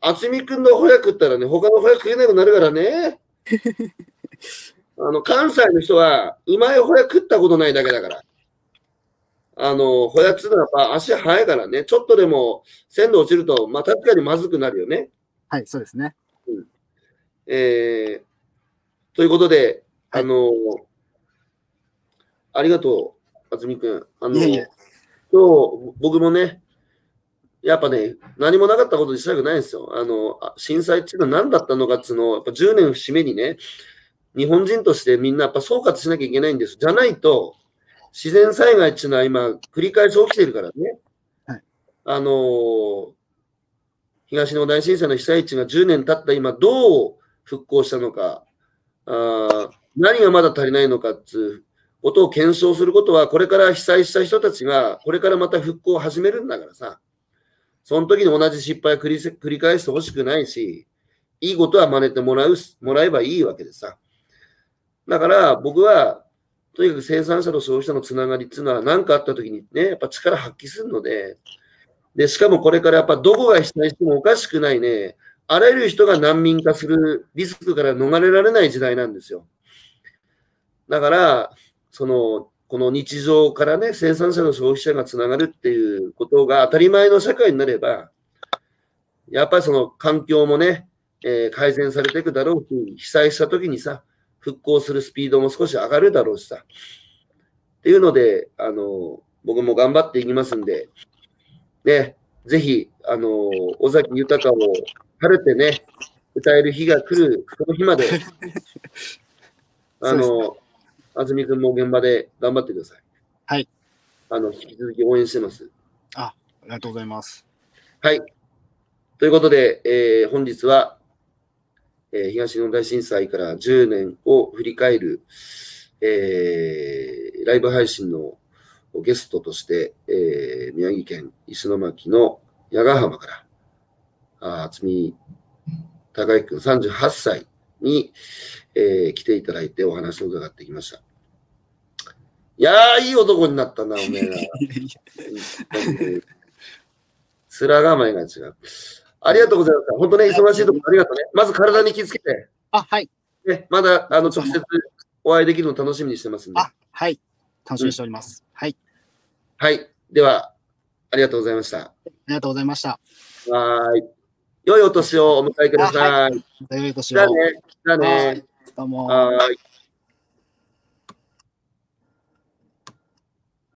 渥美くんのホヤ食ったらね、他のホヤ食えなくなるからね。あの、関西の人は、うまいホヤ食ったことないだけだから。あの、ホヤっつうのはやっぱ足早いからね、ちょっとでも鮮度落ちると、まあ確かにまずくなるよね。はい、そうですね。えー、ということで、あの、ありがとう、渥美くん。あの、いえいえ今日、僕もね、やっぱね、何もなかったことにしたくないんですよ。あの、あ震災っていうのは何だったのかっていうのを、やっぱ10年節目にね、日本人としてみんなやっぱ総括しなきゃいけないんです。じゃないと、自然災害っていうのは今、繰り返し起きてるからね。はいあのー東日本大震災の被災地が10年経った今、どう復興したのか、あー何がまだ足りないのかっていうことを検証することは、これから被災した人たちが、これからまた復興を始めるんだからさ、その時に同じ失敗を繰りせ繰り返してほしくないし、いいことは真似てもらうす、もらえばいいわけでさ。だから僕は、とにかく生産者と消費者のつながりっていうのは何かあった時にね、やっぱ力発揮するので、で、しかもこれからやっぱどこが被災してもおかしくないね、あらゆる人が難民化するリスクから逃れられない時代なんですよ。だから、その、この日常からね、生産者と消費者がつながるっていうことが当たり前の社会になれば、やっぱりその環境もね、えー改善されていくだろうし、被災した時にさ、復興するスピードも少し上がるだろうしさ。っていうので、あの、僕も頑張っていきますんで、ね、ぜひ、あの、尾崎豊を晴れてね、歌える日が来る、この日ま で、あそうの、安住君も現場で頑張ってください。はい。あの、引き続き応援してます。ありがとうござ います。はい。ということで、えー本日は、えー東日本大震災から10年を振り返る、えーライブ配信のゲストとして、えー宮城県石巻の八ヶ浜から、あー渥美高之君38歳に、えー来ていただいてお話を伺ってきました。いやー、いい男になったな、おめえら。面構えが違う。ありがとうございました。本当ね、忙しいところありがとうね。まず体に気づけて、あ、はい。ね、まだあの直接お会いできるの楽しみにしてますんで。あ、はい。楽しみにしております。はい。はい。では、ありがとうございました。ありがとうございました。はーい。良いお年をお迎えください。良いお年じゃあをね。じゃあはねい。どうも。はーい。